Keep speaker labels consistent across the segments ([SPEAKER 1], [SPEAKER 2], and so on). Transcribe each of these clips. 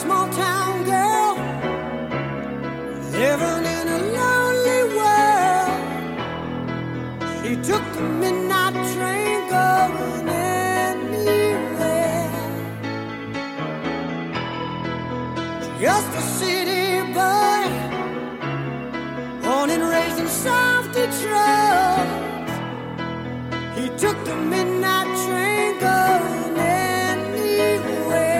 [SPEAKER 1] small town girl living in a lonely world. She took the midnight train going anywhere. Just a city boy, born and raised in South Detroit. He took the midnight train going anywhere.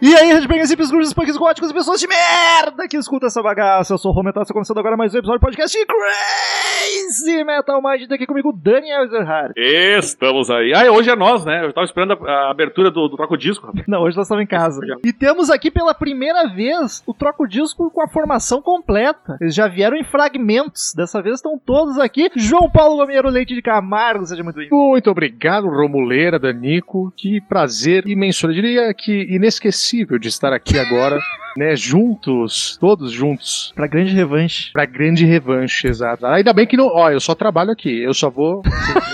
[SPEAKER 2] E aí, Redbangers, hippies, grunges, punks, góticos e pessoas de merda que escuta essa bagaça. Eu sou o Rometal, está começando agora mais um episódio do podcast Crazy Metal Mind. Tá aqui comigo Daniel Ezerhard.
[SPEAKER 3] Estamos aí. Ah, hoje é nós, né? Eu tava esperando a, a abertura do, do Toco Disco, rapaz.
[SPEAKER 2] Não, hoje nós estamos em casa. E temos aqui pela primeira vez o Troco Disco com a formação completa. Eles já vieram em fragmentos. Dessa vez estão todos aqui. João Paulo Gomeiro Leite de Camargo, seja muito bem-vindo.
[SPEAKER 4] Muito obrigado, Romuleira, Danico. Que prazer imenso. Eu diria que inesquecível de estar aqui agora, né? Juntos, todos juntos,
[SPEAKER 2] Pra grande revanche.
[SPEAKER 4] pra grande revanche, exato. Ainda bem que não. Ó, eu só trabalho aqui. Eu só vou.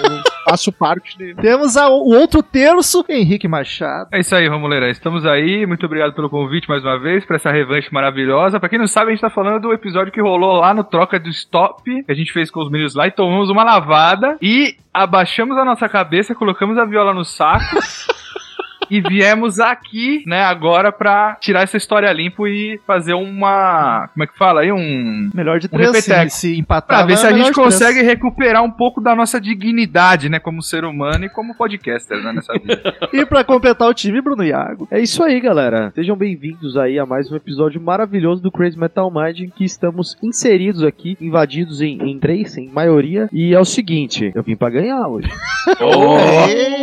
[SPEAKER 4] eu não faço parte de.
[SPEAKER 2] Temos a- o outro terço, Henrique Machado.
[SPEAKER 5] É isso aí, Romuleira. Estamos aí. Muito obrigado pelo convite mais uma vez para essa revanche maravilhosa. Pra quem não sabe, a gente tá falando do episódio que rolou lá no Troca do Stop, que a gente fez com os meninos lá e tomamos uma lavada e abaixamos a nossa cabeça, colocamos a viola no saco. E viemos aqui, né, agora pra tirar essa história limpo e fazer uma. Como é que fala aí? Um.
[SPEAKER 2] Melhor de três, se,
[SPEAKER 5] repeteco.
[SPEAKER 2] se empatar.
[SPEAKER 5] Pra ver
[SPEAKER 2] lá,
[SPEAKER 5] se a
[SPEAKER 2] melhor
[SPEAKER 5] gente
[SPEAKER 2] de três.
[SPEAKER 5] consegue recuperar um pouco da nossa dignidade, né, como ser humano e como podcaster, né, nessa vida.
[SPEAKER 2] E pra completar o time, Bruno Iago.
[SPEAKER 6] É isso aí, galera. Sejam bem-vindos aí a mais um episódio maravilhoso do Crazy Metal Mind, em que estamos inseridos aqui, invadidos em, em três, em maioria. E é o seguinte, eu vim pra ganhar hoje.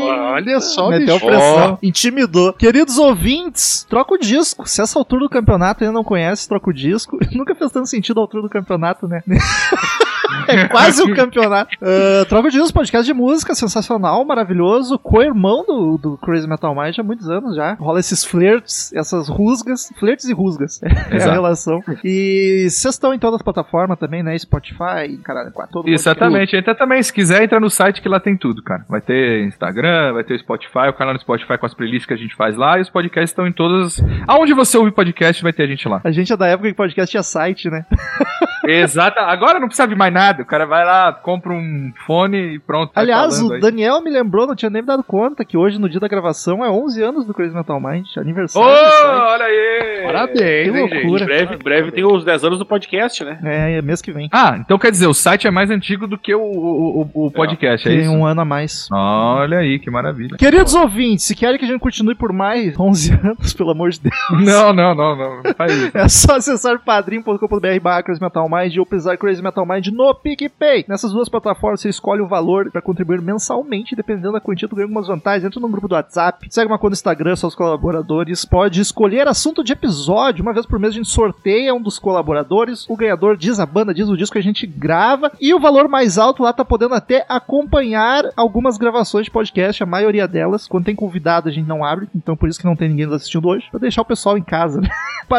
[SPEAKER 4] Olha só,
[SPEAKER 2] Meteu
[SPEAKER 4] bicho.
[SPEAKER 2] pressão. Intimidou. Queridos ouvintes, troca o disco. Se essa altura do campeonato ainda não conhece, troca o disco. Nunca fez tanto sentido a altura do campeonato, né? É quase um campeonato. Ah, troca o disco, podcast de música, sensacional, maravilhoso. Co-irmão do, do Crazy Metal Mind há muitos anos já. Rola esses flirts, essas rusgas. Flirts e rusgas. É a
[SPEAKER 5] Exato.
[SPEAKER 2] relação. E vocês estão em todas as plataformas também, né? Spotify, caralho, quatro. todo mundo.
[SPEAKER 5] Exatamente. Entra também, se quiser, entra no site que lá tem tudo, cara. Vai ter Instagram, vai ter Spotify, o canal do Spotify com as playlists que a gente faz lá, e os podcasts estão em todas. Aonde você ouvir podcast, vai ter a gente lá.
[SPEAKER 2] A gente é da época que podcast tinha site, né?
[SPEAKER 5] Exato. Agora não precisa de mais nada. O cara vai lá, compra um fone e pronto. tá
[SPEAKER 2] Aliás,
[SPEAKER 5] falando
[SPEAKER 2] o
[SPEAKER 5] aí.
[SPEAKER 2] Daniel me lembrou, não tinha nem me dado conta, que hoje, no dia da gravação, é 11 anos do Crazy Metal Mind,
[SPEAKER 5] Ô,
[SPEAKER 2] aniversário. do site.
[SPEAKER 5] olha aí!
[SPEAKER 2] que
[SPEAKER 4] Parabéns, hein, gente.
[SPEAKER 2] loucura.
[SPEAKER 3] Em breve, em breve tem os 10 anos do podcast, né?
[SPEAKER 2] É, é mês que vem.
[SPEAKER 5] Ah, então quer dizer, o site é mais antigo do que o, o, o- o podcast, é
[SPEAKER 2] Tem
[SPEAKER 5] isso?
[SPEAKER 2] um ano a mais.
[SPEAKER 5] Olha aí, que maravilha.
[SPEAKER 2] Queridos ouvintes, se querem que a gente continue por mais 11 anos, pelo amor de Deus,
[SPEAKER 5] Não, não, não, não. não Faz isso.
[SPEAKER 2] é só acessar padrim.com.br barra Crazy Metal Mind ou pesar Crazy Metal Mind no PicPay. Nessas duas plataformas, você escolhe o valor pra contribuir mensalmente, dependendo da quantia, tu ganha algumas vantagens. Entra no grupo do WhatsApp, segue uma conta no Instagram, seus colaboradores. Pode escolher assunto de episódio. Uma vez por mês a gente sorteia um dos colaboradores. O ganhador diz a banda, diz o disco que a gente grava. E o valor mais alto lá tá podendo até acompanhar algumas gravações de podcast, a maioria delas. Quando tem convidado, a gente não abre. Então por isso que não tem ninguém nos assistindo hoje. Pra deixar o pessoal em casa, né?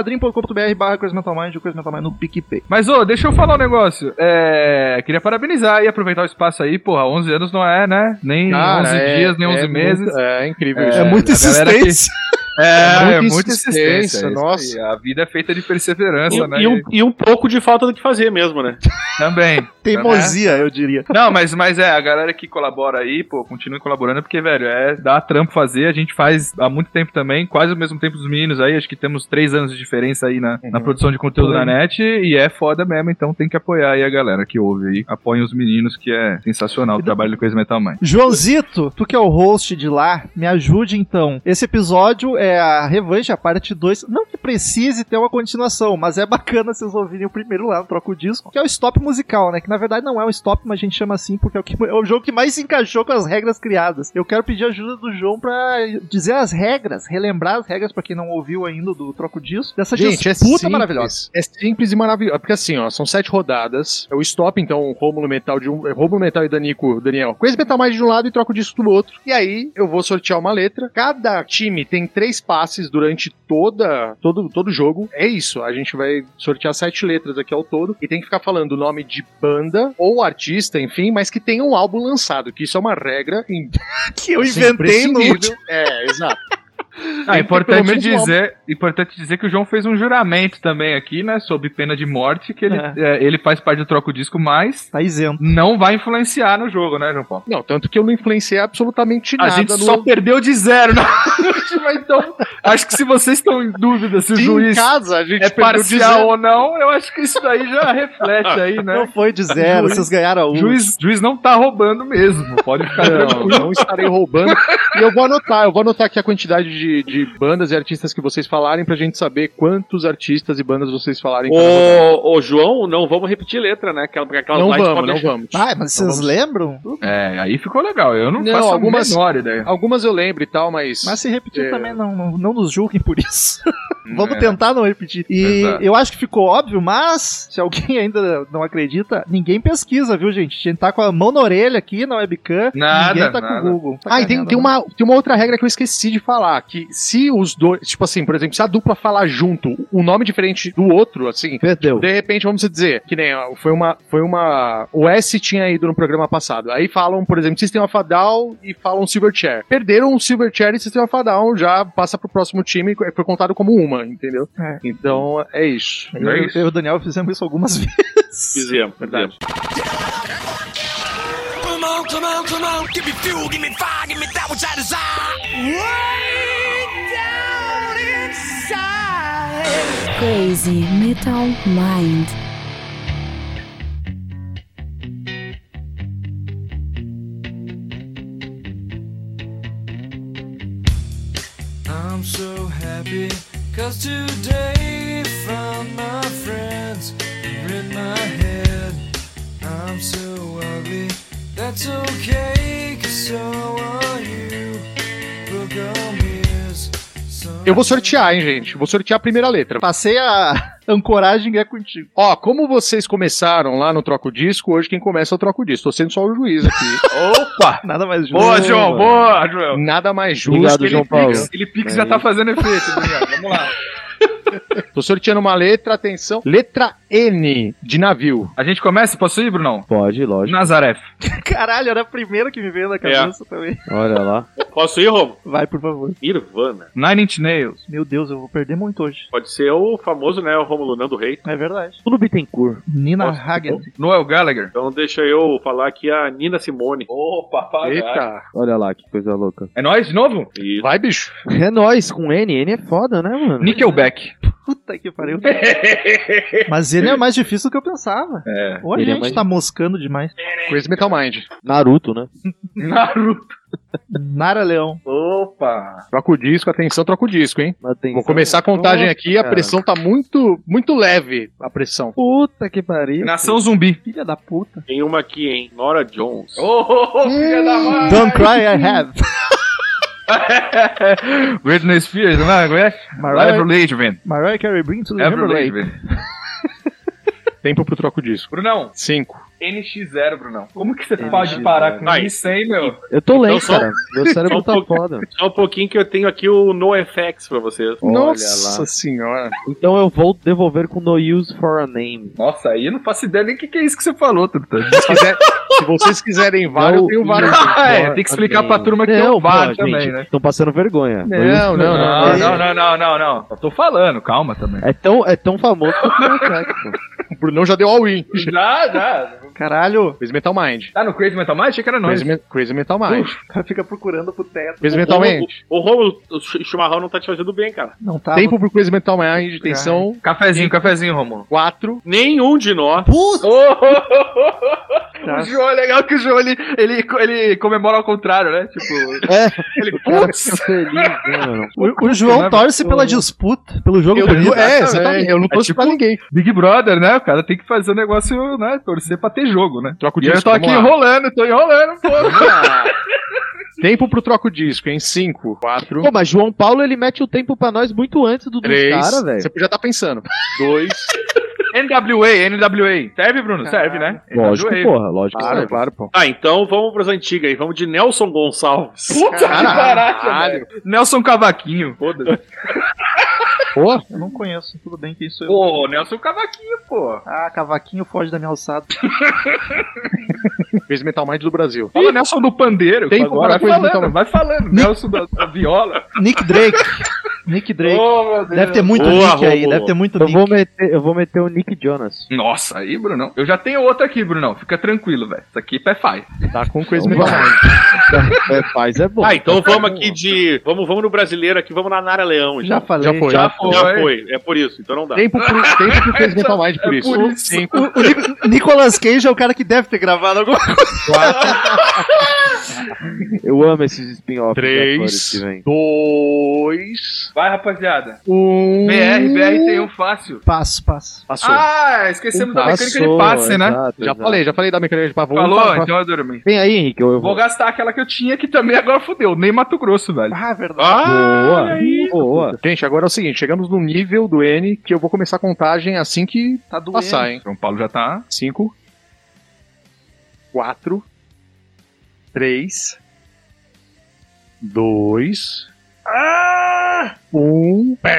[SPEAKER 2] padrim.com.br barra Crazy Metal Mind ou Crazy Metal Mind no PicPay.
[SPEAKER 5] Mas, ô, deixa eu falar um negócio. É, queria parabenizar e aproveitar o espaço aí, porra. 11 anos não é, né? Nem
[SPEAKER 4] Cara,
[SPEAKER 5] 11
[SPEAKER 4] é-
[SPEAKER 5] dias, nem 11
[SPEAKER 4] é
[SPEAKER 5] meses.
[SPEAKER 4] muito- é incrível
[SPEAKER 2] É,
[SPEAKER 4] isso.
[SPEAKER 2] muita
[SPEAKER 5] a galera que-
[SPEAKER 2] insistência.
[SPEAKER 5] É,
[SPEAKER 4] é
[SPEAKER 5] é
[SPEAKER 4] muita
[SPEAKER 5] muita
[SPEAKER 4] insistência,
[SPEAKER 5] insistência.
[SPEAKER 4] nossa.
[SPEAKER 5] nossa. A vida é feita de perseverança,
[SPEAKER 3] E,
[SPEAKER 5] né?
[SPEAKER 3] e um, e um pouco de falta do que fazer mesmo, né?
[SPEAKER 5] Também.
[SPEAKER 4] É,
[SPEAKER 2] Teimosia,
[SPEAKER 4] né?
[SPEAKER 2] eu diria.
[SPEAKER 5] Não, mas, mas é, a galera que colabora aí, pô, continue colaborando, porque, velho, é dá trampo fazer. A gente faz há muito tempo também, quase o mesmo tempo dos meninos aí. Acho que temos três anos de diferença aí na,
[SPEAKER 4] Uhum.
[SPEAKER 5] na produção de conteúdo na net. E é foda mesmo, então tem que apoiar aí a galera que ouve aí. Apoiem os meninos, que é sensacional o trabalho do Coisa Metal Mãe.
[SPEAKER 2] Joãozito, tu que é o host de lá, me ajude então. Esse episódio é a revanche, a parte 2. Não que precise ter uma continuação, mas é bacana vocês ouvirem o primeiro lá, troca o disco, que é o stop musical, né? Que na verdade não é um stop, mas a gente chama assim porque é o, que- é o jogo que mais se encaixou com as regras criadas. Eu quero pedir ajuda do João pra dizer as regras, relembrar as regras pra quem não ouviu ainda do troco disco, dessa
[SPEAKER 4] Gente, é
[SPEAKER 2] disputa
[SPEAKER 4] simples,
[SPEAKER 2] maravilhosa.
[SPEAKER 4] É simples e maravilhoso. Porque assim, ó, são sete rodadas. É o stop, então, Rômulo Metal de um. é Rômulo Metal e Danico, Daniel. Coisa metal mais de um lado e troca o disco do outro. E aí, eu vou sortear uma letra. Cada time tem três passes durante toda todo todo o jogo. É isso. A gente vai sortear sete letras aqui ao todo. E tem que ficar falando o nome de banda ou artista, enfim, mas que tenha um álbum lançado. Que isso é uma regra em
[SPEAKER 2] Que eu inventei no
[SPEAKER 4] imprescindível. É, exato.
[SPEAKER 5] Ah,
[SPEAKER 4] Tem que ter pelo
[SPEAKER 5] importante,
[SPEAKER 4] menos um
[SPEAKER 5] dizer, importante dizer que o João fez um juramento também aqui, né? Sob pena de morte, que ele, é, ele faz parte do Troco Disco, mas
[SPEAKER 2] Tá isento.
[SPEAKER 5] não vai influenciar no jogo, né, João Paulo?
[SPEAKER 4] Não, tanto que eu não influenciei absolutamente
[SPEAKER 5] A
[SPEAKER 4] nada
[SPEAKER 5] gente
[SPEAKER 4] no
[SPEAKER 5] só perdeu de zero na última, então acho que se vocês estão em dúvida se o
[SPEAKER 4] Sim, em
[SPEAKER 5] juiz
[SPEAKER 4] casa, a gente
[SPEAKER 5] é
[SPEAKER 4] perdeu de
[SPEAKER 5] parcial
[SPEAKER 4] zero.
[SPEAKER 5] ou não, eu acho que isso daí já reflete aí, né?
[SPEAKER 2] Não foi de zero, vocês ganharam a um.
[SPEAKER 5] Juiz, juiz não tá roubando mesmo, pode ficar
[SPEAKER 4] Não,
[SPEAKER 5] tranquilo.
[SPEAKER 4] não estarei roubando. E eu vou anotar, eu vou anotar aqui a quantidade de, de bandas e artistas que vocês falarem pra gente saber quantos artistas e bandas vocês falarem. em cada rodada.
[SPEAKER 3] Ô, ô, João, não vamos repetir letra, né? Aquela, porque aquelas
[SPEAKER 4] Não
[SPEAKER 3] lives
[SPEAKER 4] vamos,
[SPEAKER 3] podem
[SPEAKER 4] não
[SPEAKER 3] deixar-
[SPEAKER 4] Então vamos.
[SPEAKER 2] Ah, mas vocês lembram?
[SPEAKER 5] É, aí ficou legal, eu não,
[SPEAKER 4] Não,
[SPEAKER 5] faço
[SPEAKER 4] algumas-
[SPEAKER 5] a menor ideia.
[SPEAKER 4] Algumas eu lembro e tal, mas.
[SPEAKER 2] Mas se repetir
[SPEAKER 4] É.
[SPEAKER 2] também, não, não, não nos julguem por isso. Vamos
[SPEAKER 5] É.
[SPEAKER 2] tentar não repetir. E
[SPEAKER 5] Exato.
[SPEAKER 2] eu acho que ficou óbvio, mas se alguém ainda não acredita, ninguém pesquisa, viu, gente? A gente tá com a mão na orelha aqui na webcam.
[SPEAKER 5] Nada,
[SPEAKER 2] ninguém tá né?
[SPEAKER 5] nada.
[SPEAKER 2] com o Google.
[SPEAKER 4] Ah, e tem, tem, uma, tem uma outra regra que eu esqueci de falar, que se os dois, tipo assim, por exemplo, se a dupla falar junto um nome diferente do outro, assim,
[SPEAKER 6] Perdeu.
[SPEAKER 4] de repente vamos dizer, que nem, ó, foi uma, foi uma, o S tinha ido no programa passado, aí falam, por exemplo, System of a Down e falam Silverchair. Perderam o Silverchair e System of a Down, já passa pro próximo time, é- foi contado como uma, entendeu?
[SPEAKER 2] É.
[SPEAKER 4] Então, é isso.
[SPEAKER 2] Eu,
[SPEAKER 5] É isso.
[SPEAKER 2] eu e o Daniel fizemos isso algumas vezes.
[SPEAKER 3] Fizemos, fizemos.
[SPEAKER 1] Come on, come on, come on. Give me fuel, give me fire, give me that which I desire. Way down inside.
[SPEAKER 7] Crazy Metal Mind.
[SPEAKER 1] I'm so happy, cause today found my friends are in my head. I'm so ugly, that's okay, cause so are you. Book on mirrors.
[SPEAKER 4] Eu vou sortear, hein, gente? Vou sortear a primeira letra.
[SPEAKER 2] Passei a ancoragem é contigo.
[SPEAKER 4] Ó, como vocês começaram lá no Troco Disco, hoje quem começa é o Troco Disco. Tô sendo só o juiz aqui.
[SPEAKER 5] Opa!
[SPEAKER 2] Nada mais justo.
[SPEAKER 5] Boa, João, boa, João.
[SPEAKER 4] Nada mais justo.
[SPEAKER 6] Obrigado,
[SPEAKER 4] que
[SPEAKER 6] João
[SPEAKER 4] ele
[SPEAKER 6] Paulo.
[SPEAKER 4] fixe.
[SPEAKER 5] Ele
[SPEAKER 2] É
[SPEAKER 5] Pix já tá fazendo efeito, Daniel. Vamos lá.
[SPEAKER 4] Tô sorteando uma letra, atenção. Letra N, de navio.
[SPEAKER 5] A gente começa? Posso ir, Brunão?
[SPEAKER 6] Pode, lógico.
[SPEAKER 5] Nazaref.
[SPEAKER 2] Caralho, era a primeira que me veio
[SPEAKER 5] É.
[SPEAKER 2] na cabeça também.
[SPEAKER 6] Olha lá.
[SPEAKER 3] Posso ir, Romo?
[SPEAKER 2] Vai, por favor.
[SPEAKER 3] Nirvana.
[SPEAKER 5] Nine Inch Nails.
[SPEAKER 2] Meu Deus, eu vou perder muito hoje.
[SPEAKER 3] Pode ser o famoso, né? O Romulo Nando Rei.
[SPEAKER 2] É verdade.
[SPEAKER 6] Tudo Bittencourt.
[SPEAKER 2] Nina Hagen.
[SPEAKER 5] Noel Gallagher.
[SPEAKER 3] Então deixa eu falar aqui a Nina Simone.
[SPEAKER 5] Opa,
[SPEAKER 4] Eita.
[SPEAKER 6] Olha lá, que coisa louca.
[SPEAKER 5] É nóis de novo?
[SPEAKER 3] Isso.
[SPEAKER 4] Vai, bicho.
[SPEAKER 6] É nóis, com N. N é foda, né, mano?
[SPEAKER 5] Nickelback.
[SPEAKER 2] Puta que pariu. Mas ele é mais difícil do que eu pensava.
[SPEAKER 5] É.
[SPEAKER 2] Ou a
[SPEAKER 6] Ele é
[SPEAKER 2] gente
[SPEAKER 6] mais-
[SPEAKER 2] tá moscando demais.
[SPEAKER 4] Crazy Metal Mind.
[SPEAKER 6] Naruto, né?
[SPEAKER 5] Naruto.
[SPEAKER 2] Nara Leão.
[SPEAKER 5] Opa.
[SPEAKER 4] Troco disco, atenção, troco disco, hein?
[SPEAKER 6] Atenção.
[SPEAKER 4] Vou começar a contagem aqui, a
[SPEAKER 6] cara.
[SPEAKER 4] pressão tá muito, muito leve. A pressão.
[SPEAKER 6] Puta que pariu.
[SPEAKER 5] Nação Zumbi.
[SPEAKER 2] Filha da puta.
[SPEAKER 3] Tem uma aqui, hein? Nora Jones.
[SPEAKER 5] Oh, filha da mãe.
[SPEAKER 2] Don't cry, I have.
[SPEAKER 5] Britney Spears, não é? Como é? Live
[SPEAKER 2] Mariah,
[SPEAKER 5] Relate, man.
[SPEAKER 2] Mariah Carey Bring to the
[SPEAKER 5] Ever
[SPEAKER 2] Everlake.
[SPEAKER 5] Relate,
[SPEAKER 4] Tempo pro troco disco.
[SPEAKER 5] Brunão,
[SPEAKER 4] Cinco.
[SPEAKER 5] NX0, Brunão. Como que você
[SPEAKER 6] NX0.
[SPEAKER 5] pode parar com
[SPEAKER 3] Vai.
[SPEAKER 5] isso, hein, meu?
[SPEAKER 6] Eu tô lento,
[SPEAKER 3] só-
[SPEAKER 6] cara. Meu cérebro
[SPEAKER 3] só um
[SPEAKER 6] tá foda.
[SPEAKER 3] Só um pouquinho que eu tenho aqui o NoFX pra vocês.
[SPEAKER 6] Olha
[SPEAKER 4] Nossa
[SPEAKER 6] lá.
[SPEAKER 4] senhora.
[SPEAKER 6] Então eu vou devolver com No Use for a Name.
[SPEAKER 5] Nossa, aí eu não faço ideia nem o que, que é isso que você falou, Tuta.
[SPEAKER 4] Se, quiser- se vocês quiserem vários, eu
[SPEAKER 6] Não,
[SPEAKER 4] tenho vários.
[SPEAKER 5] é, tem que explicar pra turma que é
[SPEAKER 6] Não,
[SPEAKER 5] o VAR
[SPEAKER 6] pô,
[SPEAKER 5] também,
[SPEAKER 6] gente.
[SPEAKER 5] né?
[SPEAKER 6] Estão passando vergonha. No Use for
[SPEAKER 5] Não,
[SPEAKER 4] não,
[SPEAKER 6] a Name.
[SPEAKER 5] não, não, não, não, não. Eu tô falando, calma também.
[SPEAKER 6] É tão, é tão famoso quanto o Minecraft, pô.
[SPEAKER 4] O Brunão É. já deu all-in.
[SPEAKER 5] Já, já.
[SPEAKER 2] Caralho,
[SPEAKER 4] Crazy Metal Mind.
[SPEAKER 5] Tá no Crazy Metal Mind? Achei que era nós.
[SPEAKER 4] Crazy, Me- Crazy Metal Mind.
[SPEAKER 2] o cara fica procurando pro teto.
[SPEAKER 4] Crazy Metal Mind.
[SPEAKER 3] O, o, o Romulo, o Ch- Chimarrão não tá te fazendo bem, cara.
[SPEAKER 2] Não tá.
[SPEAKER 4] Tempo pro Crazy Metal Mind, atenção.
[SPEAKER 5] Cafezinho, cafezinho, Romulo.
[SPEAKER 4] 4.
[SPEAKER 3] Nenhum de nós.
[SPEAKER 2] Puta,
[SPEAKER 5] O João, é legal que o João, ele, ele, ele comemora ao contrário, né? Tipo,
[SPEAKER 6] É,
[SPEAKER 5] ele...
[SPEAKER 6] o cara fica feliz, né, mano?
[SPEAKER 2] o, o João
[SPEAKER 5] Eu-
[SPEAKER 2] torce pela disputa, pelo jogo
[SPEAKER 4] Eu,
[SPEAKER 2] bonito.
[SPEAKER 4] é, exatamente. Eu não
[SPEAKER 5] É
[SPEAKER 4] torço
[SPEAKER 5] tipo-
[SPEAKER 4] pra ninguém.
[SPEAKER 5] Big Brother, né? O cara tem que fazer o negócio, né? Torcer pra ter jogo, né?
[SPEAKER 4] Troco
[SPEAKER 5] E eu tô aqui
[SPEAKER 4] vamos lá.
[SPEAKER 5] enrolando, tô enrolando, pô.
[SPEAKER 4] Tempo pro troco disco, hein? 5, 4,
[SPEAKER 6] Pô, mas João Paulo, ele mete o tempo pra nós muito antes do dos
[SPEAKER 4] 3.
[SPEAKER 6] cara, velho.
[SPEAKER 4] Você já tá pensando. 2.
[SPEAKER 5] NWA, NWA. Serve, Bruno? Serve, né?
[SPEAKER 6] Lógico,
[SPEAKER 5] NWA.
[SPEAKER 6] porra, lógico.
[SPEAKER 4] Claro,
[SPEAKER 6] Claro,
[SPEAKER 4] claro, pô.
[SPEAKER 3] Tá, então vamos pras antigas aí. Vamos de Nelson Gonçalves.
[SPEAKER 5] Puta que barato, velho. Nelson Cavaquinho. Foda-se.
[SPEAKER 4] Pô,
[SPEAKER 2] Eu não conheço, tudo bem que isso eu.
[SPEAKER 5] Pô, Nelson Cavaquinho, pô.
[SPEAKER 2] Ah, cavaquinho foge da minha alçada.
[SPEAKER 4] Crazy Metal Mind do Brasil.
[SPEAKER 5] Fala Nelson do pandeiro.
[SPEAKER 4] Tem que
[SPEAKER 5] agora.
[SPEAKER 4] comparar
[SPEAKER 5] Vai
[SPEAKER 4] com
[SPEAKER 5] falando,
[SPEAKER 4] esse metal.
[SPEAKER 5] vai falando. Nelson da, da viola.
[SPEAKER 2] Nick Drake. Nick Drake.
[SPEAKER 5] Oh, meu Deus.
[SPEAKER 2] Deve ter muito
[SPEAKER 3] Boa,
[SPEAKER 2] Nick aí,
[SPEAKER 3] roubou.
[SPEAKER 2] deve ter muito
[SPEAKER 6] Eu
[SPEAKER 2] Nick.
[SPEAKER 6] vou, meter, eu vou meter o Nick Jonas.
[SPEAKER 5] Nossa, aí, Brunão. Eu já tenho outra aqui, Brunão. Fica tranquilo, velho. Isso aqui é pé faz.
[SPEAKER 4] Tá com Crazy
[SPEAKER 6] Então
[SPEAKER 4] Metal
[SPEAKER 6] vai.
[SPEAKER 4] Mind.
[SPEAKER 6] É, faz é bom.
[SPEAKER 3] Ah, então vamos aqui de. Vamos, vamos no brasileiro aqui, vamos na Nara Leão.
[SPEAKER 2] Já
[SPEAKER 3] então.
[SPEAKER 2] falei.
[SPEAKER 4] Já foi.
[SPEAKER 3] Já,
[SPEAKER 5] foi.
[SPEAKER 3] já foi. É por isso, então não dá.
[SPEAKER 4] Tempo pro, tempo pro Crazy Metal Mind por
[SPEAKER 5] É
[SPEAKER 4] isso.
[SPEAKER 5] por isso.
[SPEAKER 4] Cinco.
[SPEAKER 2] O, o Nic- Nicolas Cage é o cara que deve ter gravado alguma coisa.
[SPEAKER 6] Eu amo esses spin-offs. de atores
[SPEAKER 4] Três.
[SPEAKER 6] é que vem.
[SPEAKER 4] Dois.
[SPEAKER 5] Vai, rapaziada.
[SPEAKER 4] Um.
[SPEAKER 5] BR, BR tem um fácil.
[SPEAKER 2] Passo, passo.
[SPEAKER 4] Passou.
[SPEAKER 5] Ah, esquecemos da mecânica de
[SPEAKER 6] Passou,
[SPEAKER 5] passe, né?
[SPEAKER 6] exato,
[SPEAKER 4] já
[SPEAKER 6] exato.
[SPEAKER 4] falei, já falei da mecânica de pavão.
[SPEAKER 5] Falou,
[SPEAKER 4] Vamos pra-
[SPEAKER 5] então eu dormi.
[SPEAKER 6] Vem aí, Henrique. Eu, eu
[SPEAKER 5] Vou
[SPEAKER 6] vou...
[SPEAKER 5] gastar aquela que eu tinha, que também agora fodeu. Nem Mato Grosso, velho.
[SPEAKER 2] Ah, verdade.
[SPEAKER 4] então.
[SPEAKER 6] Boa.
[SPEAKER 3] Ah, aí.
[SPEAKER 6] Boa.
[SPEAKER 4] Gente, agora é o seguinte, chegamos no nível do N que eu vou começar a contagem assim que
[SPEAKER 2] tá doendo.
[SPEAKER 4] passar, hein?
[SPEAKER 5] São Paulo já tá.
[SPEAKER 4] 5, 4, 3, 2, 1.
[SPEAKER 2] Tá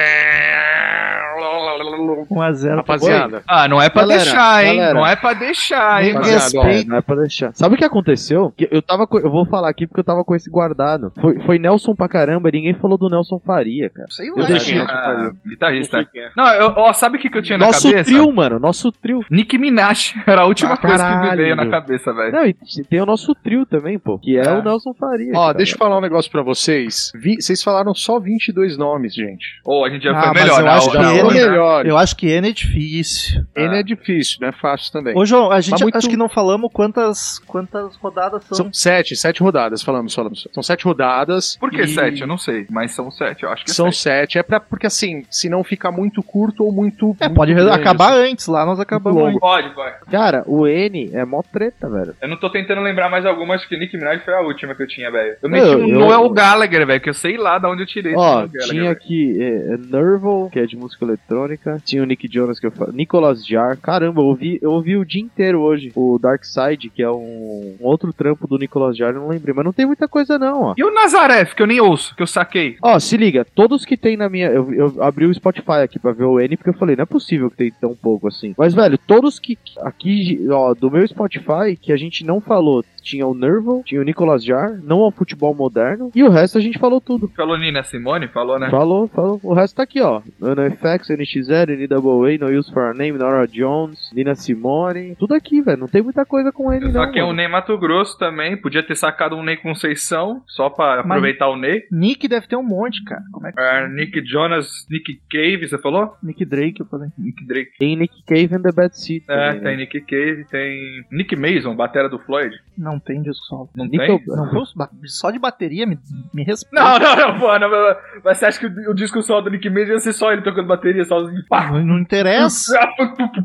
[SPEAKER 2] 1x0.
[SPEAKER 4] Rapaziada,
[SPEAKER 5] Ah, não é pra
[SPEAKER 6] Galera,
[SPEAKER 5] deixar, hein?
[SPEAKER 6] galera.
[SPEAKER 5] Não é pra deixar, hein?
[SPEAKER 2] Nem
[SPEAKER 5] mano?
[SPEAKER 4] Rapaziada,
[SPEAKER 2] respeito.
[SPEAKER 6] Não é pra deixar. Sabe o que aconteceu? Que Eu tava com- eu vou falar aqui porque eu tava com esse guardado. Foi, foi Nelson pra caramba, ninguém falou do Nelson Faria, cara.
[SPEAKER 2] Sei
[SPEAKER 6] Eu
[SPEAKER 2] lá.
[SPEAKER 6] deixei.
[SPEAKER 2] cara.
[SPEAKER 5] Ah,
[SPEAKER 3] Não
[SPEAKER 5] guitarrista.
[SPEAKER 3] sei quem é.
[SPEAKER 5] Não, eu- ó, sabe o que, que eu tinha na
[SPEAKER 6] Nosso
[SPEAKER 5] cabeça?
[SPEAKER 6] trio, mano, nosso trio.
[SPEAKER 5] Nicki Minaj. Era a última
[SPEAKER 6] Ah,
[SPEAKER 5] coisa que me
[SPEAKER 6] caralho.
[SPEAKER 5] veio na cabeça, velho.
[SPEAKER 6] Não, e tem o nosso trio também, pô, que é,
[SPEAKER 5] É.
[SPEAKER 6] o Nelson Faria.
[SPEAKER 4] ó,
[SPEAKER 6] cara.
[SPEAKER 4] deixa eu falar um negócio pra vocês. Vi- vocês falaram só 22 nomes, gente.
[SPEAKER 5] Ou a gente já
[SPEAKER 2] Ah,
[SPEAKER 5] foi
[SPEAKER 2] mas
[SPEAKER 5] melhor. né?
[SPEAKER 2] eu
[SPEAKER 5] na
[SPEAKER 2] acho
[SPEAKER 5] hora,
[SPEAKER 2] que
[SPEAKER 5] na
[SPEAKER 2] ele-
[SPEAKER 5] hora.
[SPEAKER 4] Ou melhor,
[SPEAKER 2] Eu acho que N é difícil.
[SPEAKER 5] Tá.
[SPEAKER 4] N é difícil, não é fácil também.
[SPEAKER 2] Ô, João, a gente
[SPEAKER 4] muito-
[SPEAKER 2] acho que não falamos quantas, quantas rodadas são.
[SPEAKER 4] São sete, sete rodadas, falamos, falamos. São sete rodadas.
[SPEAKER 5] Por que
[SPEAKER 4] e-
[SPEAKER 5] sete? Eu não sei, mas são sete, eu acho que é
[SPEAKER 4] São
[SPEAKER 5] sete.
[SPEAKER 4] sete. É pra, porque assim, se não ficar muito curto ou muito.
[SPEAKER 2] É,
[SPEAKER 4] muito
[SPEAKER 2] pode
[SPEAKER 4] grande,
[SPEAKER 2] acabar
[SPEAKER 4] assim.
[SPEAKER 2] antes, lá nós acabamos
[SPEAKER 4] Muito
[SPEAKER 2] antes.
[SPEAKER 5] Pode, vai.
[SPEAKER 6] Cara, o N é mó treta, velho.
[SPEAKER 5] Eu não tô tentando lembrar mais alguma, acho que Nick Minaj foi a última que eu tinha, velho. Eu meti
[SPEAKER 6] Eu-
[SPEAKER 5] um
[SPEAKER 6] eu-
[SPEAKER 5] Noel Gallagher, velho, que eu sei lá de onde eu tirei esse
[SPEAKER 6] Ó,
[SPEAKER 5] Noel Gallagher,
[SPEAKER 6] tinha
[SPEAKER 5] velho.
[SPEAKER 6] aqui é, é Nerval, que é de música eletrônica. Tinha o Nick Jonas, que eu falo. Nicolas Jar. Caramba, eu ouvi, eu ouvi o dia inteiro hoje. O Dark Side, que é um, um outro trampo do Nicolas Jar, eu não lembrei. Mas não tem muita coisa, não, ó.
[SPEAKER 5] E o Nazareth, que eu nem ouço, que eu saquei.
[SPEAKER 6] Ó, se liga, todos que tem na minha. Eu, eu abri o Spotify aqui pra ver o N, porque eu falei, não é possível que tem tão pouco assim. Mas, velho, todos que. Aqui, ó, do meu Spotify, que a gente não falou, tinha o Nerval, tinha o Nicolas Jar, não ao futebol moderno, e o resto a gente falou tudo.
[SPEAKER 5] Falou Nina Simone, falou, né?
[SPEAKER 6] Falou, falou. O resto tá aqui, ó. NoFX, NX0, NWA, No Use for a Name, Nora Jones, Nina Simone. Tudo aqui, velho. Não tem muita coisa com ele,
[SPEAKER 5] Eu
[SPEAKER 6] não.
[SPEAKER 5] saquei um
[SPEAKER 6] mano.
[SPEAKER 5] Ney Mato Grosso também, podia ter sacado um Ney Conceição, só pra
[SPEAKER 2] Mas-
[SPEAKER 5] aproveitar o Ney.
[SPEAKER 2] Nick deve ter um monte, cara. Como é que.
[SPEAKER 5] É, Nick Jonas, Nick Cave, você falou?
[SPEAKER 2] Nick Drake, eu falei.
[SPEAKER 5] Nick Drake.
[SPEAKER 6] Tem Nick Cave and the Bad Seed.
[SPEAKER 5] É,
[SPEAKER 6] também, né?
[SPEAKER 5] tem Nick Cave, tem Nick Mason, batera do Floyd.
[SPEAKER 2] Não tem disco solo. é
[SPEAKER 5] Não
[SPEAKER 6] Nickel-
[SPEAKER 5] tem?
[SPEAKER 2] Não, eu- ba- só de bateria me, me respeita.
[SPEAKER 5] Não, não, não, pô, não, não, não. Mas você acha que o, o disco só do Nick Mason ia ser só ele tocando bateria sozinho? Pá!
[SPEAKER 2] Não, não interessa.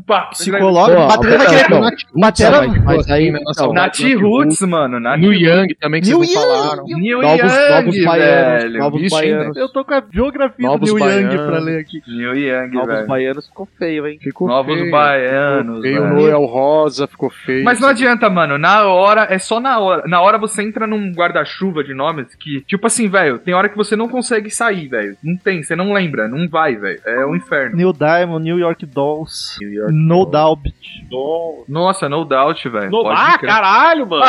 [SPEAKER 5] Pá!
[SPEAKER 2] Se coloca,
[SPEAKER 6] Boa,
[SPEAKER 2] bateria vai querer.
[SPEAKER 6] então.
[SPEAKER 2] Batera.
[SPEAKER 6] Mas- mas aí,
[SPEAKER 4] Nossa,
[SPEAKER 6] então,
[SPEAKER 4] na-
[SPEAKER 5] Nati Roots, mano. Nati
[SPEAKER 4] New Young também, que
[SPEAKER 2] New
[SPEAKER 4] vocês não
[SPEAKER 2] Young.
[SPEAKER 4] falaram.
[SPEAKER 5] New
[SPEAKER 6] novos,
[SPEAKER 5] Young,
[SPEAKER 6] novos baianos,
[SPEAKER 5] velho.
[SPEAKER 6] novos
[SPEAKER 4] Isso ainda.
[SPEAKER 6] baianos.
[SPEAKER 2] Eu tô com a biografia
[SPEAKER 4] Novos
[SPEAKER 2] do Neil Young
[SPEAKER 4] baianos.
[SPEAKER 2] pra ler aqui.
[SPEAKER 5] New Young,
[SPEAKER 6] Novos
[SPEAKER 5] velho.
[SPEAKER 6] baianos ficou feio, hein?
[SPEAKER 4] Ficou
[SPEAKER 5] Novos
[SPEAKER 4] feio.
[SPEAKER 5] baianos,
[SPEAKER 4] Feio
[SPEAKER 5] velho.
[SPEAKER 4] Noel Rosa, ficou feio.
[SPEAKER 5] Mas não adianta, mano. Na hora, é só na hora. Na hora você entra num guarda-chuva de nomes que, tipo assim, velho, tem hora que você não consegue sair, velho. Não tem, você não lembra, não vai, velho. É um inferno.
[SPEAKER 2] Neil Diamond, New York Dolls, No Doubt.
[SPEAKER 3] Dom.
[SPEAKER 5] Nossa, no doubt, velho.
[SPEAKER 3] No-
[SPEAKER 5] Pode
[SPEAKER 3] Ah,
[SPEAKER 5] crer.
[SPEAKER 3] caralho, mano.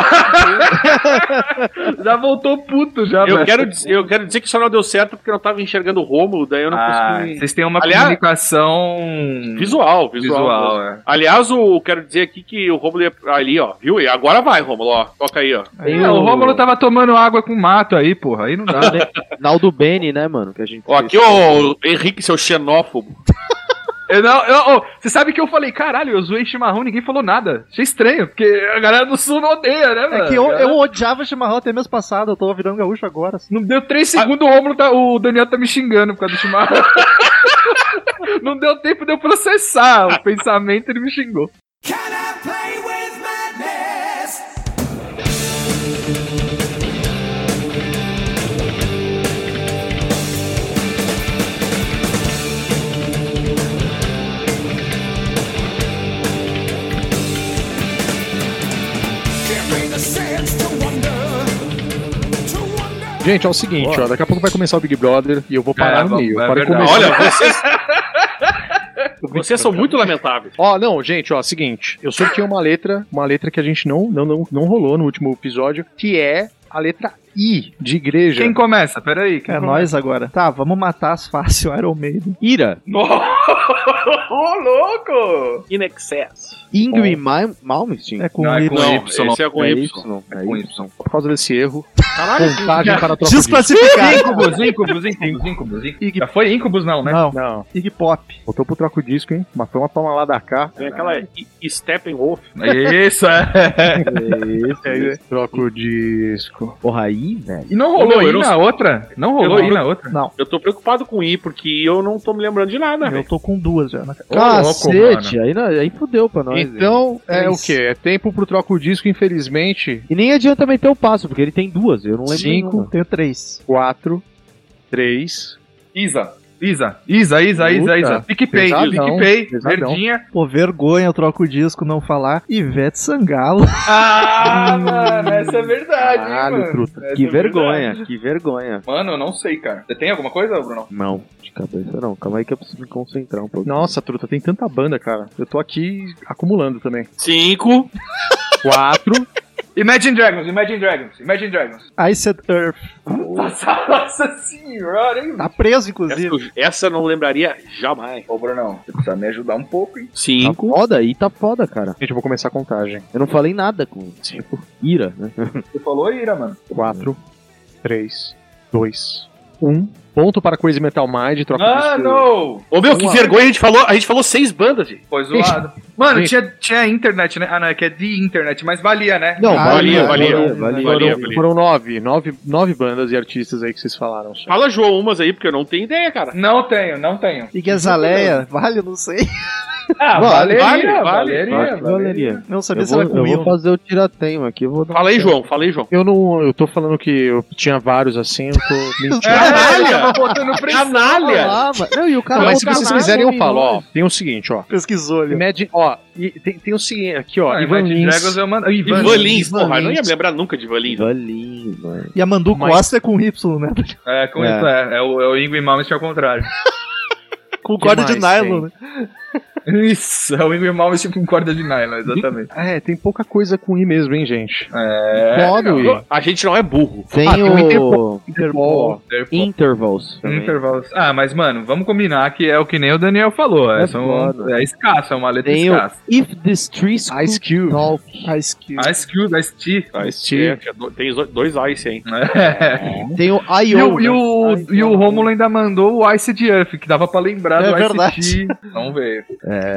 [SPEAKER 5] Já voltou puto já,
[SPEAKER 3] Eu
[SPEAKER 5] velho.
[SPEAKER 3] quero, dizer, eu quero dizer que só não deu certo porque eu não tava enxergando o Rômulo, daí eu não
[SPEAKER 5] Ah,
[SPEAKER 3] consegui.
[SPEAKER 5] vocês têm uma
[SPEAKER 3] Aliás-
[SPEAKER 5] comunicação
[SPEAKER 3] Visual, visual.
[SPEAKER 5] visual,
[SPEAKER 3] né?
[SPEAKER 5] é.
[SPEAKER 3] Aliás, o, eu quero dizer aqui que o Romulo ia ali, ó, viu? E agora vai, Romulo, ó. Toca aí, ó.
[SPEAKER 5] É, o Rômulo tava tomando água com mato aí, porra. Aí não dá.
[SPEAKER 6] Naldo Bene, né, mano? Que a gente
[SPEAKER 3] Ó, aqui, ó, o Henrique, seu xenófobo.
[SPEAKER 5] Eu não, eu- ô, você sabe que eu falei, caralho, eu zoei chimarrão e ninguém falou nada. Achei estranho, porque a galera do sul não odeia, né, mano?
[SPEAKER 2] É que eu,
[SPEAKER 5] A galera-
[SPEAKER 2] eu odiava chimarrão até mês passado, eu tô virando gaúcho agora. assim.
[SPEAKER 5] Não deu três segundos, o Romulo tá, o Daniel tá me xingando por causa do chimarrão. não deu tempo de eu processar o pensamento, ele me xingou.
[SPEAKER 1] Can I play with madness? Give me the sense to wonder, to wonder.
[SPEAKER 4] Gente, é o seguinte, ó, daqui a pouco vai começar o Big Brother e eu vou parar
[SPEAKER 5] É,
[SPEAKER 4] no meio.
[SPEAKER 5] é
[SPEAKER 4] Para
[SPEAKER 5] verdade.
[SPEAKER 4] começar.
[SPEAKER 3] Olha, vocês. vocês são muito lamentáveis.
[SPEAKER 4] Ó, não, gente, ó, seguinte, eu sorteei uma letra, uma letra que a gente não não não, não rolou no último episódio, que é a letra I de igreja.
[SPEAKER 5] Quem começa? Peraí. Quem
[SPEAKER 2] É
[SPEAKER 5] começa?
[SPEAKER 2] nós agora. Tá, vamos matar as fácil Iron Maiden.
[SPEAKER 6] Ira,
[SPEAKER 3] Ô, louco! In excess.
[SPEAKER 6] Ingrid Ma- Malmsteen.
[SPEAKER 2] É com
[SPEAKER 5] Não, é
[SPEAKER 2] Y.
[SPEAKER 5] com
[SPEAKER 3] Não,
[SPEAKER 5] Y.
[SPEAKER 3] esse é com
[SPEAKER 6] É
[SPEAKER 3] Y.
[SPEAKER 6] Y. É
[SPEAKER 5] com
[SPEAKER 6] Y.
[SPEAKER 4] Por causa desse erro,
[SPEAKER 3] Caralho,
[SPEAKER 4] contagem para a troca
[SPEAKER 2] Desclassificado.
[SPEAKER 5] Incubus, incubus, incubus, incubus, incubus. Já foi incubus não, né?
[SPEAKER 2] Não,
[SPEAKER 4] Não,
[SPEAKER 2] Iggy Pop.
[SPEAKER 4] voltou pro troco disco, hein? Mas foi uma palmalada cá.
[SPEAKER 3] Tem né, aquela I- Steppenwolf.
[SPEAKER 5] Isso, é.
[SPEAKER 4] Troco disco.
[SPEAKER 6] Porra, aí, velho.
[SPEAKER 5] E não
[SPEAKER 3] Ô,
[SPEAKER 5] rolou
[SPEAKER 3] meu, eu
[SPEAKER 5] aí
[SPEAKER 3] não
[SPEAKER 5] na outra? Não rolou
[SPEAKER 3] Eu
[SPEAKER 5] aí na outra?
[SPEAKER 3] Eu tô preocupado com I, porque eu não tô me lembrando de nada,
[SPEAKER 2] Eu
[SPEAKER 3] velho.
[SPEAKER 2] tô com duas já. né? na cara.
[SPEAKER 5] Ô,
[SPEAKER 6] Cacete, aí, não- aí fudeu pra nós. velho.
[SPEAKER 4] Então, é o quê? É tempo pro troco disco, infelizmente.
[SPEAKER 6] E nem adianta meter o passo, porque ele tem duas, eu não lembro.
[SPEAKER 4] Cinco.
[SPEAKER 6] nenhuma.
[SPEAKER 2] Eu tenho três.
[SPEAKER 4] 4 3
[SPEAKER 5] Isa. Isa, Isa, Isa, Isa,
[SPEAKER 4] Puta,
[SPEAKER 5] Isa.
[SPEAKER 2] tá
[SPEAKER 5] PicPay,
[SPEAKER 4] pesadão,
[SPEAKER 5] PicPay,
[SPEAKER 4] pesadão.
[SPEAKER 5] verdinha.
[SPEAKER 2] Pô, vergonha, eu troco o disco, não falar. Ivete Sangalo.
[SPEAKER 5] Ah, mano, essa é verdade,
[SPEAKER 6] Caralho,
[SPEAKER 3] É
[SPEAKER 6] truta. que vergonha, que vergonha.
[SPEAKER 5] Mano, eu não sei, cara. Você tem alguma coisa, Bruno?
[SPEAKER 6] Não, de cabeça não. Calma aí que eu preciso me concentrar um pouco.
[SPEAKER 4] Nossa, truta, tem tanta banda, cara. Eu tô aqui acumulando também.
[SPEAKER 3] Cinco.
[SPEAKER 4] 4
[SPEAKER 5] Imagine Dragons, Imagine Dragons, Imagine Dragons.
[SPEAKER 2] I Said Earth.
[SPEAKER 5] Nossa senhora, hein?
[SPEAKER 2] Tá preso,
[SPEAKER 3] Essa,
[SPEAKER 2] inclusive.
[SPEAKER 3] eu- essa eu não lembraria jamais.
[SPEAKER 5] Ô, Brunão, você precisa me ajudar um pouco, hein?
[SPEAKER 6] Tá
[SPEAKER 3] Cinco.
[SPEAKER 6] foda aí, tá foda, cara.
[SPEAKER 4] Gente, eu vou começar a contagem.
[SPEAKER 6] Eu não falei nada com tipo, ira, né?
[SPEAKER 5] Você falou ira, mano.
[SPEAKER 4] 4 3 2 1 Ponto para Crazy Metal Mind, troca
[SPEAKER 5] Ah,
[SPEAKER 4] disco.
[SPEAKER 5] não!
[SPEAKER 3] Ô, meu, que vergonha, a gente falou, a gente falou seis bandas, gente.
[SPEAKER 5] Foi zoado. Mano,
[SPEAKER 4] Gente.
[SPEAKER 5] tinha, tinha internet, né? Ah, não, é que é de internet, mas valia, né?
[SPEAKER 4] Não,
[SPEAKER 2] Ah,
[SPEAKER 3] valia, valia,
[SPEAKER 6] valia.
[SPEAKER 3] valia,
[SPEAKER 4] Foram,
[SPEAKER 3] valia.
[SPEAKER 4] foram nove, nove, nove bandas e artistas aí que vocês falaram. só.
[SPEAKER 3] Fala, João, umas aí, porque eu não tenho ideia, cara.
[SPEAKER 5] Não tenho, não tenho.
[SPEAKER 2] Iggy Azalea. é Vale, eu não sei.
[SPEAKER 5] Ah,
[SPEAKER 3] Vale,
[SPEAKER 5] valeria,
[SPEAKER 3] vale, vale,
[SPEAKER 5] valeria, valeria.
[SPEAKER 6] Valeria.
[SPEAKER 2] Não sabia
[SPEAKER 6] Eu
[SPEAKER 2] se
[SPEAKER 6] vou,
[SPEAKER 2] era com
[SPEAKER 6] eu
[SPEAKER 2] Y.
[SPEAKER 6] vou fazer o tiratema aqui, eu vou dar
[SPEAKER 3] Fala aí, João, fala aí, João.
[SPEAKER 4] Eu não. Eu tô falando que eu tinha vários assim, eu tô mentindo.
[SPEAKER 5] É,
[SPEAKER 3] Canalha!
[SPEAKER 5] eu tava botando pressão.
[SPEAKER 3] Canalha!
[SPEAKER 6] Ah, mas- Não, e o cara
[SPEAKER 2] é
[SPEAKER 4] Mas se
[SPEAKER 6] o cara-
[SPEAKER 4] vocês quiserem, eu falo, ó. Tem o seguinte, ó.
[SPEAKER 2] Pesquisou ali.
[SPEAKER 4] Imagine, ó, e tem, tem o seguinte aqui, ó.
[SPEAKER 5] Ah,
[SPEAKER 4] Ivan
[SPEAKER 5] Imagine
[SPEAKER 4] Lins.
[SPEAKER 5] Dragons um eu mando. Ivan,
[SPEAKER 3] Ivan Lins, porra, eu não ia
[SPEAKER 4] Lins.
[SPEAKER 3] me lembrar nunca de Ivan Lins.
[SPEAKER 6] Valinho, mano.
[SPEAKER 2] E a Mandu
[SPEAKER 4] Mas-
[SPEAKER 2] Costa é com Y, né?
[SPEAKER 5] É, com
[SPEAKER 6] É.
[SPEAKER 5] isso, é. É o, é o Ingrid Malmsteen ao contrário.
[SPEAKER 2] Com corda de
[SPEAKER 4] mais tem?
[SPEAKER 2] nylon, né?
[SPEAKER 5] Isso, é o Ingrid Malmsteen com corda de nylon, exatamente.
[SPEAKER 4] É, tem pouca coisa com I mesmo, hein, gente.
[SPEAKER 5] É.
[SPEAKER 4] Foda, Will.
[SPEAKER 3] A gente não é burro.
[SPEAKER 6] Tem
[SPEAKER 4] Ah, tem o
[SPEAKER 6] o
[SPEAKER 4] Interpol, ó.
[SPEAKER 6] Intervals. também.
[SPEAKER 5] Intervalos. Ah, mas, mano, vamos combinar que é o que nem o Daniel falou. É,
[SPEAKER 6] É
[SPEAKER 5] são-
[SPEAKER 6] foda.
[SPEAKER 5] é escasso, é uma letra
[SPEAKER 6] Tem o
[SPEAKER 5] escassa.
[SPEAKER 6] If This Tree School
[SPEAKER 4] Ice Cube.
[SPEAKER 6] Talk.
[SPEAKER 2] Ice Cube.
[SPEAKER 5] Ice Cube, Ice T.
[SPEAKER 4] Ice
[SPEAKER 3] É, tinha do- tem zo- dois Ice, hein?
[SPEAKER 6] Tem o
[SPEAKER 5] né? E o,
[SPEAKER 6] I.O.
[SPEAKER 5] e, o,
[SPEAKER 6] né?
[SPEAKER 5] e o Romulo ainda mandou o Ice de Earth, que dava pra lembrar
[SPEAKER 2] É
[SPEAKER 5] do
[SPEAKER 2] verdade.
[SPEAKER 5] Ice T. Vamos ver.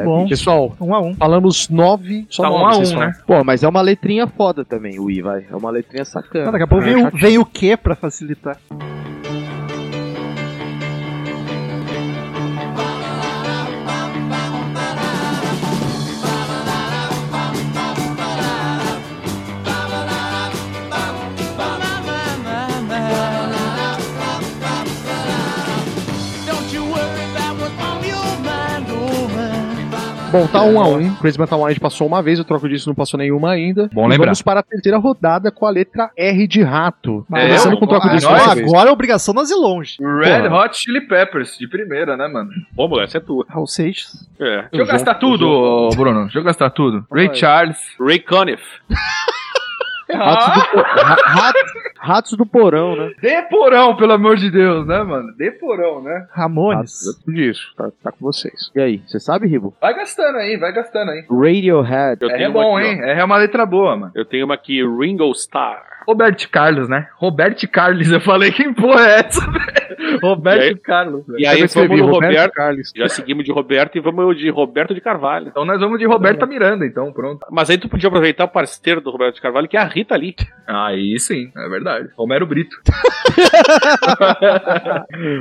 [SPEAKER 2] Bom,
[SPEAKER 4] é Pessoal,
[SPEAKER 2] um a um.
[SPEAKER 4] falamos nove. Só
[SPEAKER 5] Tá
[SPEAKER 4] nove,
[SPEAKER 5] um a
[SPEAKER 4] vocês
[SPEAKER 5] um,
[SPEAKER 4] falam.
[SPEAKER 5] né?
[SPEAKER 6] Pô, mas é uma letrinha foda também, o I, vai. É uma letrinha
[SPEAKER 2] Ah,
[SPEAKER 6] sacana.
[SPEAKER 2] daqui a
[SPEAKER 4] É.
[SPEAKER 2] pouco vem, o- vem o que pra
[SPEAKER 3] É,
[SPEAKER 2] facilitar?
[SPEAKER 4] Bom, tá um a um. Crazy Metal Mind passou uma vez, o troco disso não passou nenhuma ainda.
[SPEAKER 5] É, Bom
[SPEAKER 4] E
[SPEAKER 5] lembrar.
[SPEAKER 4] Vamos para a terceira rodada com a letra R de rato.
[SPEAKER 2] É,
[SPEAKER 4] Começando
[SPEAKER 3] eu-
[SPEAKER 4] com o troco
[SPEAKER 5] ah,
[SPEAKER 4] disso.
[SPEAKER 5] nós-
[SPEAKER 4] dessa
[SPEAKER 2] Agora,
[SPEAKER 4] vez.
[SPEAKER 2] agora é obrigação nós ir longe.
[SPEAKER 5] Red
[SPEAKER 4] Porra.
[SPEAKER 5] Hot Chili Peppers, de primeira, né, mano?
[SPEAKER 3] Como, essa é tua.
[SPEAKER 2] Raul Seixas.
[SPEAKER 3] É.
[SPEAKER 5] Deixa eu gastar tudo, ô, Bruno. Deixa eu gastar tudo. Ray Charles.
[SPEAKER 3] Ray Conniff.
[SPEAKER 6] Ratos, do po- ra- ratos- ratos do porão, né?
[SPEAKER 5] Deporão, pelo amor de Deus, né, mano? Deporão, né?
[SPEAKER 2] Ramones.
[SPEAKER 4] Troco disso, tá, tá com vocês.
[SPEAKER 6] E aí, você sabe, Ribo?
[SPEAKER 5] Vai gastando aí, vai gastando aí.
[SPEAKER 6] Radiohead.
[SPEAKER 3] Eu
[SPEAKER 5] R é
[SPEAKER 3] tenho
[SPEAKER 5] bom,
[SPEAKER 3] uma aqui,
[SPEAKER 5] hein? R é uma letra boa, mano.
[SPEAKER 3] ó. Eu tenho uma aqui, Ringo Starr.
[SPEAKER 5] Roberto Carlos, né? Roberto Carlos, eu falei, quem porra é essa, velho?
[SPEAKER 3] E
[SPEAKER 5] Roberto
[SPEAKER 3] aí-
[SPEAKER 5] Carlos, velho.
[SPEAKER 3] E aí
[SPEAKER 4] Eu
[SPEAKER 3] vamos
[SPEAKER 4] escrevi
[SPEAKER 3] no Roberto.
[SPEAKER 4] Carlos.
[SPEAKER 3] Já seguimos de Roberto e vamos de Roberto de Carvalho.
[SPEAKER 5] Então nós vamos de Roberta Miranda, então, pronto.
[SPEAKER 3] Mas aí tu podia aproveitar o parceiro do Roberto de Carvalho, que é a Rita Lee.
[SPEAKER 5] Aí sim, é verdade. Romero Brito.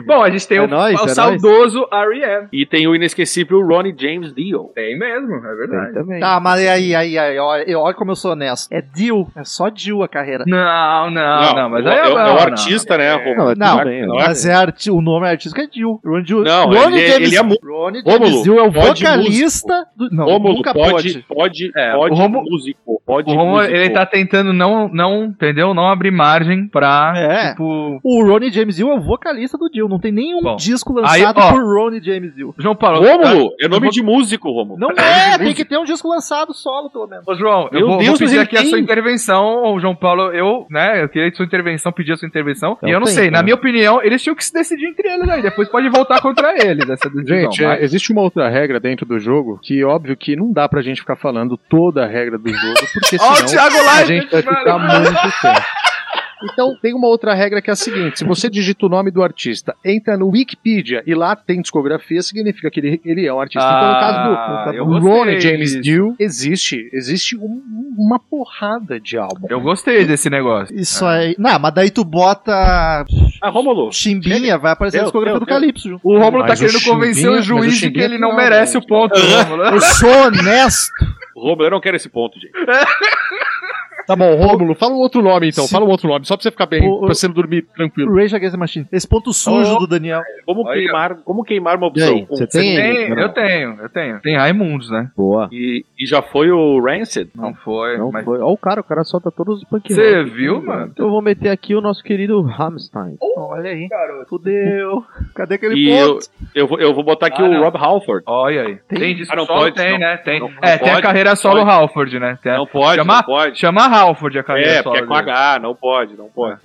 [SPEAKER 5] Bom, a gente tem
[SPEAKER 6] É
[SPEAKER 5] o,
[SPEAKER 6] nóis,
[SPEAKER 5] o
[SPEAKER 6] é
[SPEAKER 5] saudoso R.E.M.
[SPEAKER 3] E tem o inesquecível Ronnie James Dio.
[SPEAKER 5] Tem mesmo, é
[SPEAKER 6] Tem
[SPEAKER 5] verdade.
[SPEAKER 6] também.
[SPEAKER 2] Tá, mas aí, aí, aí, olha, olha como eu sou honesto. É Dil, é só Dil a carreira.
[SPEAKER 5] Ah, Não, não, não, mas
[SPEAKER 3] é,
[SPEAKER 5] aí
[SPEAKER 3] é,
[SPEAKER 5] bom,
[SPEAKER 3] é o
[SPEAKER 5] não.
[SPEAKER 3] artista, né? Roberto?
[SPEAKER 6] Não, é
[SPEAKER 2] Não,
[SPEAKER 6] tudo bem, é.
[SPEAKER 2] mas é a arti- o nome artístico é Dio. Ron Dio.
[SPEAKER 3] Não,
[SPEAKER 2] Ronnie
[SPEAKER 3] ele-
[SPEAKER 2] James,
[SPEAKER 3] ele é mu-
[SPEAKER 2] Ronnie
[SPEAKER 3] Rômulo,
[SPEAKER 2] James Dio é o
[SPEAKER 3] pode
[SPEAKER 2] vocalista do. Não,
[SPEAKER 3] Rômulo,
[SPEAKER 2] nunca
[SPEAKER 3] pode,
[SPEAKER 2] pode.
[SPEAKER 3] pode,
[SPEAKER 5] É,
[SPEAKER 3] pode
[SPEAKER 5] o Rômulo-
[SPEAKER 3] músico, pode
[SPEAKER 5] O Romo,
[SPEAKER 3] músico.
[SPEAKER 5] ele tá tentando não, não, entendeu? Não abrir margem pra,
[SPEAKER 2] É.
[SPEAKER 5] tipo...
[SPEAKER 2] O Ronnie James Dio é o vocalista do Dio. Não tem nenhum
[SPEAKER 5] Bom,
[SPEAKER 2] disco
[SPEAKER 5] aí,
[SPEAKER 2] lançado
[SPEAKER 5] ó.
[SPEAKER 2] por Ronnie James Dio.
[SPEAKER 5] João Paulo...
[SPEAKER 3] Rômulo, é
[SPEAKER 5] tá? eu
[SPEAKER 3] nome
[SPEAKER 5] vou-
[SPEAKER 3] de músico, Rômulo.
[SPEAKER 2] Não é, tem que ter um disco lançado solo, pelo menos.
[SPEAKER 5] Ô, João, eu
[SPEAKER 3] Meu
[SPEAKER 5] vou, vou
[SPEAKER 3] Deus,
[SPEAKER 5] pedir
[SPEAKER 3] ele
[SPEAKER 5] aqui a
[SPEAKER 3] tem.
[SPEAKER 5] sua intervenção, ô, João Paulo. Eu, né, eu queria sua intervenção, pedir a sua intervenção.
[SPEAKER 6] Então
[SPEAKER 5] e eu não
[SPEAKER 6] tem,
[SPEAKER 5] sei, na
[SPEAKER 6] cara.
[SPEAKER 5] minha opinião, eles tinham que se decidir entre eles aí. Depois pode voltar contra eles essa decisão.
[SPEAKER 4] Gente, é,
[SPEAKER 5] mas-
[SPEAKER 4] existe uma outra regra dentro do jogo que, óbvio, que não dá pra gente ficar falando toda a regra do jogo, porque
[SPEAKER 5] Ó, o
[SPEAKER 4] senão
[SPEAKER 5] Thiago
[SPEAKER 4] a
[SPEAKER 5] Live!
[SPEAKER 4] gente vai ficar muito tempo. Então, tem uma outra regra que é a seguinte: se você digita o nome do artista, entra no Wikipedia e lá tem discografia, significa que ele, ele é um artista.
[SPEAKER 5] Ah, eu
[SPEAKER 4] então, no caso do
[SPEAKER 5] gostei
[SPEAKER 4] Ronnie James
[SPEAKER 5] disso.
[SPEAKER 4] Dio, existe, existe um- uma porrada de álbum.
[SPEAKER 5] Eu gostei desse negócio.
[SPEAKER 2] Isso
[SPEAKER 5] Ah.
[SPEAKER 2] aí. Não, mas daí tu bota
[SPEAKER 3] Ah, Rômulo,
[SPEAKER 2] Chimbinha, vai aparecer a
[SPEAKER 3] Meu,
[SPEAKER 2] discografia
[SPEAKER 3] meu,
[SPEAKER 2] do
[SPEAKER 3] meu.
[SPEAKER 2] Calypso. junto.
[SPEAKER 5] O Romulo tá
[SPEAKER 4] Mas o
[SPEAKER 5] querendo convencer
[SPEAKER 4] Chimbinha-
[SPEAKER 5] o
[SPEAKER 4] mas o
[SPEAKER 5] juiz de que
[SPEAKER 4] Chimbinha
[SPEAKER 5] ele não
[SPEAKER 4] não, é,
[SPEAKER 2] é
[SPEAKER 4] né?
[SPEAKER 5] merece o
[SPEAKER 4] gente.
[SPEAKER 5] ponto. Rômulo.
[SPEAKER 2] Eu sou honesto.
[SPEAKER 3] Rômulo, eu não quero esse ponto, gente.
[SPEAKER 4] Tá bom, Rômulo, fala um outro nome então, fala um outro nome, só pra você ficar bem,
[SPEAKER 2] O- o-
[SPEAKER 4] pra você dormir tranquilo.
[SPEAKER 2] Rage Against the Machine. Esse ponto sujo do Daniel.
[SPEAKER 3] Como
[SPEAKER 5] Olha.
[SPEAKER 3] queimar, como queimar uma
[SPEAKER 6] E
[SPEAKER 3] opção?
[SPEAKER 6] aí,
[SPEAKER 3] Com- um
[SPEAKER 6] você tem?
[SPEAKER 5] Tem,
[SPEAKER 6] Não.
[SPEAKER 5] eu tenho, eu tenho. Tem Raimundos, né?
[SPEAKER 6] Boa.
[SPEAKER 3] E, e já foi o Rancid?
[SPEAKER 5] Não foi,
[SPEAKER 6] Não
[SPEAKER 5] mas...
[SPEAKER 6] foi. Ó, o cara, o cara solta todos os punk
[SPEAKER 5] Você
[SPEAKER 6] rock.
[SPEAKER 5] viu, mano?
[SPEAKER 6] Então eu vou meter aqui o nosso querido Rammstein.
[SPEAKER 2] Olha aí. Fudeu. Cadê aquele
[SPEAKER 3] E eu,
[SPEAKER 2] ponto?
[SPEAKER 3] eu, vou, eu vou botar aqui
[SPEAKER 5] Ah,
[SPEAKER 3] o
[SPEAKER 5] não.
[SPEAKER 3] Rob Halford.
[SPEAKER 5] Olha aí. Tem, disco
[SPEAKER 3] Ah, não
[SPEAKER 5] solo?
[SPEAKER 3] pode,
[SPEAKER 5] Tem,
[SPEAKER 3] não.
[SPEAKER 5] né? Tem.
[SPEAKER 3] Não, não
[SPEAKER 5] é, tem a
[SPEAKER 3] pode,
[SPEAKER 5] carreira solo
[SPEAKER 3] pode.
[SPEAKER 5] Halford, né? Tem a-
[SPEAKER 3] Não pode,
[SPEAKER 5] Chama-
[SPEAKER 3] não pode.
[SPEAKER 5] Chama Halford a carreira
[SPEAKER 3] É,
[SPEAKER 5] solo.
[SPEAKER 3] porque é com
[SPEAKER 5] dele.
[SPEAKER 3] H, não pode, não
[SPEAKER 5] É.
[SPEAKER 3] pode.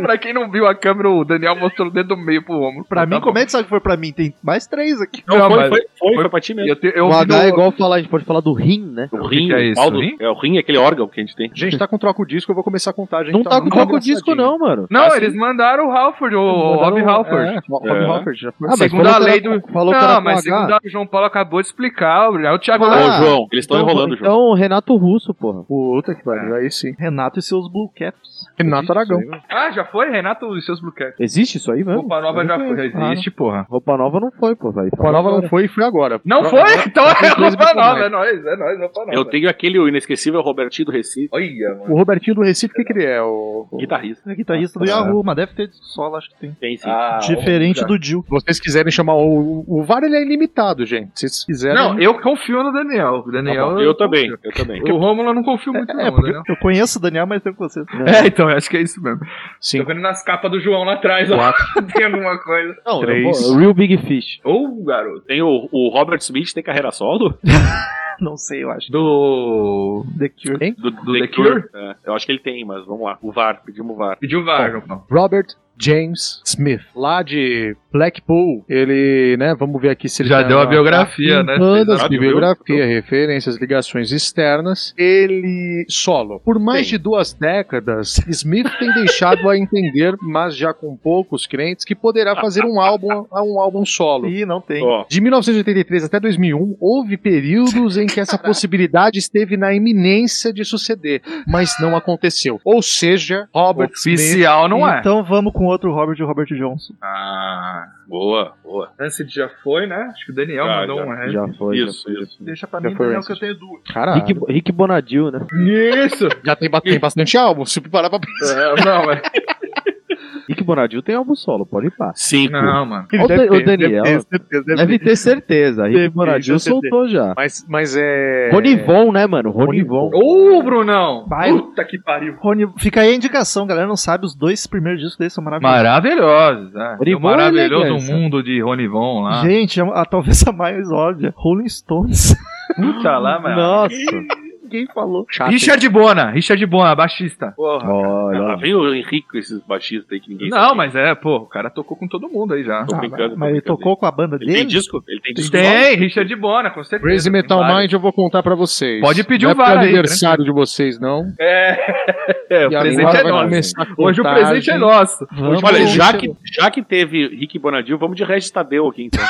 [SPEAKER 5] pra quem não viu a câmera, o Daniel mostrou o dedo do meio pro ombro.
[SPEAKER 2] Pra mim,
[SPEAKER 5] tá bom.
[SPEAKER 2] como é que sabe que foi pra mim? Tem mais três aqui.
[SPEAKER 3] Não,
[SPEAKER 5] Não,
[SPEAKER 3] foi,
[SPEAKER 5] mas-
[SPEAKER 3] foi, foi,
[SPEAKER 5] foi-
[SPEAKER 3] foi pra ti mesmo.
[SPEAKER 5] Eu, te, eu
[SPEAKER 6] O
[SPEAKER 5] vi no-
[SPEAKER 6] H é igual falar, a gente pode falar do rim, né?
[SPEAKER 3] O
[SPEAKER 5] que que é
[SPEAKER 3] o
[SPEAKER 5] isso?
[SPEAKER 3] pau do-
[SPEAKER 5] Rim?
[SPEAKER 3] É, o rim é aquele órgão que a gente tem.
[SPEAKER 4] Gente, tá com troca o disco, eu vou começar a contar, gente.
[SPEAKER 6] Não tá com
[SPEAKER 4] muito
[SPEAKER 6] pouco disco,
[SPEAKER 4] engraçadinho.
[SPEAKER 6] não, mano.
[SPEAKER 5] Não,
[SPEAKER 3] Ah,
[SPEAKER 4] Assim,
[SPEAKER 5] eles mandaram o Halford, o Rob Halford.
[SPEAKER 4] É, Rob
[SPEAKER 3] É.
[SPEAKER 4] Halford já foi.
[SPEAKER 6] Ah, mas
[SPEAKER 5] segundo
[SPEAKER 6] falou
[SPEAKER 5] a
[SPEAKER 6] que era
[SPEAKER 5] lei
[SPEAKER 6] com-
[SPEAKER 5] do-
[SPEAKER 6] Falou que era
[SPEAKER 5] não,
[SPEAKER 6] com
[SPEAKER 5] mas
[SPEAKER 6] H.
[SPEAKER 5] segundo o João Paulo acabou de explicar, o o Thiago
[SPEAKER 6] Ah,
[SPEAKER 5] Leifert-
[SPEAKER 3] Ô, João, eles estão
[SPEAKER 6] Então,
[SPEAKER 3] enrolando, João.
[SPEAKER 6] Então, Renato Russo, porra.
[SPEAKER 4] Puta que pariu, aí sim.
[SPEAKER 2] Renato e seus Blue Caps.
[SPEAKER 4] Renato Aragão.
[SPEAKER 5] Ah, já foi, Renato, e seus bloqueios.
[SPEAKER 6] Existe isso aí mesmo?
[SPEAKER 5] Roupa nova já foi. Existe, porra.
[SPEAKER 6] Roupa nova não foi, pô. Aí
[SPEAKER 4] A nova não foi e foi agora.
[SPEAKER 5] Não
[SPEAKER 4] Pro-
[SPEAKER 5] foi? Então é
[SPEAKER 4] tem coisa
[SPEAKER 5] roupa
[SPEAKER 4] de
[SPEAKER 5] nova,
[SPEAKER 4] tomate.
[SPEAKER 5] é nóis, é nóis, roupa
[SPEAKER 2] então
[SPEAKER 5] nova.
[SPEAKER 3] Eu tenho aquele o inesquecível Robertinho do Recife,
[SPEAKER 5] Olha, mano.
[SPEAKER 4] O Robertinho do Recife, o que, que ele é? O... o-
[SPEAKER 3] guitarrista.
[SPEAKER 2] É guitarrista do
[SPEAKER 4] Ah, tá.
[SPEAKER 2] Yahoo, mas deve ter disco solo, acho que tem.
[SPEAKER 3] Tem sim.
[SPEAKER 5] Ah,
[SPEAKER 2] Diferente
[SPEAKER 5] ó,
[SPEAKER 2] do Jill.
[SPEAKER 4] Vocês quiserem chamar o. O VAR ele é ilimitado, gente. Se vocês quiserem.
[SPEAKER 5] Não, eu confio no Daniel. O Daniel.
[SPEAKER 3] Tá eu também, eu também.
[SPEAKER 5] O Romulo eu não confio muito, não, o Daniel.
[SPEAKER 2] Eu conheço o Daniel, mas tenho com vocês.
[SPEAKER 5] É, então, eu acho que é isso mesmo.
[SPEAKER 4] Sim.
[SPEAKER 5] Tô vendo nas capas do João lá atrás, ó. Tem alguma coisa.
[SPEAKER 6] não,
[SPEAKER 4] três.
[SPEAKER 6] Real Big Fish.
[SPEAKER 5] Ou, garoto.
[SPEAKER 3] Tem o, o Robert Smith, tem carreira solo?
[SPEAKER 2] Não sei, eu acho.
[SPEAKER 5] Do.
[SPEAKER 2] The Cure.
[SPEAKER 3] Do,
[SPEAKER 5] Do The Cure?
[SPEAKER 3] É, eu acho que ele tem, mas vamos lá. O VAR, pedimos o VAR.
[SPEAKER 5] Pediu vaga, não.
[SPEAKER 4] Robert James Smith, lá de Blackpool. Ele, né, vamos ver aqui se ele
[SPEAKER 5] Já
[SPEAKER 4] tá
[SPEAKER 5] deu a
[SPEAKER 4] na-
[SPEAKER 5] biografia, né?
[SPEAKER 4] Bandas,
[SPEAKER 3] Exato,
[SPEAKER 4] bibliografia, referências, ligações externas. Ele solo. Por mais de duas décadas, Smith tem deixado a entender, mas já com poucos crentes, que poderá fazer um álbum, um álbum solo.
[SPEAKER 2] Ih, não tem.
[SPEAKER 3] Ó,
[SPEAKER 4] De 1983 até 2001, houve períodos em que essa possibilidade esteve na iminência de suceder, mas não aconteceu. Ou seja, Robert Smith
[SPEAKER 5] Oficial não é.
[SPEAKER 2] Então vamos com outro Robert e o Robert Johnson.
[SPEAKER 5] Ah.
[SPEAKER 3] boa, boa.
[SPEAKER 5] Rancid já foi, né? Acho que o Daniel
[SPEAKER 3] Já,
[SPEAKER 5] mandou
[SPEAKER 3] já.
[SPEAKER 5] um rap.
[SPEAKER 6] Já
[SPEAKER 2] é,
[SPEAKER 6] foi. já
[SPEAKER 3] Isso,
[SPEAKER 6] foi, já
[SPEAKER 3] isso.
[SPEAKER 6] foi.
[SPEAKER 2] Deixa pra
[SPEAKER 4] Já
[SPEAKER 2] mim,
[SPEAKER 4] foi
[SPEAKER 2] Daniel,
[SPEAKER 4] Rancid.
[SPEAKER 2] que eu tenho duas.
[SPEAKER 5] Ah.
[SPEAKER 4] Caralho.
[SPEAKER 6] Rick, Rick Bonadil, né?
[SPEAKER 5] é Isso!
[SPEAKER 4] Já tem, ba- tem bastante álbum, se preparar pra
[SPEAKER 5] É, não, mas.
[SPEAKER 6] Rick Bonadil tem álbum solo, pode ir pá.
[SPEAKER 3] Cinco.
[SPEAKER 5] Não, mano.
[SPEAKER 6] Ó, o Dan- o
[SPEAKER 4] deve
[SPEAKER 6] Daniel.
[SPEAKER 4] ter, certeza, deve
[SPEAKER 6] Deve
[SPEAKER 4] ter.
[SPEAKER 6] ter certeza. Rick Bonadil
[SPEAKER 4] certeza.
[SPEAKER 6] soltou já.
[SPEAKER 4] Mas, mas é.
[SPEAKER 6] Ronivon, né, mano? Ronivon.
[SPEAKER 5] Ô, Brunão!
[SPEAKER 2] Vai.
[SPEAKER 5] Puta que pariu.
[SPEAKER 2] Rony, fica aí a indicação, galera não sabe, os dois primeiros discos dele são maravilhosos.
[SPEAKER 5] Maravilhosos, né?
[SPEAKER 6] Rony
[SPEAKER 5] O
[SPEAKER 6] Von é
[SPEAKER 5] maravilhoso
[SPEAKER 6] elegância.
[SPEAKER 5] mundo de Ronivon lá.
[SPEAKER 2] Gente, é a- a- talvez a mais óbvia, Rolling Stones.
[SPEAKER 5] Puta lá, mano.
[SPEAKER 6] Nossa.
[SPEAKER 2] Ninguém falou.
[SPEAKER 4] Chato, hein?
[SPEAKER 5] Richard Bona, Richard Bona, baixista. Porra.
[SPEAKER 6] Olha
[SPEAKER 3] Ah,
[SPEAKER 6] lá.
[SPEAKER 3] vem o Henrique com esses baixistas aí que ninguém
[SPEAKER 5] Não, mas é, pô, o cara tocou com todo mundo aí já.
[SPEAKER 3] Tô
[SPEAKER 2] Ah,
[SPEAKER 3] brincando, tô
[SPEAKER 2] mas ele
[SPEAKER 3] brincando.
[SPEAKER 2] tocou com a banda
[SPEAKER 3] Ele tem
[SPEAKER 2] dele?
[SPEAKER 3] disco? Ele tem disco?
[SPEAKER 5] Tem, Richard Bona, com certeza.
[SPEAKER 4] Crazy
[SPEAKER 5] tem
[SPEAKER 4] Metal
[SPEAKER 5] vários.
[SPEAKER 4] Mind eu vou contar pra vocês.
[SPEAKER 5] Pode pedir
[SPEAKER 4] não
[SPEAKER 5] o VAR
[SPEAKER 4] é pro
[SPEAKER 5] aí,
[SPEAKER 4] aniversário de vocês, não.
[SPEAKER 5] É, é, o
[SPEAKER 4] E agora
[SPEAKER 5] presente é
[SPEAKER 4] vai
[SPEAKER 5] nosso.
[SPEAKER 4] começar a
[SPEAKER 5] Hoje o
[SPEAKER 4] contagem.
[SPEAKER 5] presente é nosso.
[SPEAKER 2] Vamos.
[SPEAKER 3] Olha, já que, já que teve Rick Bonadil, vamos de Regis Tadeu aqui então.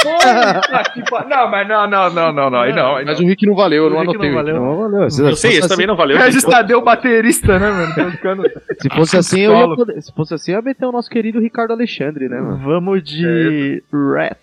[SPEAKER 5] Puta que pa- Não, mas não, não, não, não, não. Aí não, aí não.
[SPEAKER 4] Mas o Rick não valeu, eu
[SPEAKER 2] O
[SPEAKER 4] não
[SPEAKER 2] Rick
[SPEAKER 4] anotei. o
[SPEAKER 2] não É,
[SPEAKER 4] Rick.
[SPEAKER 2] valeu.
[SPEAKER 6] Não, valeu. Se,
[SPEAKER 3] Eu sei,
[SPEAKER 6] fosse
[SPEAKER 3] esse
[SPEAKER 6] assim,
[SPEAKER 3] também não valeu.
[SPEAKER 5] Regis Tadeu baterista, né, mano? Tá ficando...
[SPEAKER 6] se fosse assim, eu
[SPEAKER 5] Solo.
[SPEAKER 6] ia poder- se fosse assim, eu ia meter o nosso querido Ricardo Alexandre, né, mano?
[SPEAKER 2] Vamos
[SPEAKER 3] É
[SPEAKER 2] de Rat.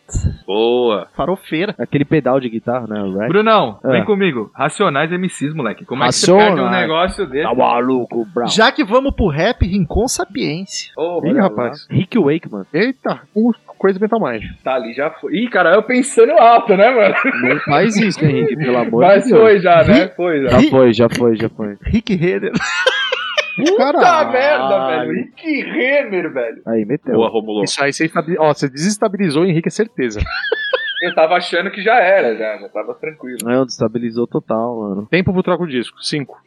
[SPEAKER 3] Boa.
[SPEAKER 2] Farofeira.
[SPEAKER 6] Aquele pedal de guitarra, né? o Rat.
[SPEAKER 5] Brunão,
[SPEAKER 6] É.
[SPEAKER 5] vem comigo. Racionais MCs, moleque. Como é que você
[SPEAKER 4] Racionais.
[SPEAKER 5] perde um negócio
[SPEAKER 6] Tá
[SPEAKER 4] Tá
[SPEAKER 5] desse?
[SPEAKER 6] maluco, Brown.
[SPEAKER 2] Já que vamos pro rap, Rincon Sapiência.
[SPEAKER 5] Ô,
[SPEAKER 4] Ih, rapaz.
[SPEAKER 6] Rick Wake, mano.
[SPEAKER 4] Eita, uh, coisa mental mais.
[SPEAKER 5] tá ali, já foi. Ih, cara, eu pensando alto, né, mano?
[SPEAKER 6] Não faz isso, né, Henrique? Pelo amor
[SPEAKER 5] Mas
[SPEAKER 6] de Deus.
[SPEAKER 5] foi já, né? Foi já.
[SPEAKER 6] Já foi, já foi, já foi.
[SPEAKER 2] Rick Renner.
[SPEAKER 5] Puta
[SPEAKER 4] Caralho.
[SPEAKER 5] merda, velho. Que Renner, velho.
[SPEAKER 6] Aí meteu.
[SPEAKER 3] Boa, Romulo.
[SPEAKER 4] Isso aí você, estabi- ó, você desestabilizou o Henrique, é certeza.
[SPEAKER 5] Eu tava achando que já era, já. Já tava tranquilo.
[SPEAKER 6] Não, destabilizou total, mano.
[SPEAKER 4] Tempo pro troco disco. 5,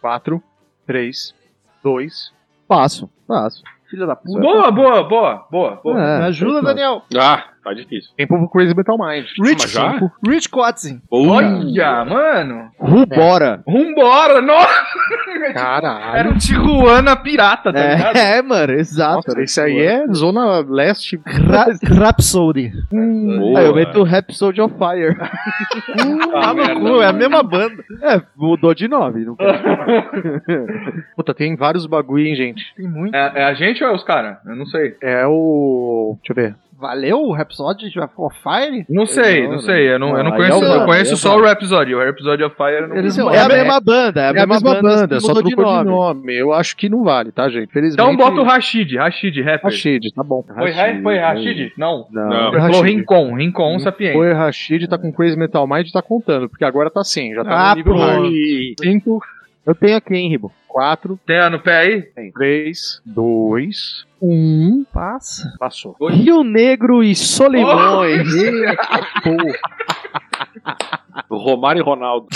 [SPEAKER 4] 4, 3, 2.
[SPEAKER 6] Passo, passo.
[SPEAKER 2] Filha da puta.
[SPEAKER 5] Boa, boa, boa, boa, boa.
[SPEAKER 6] É,
[SPEAKER 2] Me ajuda,
[SPEAKER 6] foi
[SPEAKER 2] Daniel.
[SPEAKER 3] Ah, tá difícil.
[SPEAKER 4] Tempo pro Crazy Metal Mind.
[SPEAKER 2] Rich,
[SPEAKER 3] Mas já?
[SPEAKER 2] Cinco. Rich Kotzen.
[SPEAKER 3] Boa.
[SPEAKER 5] Olha, mano.
[SPEAKER 6] fácil. Rubora!
[SPEAKER 5] Vambora, nossa. Era
[SPEAKER 4] Caralho.
[SPEAKER 5] um Tijuana pirata, tá ligado?
[SPEAKER 6] É, é, mano, exato.
[SPEAKER 4] Nossa, esse aí é zona leste.
[SPEAKER 2] Ra Rhapsody.
[SPEAKER 6] Ah, eu
[SPEAKER 3] Boa.
[SPEAKER 6] meto o Rhapsody of Fire.
[SPEAKER 2] Tá no
[SPEAKER 5] merda,
[SPEAKER 2] cu, é a mesma banda.
[SPEAKER 6] É, mudou de nome. Não quero.
[SPEAKER 4] Puta, tem vários bagulho, hein, gente.
[SPEAKER 2] Tem muito.
[SPEAKER 5] É, é a gente ou é os caras? Eu não sei.
[SPEAKER 4] É o. Deixa eu ver.
[SPEAKER 2] Valeu o Rhapsody de Fire?
[SPEAKER 5] Não sei,
[SPEAKER 6] não,
[SPEAKER 5] não
[SPEAKER 6] né?
[SPEAKER 5] sei. Eu não, eu não
[SPEAKER 6] Aí
[SPEAKER 5] conheço.
[SPEAKER 6] é o
[SPEAKER 5] eu
[SPEAKER 6] Van,
[SPEAKER 5] conheço
[SPEAKER 6] é o
[SPEAKER 5] só
[SPEAKER 6] Van.
[SPEAKER 5] o Rhapsody. O Rhapsody of Fire eu não
[SPEAKER 2] Eles
[SPEAKER 4] Então,
[SPEAKER 5] conheço.
[SPEAKER 2] mo-
[SPEAKER 6] é a
[SPEAKER 2] é-
[SPEAKER 6] mesma banda, é a,
[SPEAKER 4] É a mesma banda, só
[SPEAKER 6] mudou de
[SPEAKER 4] trocou
[SPEAKER 6] nome.
[SPEAKER 4] de nome. Eu acho que não vale, tá, gente? Felizmente.
[SPEAKER 5] Então bota o Rashid, Rashid, rapper.
[SPEAKER 4] Rashid, tá bom.
[SPEAKER 5] Foi, Ra- foi Rashid? Não.
[SPEAKER 6] Não.
[SPEAKER 3] Não.
[SPEAKER 5] Ele falou Rincon, Rincon Sapiente.
[SPEAKER 4] Foi Rashid, tá com Crazy Metal Mind, tá contando, porque agora tá sim, já tá
[SPEAKER 2] Ah,
[SPEAKER 4] no nível
[SPEAKER 2] pronto.
[SPEAKER 4] 5,
[SPEAKER 6] Eu tenho aqui, hein, Ribo.
[SPEAKER 4] 4,
[SPEAKER 5] Tem a no pé aí?
[SPEAKER 4] 3, 2, 1,
[SPEAKER 2] Passa.
[SPEAKER 4] passou.
[SPEAKER 6] Rio Negro e
[SPEAKER 3] Oh.
[SPEAKER 6] Solimões.
[SPEAKER 3] Romário e Ronaldo.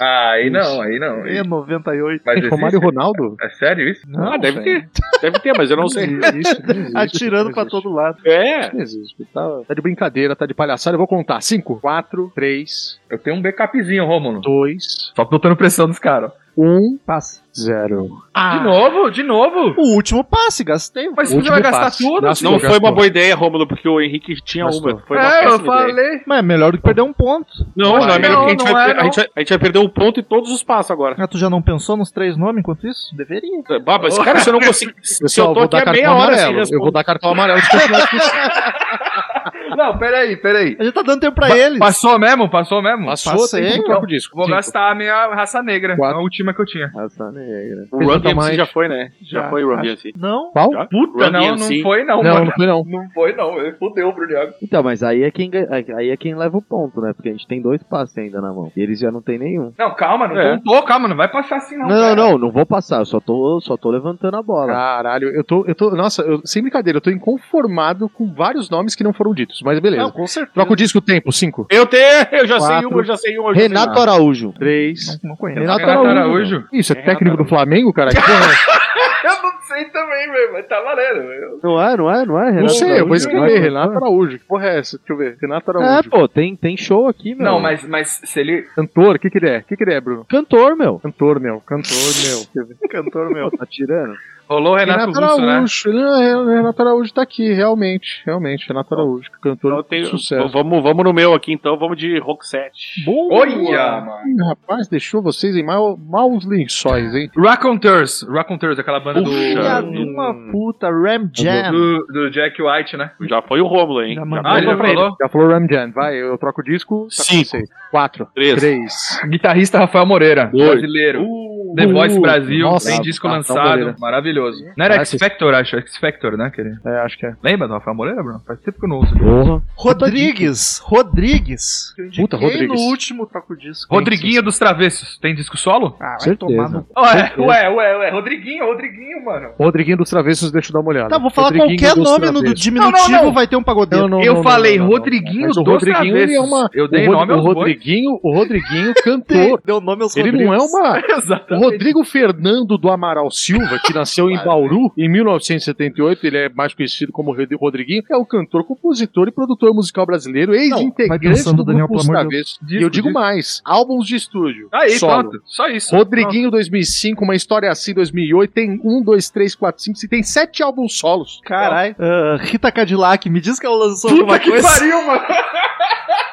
[SPEAKER 5] Ah, aí não, aí não.
[SPEAKER 2] É 98.
[SPEAKER 5] Mas
[SPEAKER 4] Tem Romário e Ronaldo?
[SPEAKER 5] É sério isso?
[SPEAKER 2] Não,
[SPEAKER 3] ah, deve
[SPEAKER 2] velho.
[SPEAKER 3] ter. Deve ter, mas eu não sei.
[SPEAKER 4] Isso, não existe,
[SPEAKER 2] Atirando
[SPEAKER 4] não
[SPEAKER 2] pra
[SPEAKER 4] existe.
[SPEAKER 2] todo lado.
[SPEAKER 3] É.
[SPEAKER 4] Não existe, tá, tá de brincadeira, tá de palhaçada. Eu vou contar. 5, 4, 3,
[SPEAKER 5] Eu tenho um backupzinho, Rômulo.
[SPEAKER 4] 2,
[SPEAKER 5] Só botando pressão nos caras.
[SPEAKER 4] 1,
[SPEAKER 2] Passa.
[SPEAKER 4] 0.
[SPEAKER 3] Ah,
[SPEAKER 5] De novo, de novo.
[SPEAKER 2] O último passe, gastei.
[SPEAKER 5] Mas você
[SPEAKER 4] Último
[SPEAKER 5] vai gastar
[SPEAKER 4] passe.
[SPEAKER 5] tudo?
[SPEAKER 4] Gastou,
[SPEAKER 3] Não foi
[SPEAKER 4] gastou.
[SPEAKER 3] uma boa ideia, Rômulo, porque o Henrique tinha
[SPEAKER 4] Gastou.
[SPEAKER 3] uma. Foi uma
[SPEAKER 5] é, eu
[SPEAKER 3] péssima ideia.
[SPEAKER 5] falei.
[SPEAKER 2] Mas é melhor do que perder um ponto.
[SPEAKER 3] Não, não, é melhor
[SPEAKER 5] Não,
[SPEAKER 3] que a gente,
[SPEAKER 5] não
[SPEAKER 3] vai,
[SPEAKER 5] é,
[SPEAKER 3] a, gente vai, a gente vai perder um ponto e todos os passos agora.
[SPEAKER 2] Ah, tu já não pensou nos três nomes enquanto isso? Deveria.
[SPEAKER 3] Baba, esse cara, se eu não consigo. Se
[SPEAKER 4] Pessoal,
[SPEAKER 3] eu
[SPEAKER 4] eu
[SPEAKER 3] tô
[SPEAKER 4] vou
[SPEAKER 3] aqui
[SPEAKER 4] dar
[SPEAKER 3] há
[SPEAKER 4] cartão
[SPEAKER 3] meia hora sem
[SPEAKER 4] amarelo. Eu vou
[SPEAKER 3] responder.
[SPEAKER 4] dar cartão amarelo se continuar discutindo.
[SPEAKER 5] Não, peraí, peraí.
[SPEAKER 2] A gente tá dando tempo pra eles.
[SPEAKER 5] Passou mesmo, passou mesmo.
[SPEAKER 4] Passou,
[SPEAKER 2] Passei,
[SPEAKER 4] tem que
[SPEAKER 2] eu
[SPEAKER 4] trocar o disco.
[SPEAKER 5] Vou
[SPEAKER 4] Cinco.
[SPEAKER 5] gastar a minha raça negra,
[SPEAKER 4] Quatro.
[SPEAKER 5] a última que eu tinha.
[SPEAKER 6] Raça Negra.
[SPEAKER 3] O Run
[SPEAKER 4] Exatamente.
[SPEAKER 3] DMC já foi, né? Já,
[SPEAKER 2] Já.
[SPEAKER 3] foi o Run DMC.
[SPEAKER 2] Não.
[SPEAKER 4] Qual?
[SPEAKER 3] Já?
[SPEAKER 5] Puta,
[SPEAKER 3] Run
[SPEAKER 5] não,
[SPEAKER 3] DMC.
[SPEAKER 5] não foi não,
[SPEAKER 4] Não,
[SPEAKER 5] mano.
[SPEAKER 4] não foi não.
[SPEAKER 5] Não foi não, ele fudeu pro Diago.
[SPEAKER 6] Então, mas aí é, quem, ga- aí é quem leva o ponto, né? Porque a gente tem dois passes ainda na mão. E eles já não tem nenhum.
[SPEAKER 5] Não, calma, não
[SPEAKER 3] É.
[SPEAKER 5] contou, calma, não vai passar assim não.
[SPEAKER 6] Não, não,
[SPEAKER 5] cara.
[SPEAKER 6] não, não vou passar. Eu só tô, só tô levantando a bola.
[SPEAKER 4] Caralho, eu tô, eu tô, nossa, eu- sem brincadeira, eu tô inconformado com vários nomes que não foram ditos, mas beleza.
[SPEAKER 2] Não, com certeza.
[SPEAKER 4] Troca o disco tempo, 5.
[SPEAKER 3] Eu tenho, eu já sei
[SPEAKER 4] Quatro.
[SPEAKER 3] uma, eu já sei uma. eu já sei
[SPEAKER 6] Renato Araújo.
[SPEAKER 4] 3.
[SPEAKER 2] Não conheço.
[SPEAKER 4] Renato,
[SPEAKER 5] Renato
[SPEAKER 4] Araújo.
[SPEAKER 5] Araújo.
[SPEAKER 4] Isso, é,
[SPEAKER 3] É
[SPEAKER 4] técnico
[SPEAKER 3] Renato
[SPEAKER 4] do Flamengo, cara? Que porra é essa?
[SPEAKER 5] Eu não sei também, velho, mas tá valendo. meu.
[SPEAKER 6] Não é, não é, não é?
[SPEAKER 4] não
[SPEAKER 6] Renato
[SPEAKER 4] sei, eu vou
[SPEAKER 6] Araújo?
[SPEAKER 4] escrever. Renato Araújo. Que porra é essa? Deixa eu ver. Renato
[SPEAKER 6] É,
[SPEAKER 4] Araújo.
[SPEAKER 6] pô, tem, tem show aqui, meu.
[SPEAKER 5] Não, mas, mas se ele...
[SPEAKER 4] Cantor, o que, que ele é? O que, que ele é, Bruno?
[SPEAKER 6] Cantor, meu.
[SPEAKER 4] Cantor, meu. Cantor, meu. Deixa eu ver.
[SPEAKER 2] cantor, meu.
[SPEAKER 6] Tá tirando?
[SPEAKER 5] Rolou o Renato,
[SPEAKER 4] Renato
[SPEAKER 5] Russo, né?
[SPEAKER 4] Araújo. Não, Renato Araújo tá aqui, realmente. Realmente, Renato
[SPEAKER 5] Então,
[SPEAKER 4] Araújo. Cantor
[SPEAKER 3] Eu tenho-
[SPEAKER 4] de sucesso.
[SPEAKER 3] Vamos, vamos no meu aqui então, vamos de Rock 7.
[SPEAKER 4] Boa!
[SPEAKER 5] Olha, mano.
[SPEAKER 4] Ih, Rapaz, deixou vocês em mau- maus lençóis, hein?
[SPEAKER 5] Raconteurs, Raconteurs, aquela banda do,
[SPEAKER 3] Puxa.
[SPEAKER 2] Filha de
[SPEAKER 5] hum.
[SPEAKER 2] uma puta, Ram Jam.
[SPEAKER 5] do, do Jack White, né?
[SPEAKER 3] Já foi o Rômulo, hein?
[SPEAKER 2] Já
[SPEAKER 3] Já
[SPEAKER 2] mandou.
[SPEAKER 5] Ah,
[SPEAKER 3] foi
[SPEAKER 5] já
[SPEAKER 3] pra ele.
[SPEAKER 5] falou?
[SPEAKER 4] Já falou Ramjan, vai, eu troco o disco. Tá
[SPEAKER 3] Cinco.
[SPEAKER 4] 4,
[SPEAKER 3] Três.
[SPEAKER 4] 3.
[SPEAKER 5] É Guitarrista Rafael Moreira,
[SPEAKER 3] Dois.
[SPEAKER 5] brasileiro. The Voice
[SPEAKER 4] Uh,
[SPEAKER 5] Brasil,
[SPEAKER 4] nossa, tá,
[SPEAKER 5] tem disco
[SPEAKER 4] Rafael
[SPEAKER 5] lançado,
[SPEAKER 4] Moreira.
[SPEAKER 5] maravilhoso. Não era X
[SPEAKER 4] Parece-
[SPEAKER 5] Factor, acho, X Factor, né? Que ele-
[SPEAKER 4] É, acho que é.
[SPEAKER 5] Lembra do Rafael Moreira, Bruno? Faz tempo que eu não ouço.
[SPEAKER 6] Porra.
[SPEAKER 2] Rodrigues. Rodrigues. Que eu indiquei
[SPEAKER 4] Puta, Rodrigues.
[SPEAKER 2] no último troco disco.
[SPEAKER 5] Rodriguinho dos Travessos, tem disco solo?
[SPEAKER 2] Ah, vai
[SPEAKER 6] Certeza.
[SPEAKER 2] tomar no...
[SPEAKER 5] Ué, ué, ué, ué, Rodriguinho, Rodriguinho, mano.
[SPEAKER 4] Rodriguinho dos Travessos, deixa eu dar uma olhada.
[SPEAKER 2] Tá, vou falar
[SPEAKER 5] é
[SPEAKER 4] Rodriguinho
[SPEAKER 2] qualquer
[SPEAKER 4] dos
[SPEAKER 2] nome no do
[SPEAKER 4] Travessos.
[SPEAKER 2] diminutivo,
[SPEAKER 5] Não, não, não.
[SPEAKER 2] vai ter um pagodeiro.
[SPEAKER 4] Não, não,
[SPEAKER 5] eu
[SPEAKER 4] não,
[SPEAKER 5] falei
[SPEAKER 4] não, não, não,
[SPEAKER 5] Rodriguinho
[SPEAKER 4] Mas
[SPEAKER 5] dos
[SPEAKER 4] o Rodriguinho
[SPEAKER 5] Travessos.
[SPEAKER 4] é uma.
[SPEAKER 5] Eu dei
[SPEAKER 4] o Rod-
[SPEAKER 5] nome aos
[SPEAKER 4] o Rodriguinho, o Rodriguinho
[SPEAKER 2] Dei-
[SPEAKER 4] cantor.
[SPEAKER 2] Deu nome aos
[SPEAKER 4] Ele não é uma.
[SPEAKER 5] Exato.
[SPEAKER 4] O Rodrigo Fernando do Amaral Silva, que nasceu em Bauru em 1978, ele é mais conhecido como Rod- Rodriguinho, é o cantor, compositor e produtor musical brasileiro,
[SPEAKER 2] vai
[SPEAKER 4] ex-integrante
[SPEAKER 2] pensando,
[SPEAKER 4] do
[SPEAKER 2] Daniel,
[SPEAKER 4] grupo
[SPEAKER 2] pelo amor de
[SPEAKER 4] Os
[SPEAKER 5] Deus.
[SPEAKER 4] E eu digo
[SPEAKER 5] Disco, Tá
[SPEAKER 4] mais, álbuns de estúdio.
[SPEAKER 3] Aí,
[SPEAKER 4] solo.
[SPEAKER 3] pronto. Só isso.
[SPEAKER 4] Rodriguinho 2005, uma história assim 2008, tem 1, 2, 3, 4, 5, tem 7 álbuns solos.
[SPEAKER 2] Caralho. Ah, Rita Cadillac, me diz que ela lançou alguma
[SPEAKER 3] Puta que
[SPEAKER 2] coisa.
[SPEAKER 3] pariu, mano.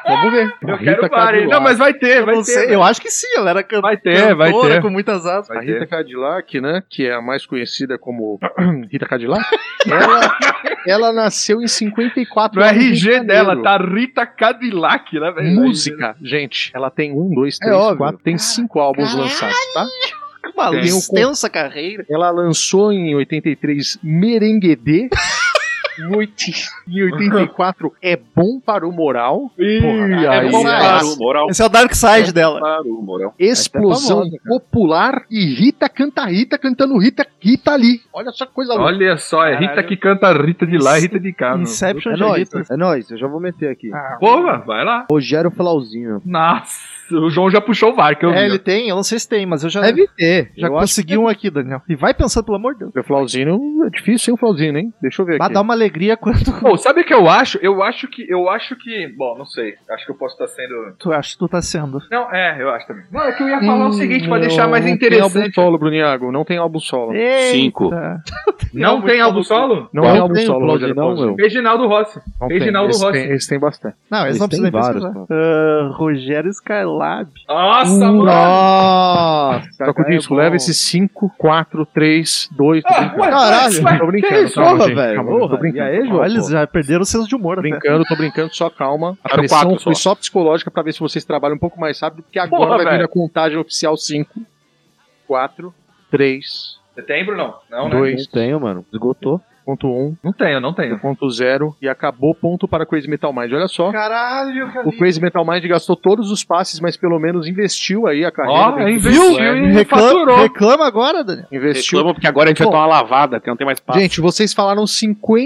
[SPEAKER 4] Vamos ver.
[SPEAKER 3] Eu quero várias. Não, mas vai ter,
[SPEAKER 2] Eu
[SPEAKER 3] vai
[SPEAKER 2] não
[SPEAKER 3] ter.
[SPEAKER 2] sei, eu acho que sim, ela era can-
[SPEAKER 5] né? Vai ter, vai
[SPEAKER 2] cantora
[SPEAKER 5] ter.
[SPEAKER 2] com muitas asas.
[SPEAKER 4] A
[SPEAKER 5] Vai
[SPEAKER 4] Rita
[SPEAKER 5] ter.
[SPEAKER 4] Cadillac, né, que é a mais conhecida como Rita Cadillac, ela, ela nasceu em 54.
[SPEAKER 5] No
[SPEAKER 4] lá no Rio de
[SPEAKER 5] RG
[SPEAKER 4] Janeiro.
[SPEAKER 5] dela, tá Rita Cadillac, né, velho?
[SPEAKER 4] Música, gente, ela tem um, dois, três,
[SPEAKER 6] óbvio.
[SPEAKER 4] quatro, tem cinco álbuns lançados, tá?
[SPEAKER 2] Uma
[SPEAKER 5] Tem
[SPEAKER 4] um
[SPEAKER 2] extensa carreira.
[SPEAKER 4] Ela lançou em 83 Merenguedê, em oit- em 84 É Bom Para o Moral,
[SPEAKER 3] Ih,
[SPEAKER 4] aí,
[SPEAKER 3] é bom
[SPEAKER 4] aí.
[SPEAKER 3] para o moral.
[SPEAKER 2] Esse é o Dark Side dela.
[SPEAKER 3] Para o
[SPEAKER 5] é
[SPEAKER 3] moral.
[SPEAKER 5] um
[SPEAKER 4] Explosão
[SPEAKER 6] famosa,
[SPEAKER 4] Popular e Rita Canta Rita cantando Rita, Rita ali. Olha só que coisa louca.
[SPEAKER 5] Olha só, é Rita que canta Rita de lá e Rita de cá, mano.
[SPEAKER 2] Inception
[SPEAKER 6] É
[SPEAKER 2] de
[SPEAKER 6] nóis,
[SPEAKER 2] Rita.
[SPEAKER 6] é nóis, eu já vou meter aqui.
[SPEAKER 2] Ah.
[SPEAKER 5] Porra, vai lá.
[SPEAKER 6] Rogério Flauzinho.
[SPEAKER 5] Nossa, o João já puxou o VAR, que eu vi.
[SPEAKER 2] É, ele tem, eu não sei se tem, mas eu já,
[SPEAKER 6] Deve ter.
[SPEAKER 2] já
[SPEAKER 6] eu acho
[SPEAKER 2] consegui um aqui, Daniel. E vai pensando, pelo amor de Deus.
[SPEAKER 4] O Flauzino é difícil, hein, o Flauzino, hein? Deixa eu ver
[SPEAKER 2] Mas
[SPEAKER 4] aqui.
[SPEAKER 2] dá uma alegria quando
[SPEAKER 5] Pô, sabe o que eu acho? Eu acho que. Eu acho que. Bom, não sei. Acho que eu posso estar sendo.
[SPEAKER 2] tu acha que tu tá sendo.
[SPEAKER 5] Não, é, eu acho também. Não, é que eu ia falar o seguinte, pra deixar mais
[SPEAKER 4] Hum, Não tem álbum
[SPEAKER 5] interessante.
[SPEAKER 4] solo, Bruniago. Não tem álbum solo.
[SPEAKER 3] Cinco.
[SPEAKER 2] Eita.
[SPEAKER 5] Não tem álbum solo?
[SPEAKER 4] Não
[SPEAKER 6] Qual
[SPEAKER 4] tem álbum
[SPEAKER 6] tem o
[SPEAKER 4] solo,
[SPEAKER 6] Flauzino,
[SPEAKER 4] Rogério
[SPEAKER 6] não,
[SPEAKER 4] Flauzino.
[SPEAKER 6] meu?
[SPEAKER 5] Reginaldo Rossi.
[SPEAKER 4] Não tem.
[SPEAKER 5] Reginaldo
[SPEAKER 4] Esse
[SPEAKER 5] Rossi.
[SPEAKER 4] tem- Esse tem bastante.
[SPEAKER 2] Não, eles,
[SPEAKER 6] Eles
[SPEAKER 2] não precisam
[SPEAKER 6] têm
[SPEAKER 2] nem
[SPEAKER 6] vários,
[SPEAKER 2] pesquisar.
[SPEAKER 6] pô.
[SPEAKER 2] Ah, Rogério Skylab.
[SPEAKER 5] Nossa, mano.
[SPEAKER 6] Nossa!
[SPEAKER 4] Tá com
[SPEAKER 6] cara, é
[SPEAKER 4] isso,
[SPEAKER 6] bom.
[SPEAKER 4] leva esse 5, 4, 3, 2,
[SPEAKER 5] Ah, ué,
[SPEAKER 6] Caralho,
[SPEAKER 5] vai,
[SPEAKER 4] tô
[SPEAKER 5] que
[SPEAKER 4] brincando.
[SPEAKER 5] isso?
[SPEAKER 4] calma,
[SPEAKER 6] Porra,
[SPEAKER 4] gente,
[SPEAKER 6] velho.
[SPEAKER 4] calma, tô
[SPEAKER 6] Porra,
[SPEAKER 4] brincando.
[SPEAKER 6] e aí, João?
[SPEAKER 4] Tô
[SPEAKER 2] Olha, eles já perderam o senso de humor até.
[SPEAKER 4] Brincando, tô brincando, só calma. A
[SPEAKER 3] Era o
[SPEAKER 4] pressão
[SPEAKER 3] quatro
[SPEAKER 4] foi
[SPEAKER 3] só.
[SPEAKER 4] só psicológica pra ver se vocês trabalham um pouco mais rápido, porque agora
[SPEAKER 5] Porra,
[SPEAKER 4] vai vir
[SPEAKER 5] velho.
[SPEAKER 4] a contagem oficial 5, 4, 3,
[SPEAKER 5] Você tem, Bruno? Não, né?
[SPEAKER 4] Dois.
[SPEAKER 6] Não tenho, mano. Esgotou.
[SPEAKER 4] ponto 1,
[SPEAKER 5] Não tenho, não tenho.
[SPEAKER 4] ponto 0 e acabou ponto para Crazy Metal Mind. Olha só.
[SPEAKER 5] Caralho,
[SPEAKER 4] O Crazy Metal Mind gastou todos os passes, mas pelo menos investiu aí a carreira.
[SPEAKER 5] Ó,
[SPEAKER 4] dele.
[SPEAKER 5] investiu e
[SPEAKER 2] Reclama,
[SPEAKER 5] faturou.
[SPEAKER 2] reclama agora, Daniel.
[SPEAKER 4] investiu.
[SPEAKER 3] Reclama porque agora a gente vai
[SPEAKER 4] Bom.
[SPEAKER 3] tomar uma lavada, que não tem mais passo.
[SPEAKER 4] Gente, vocês falaram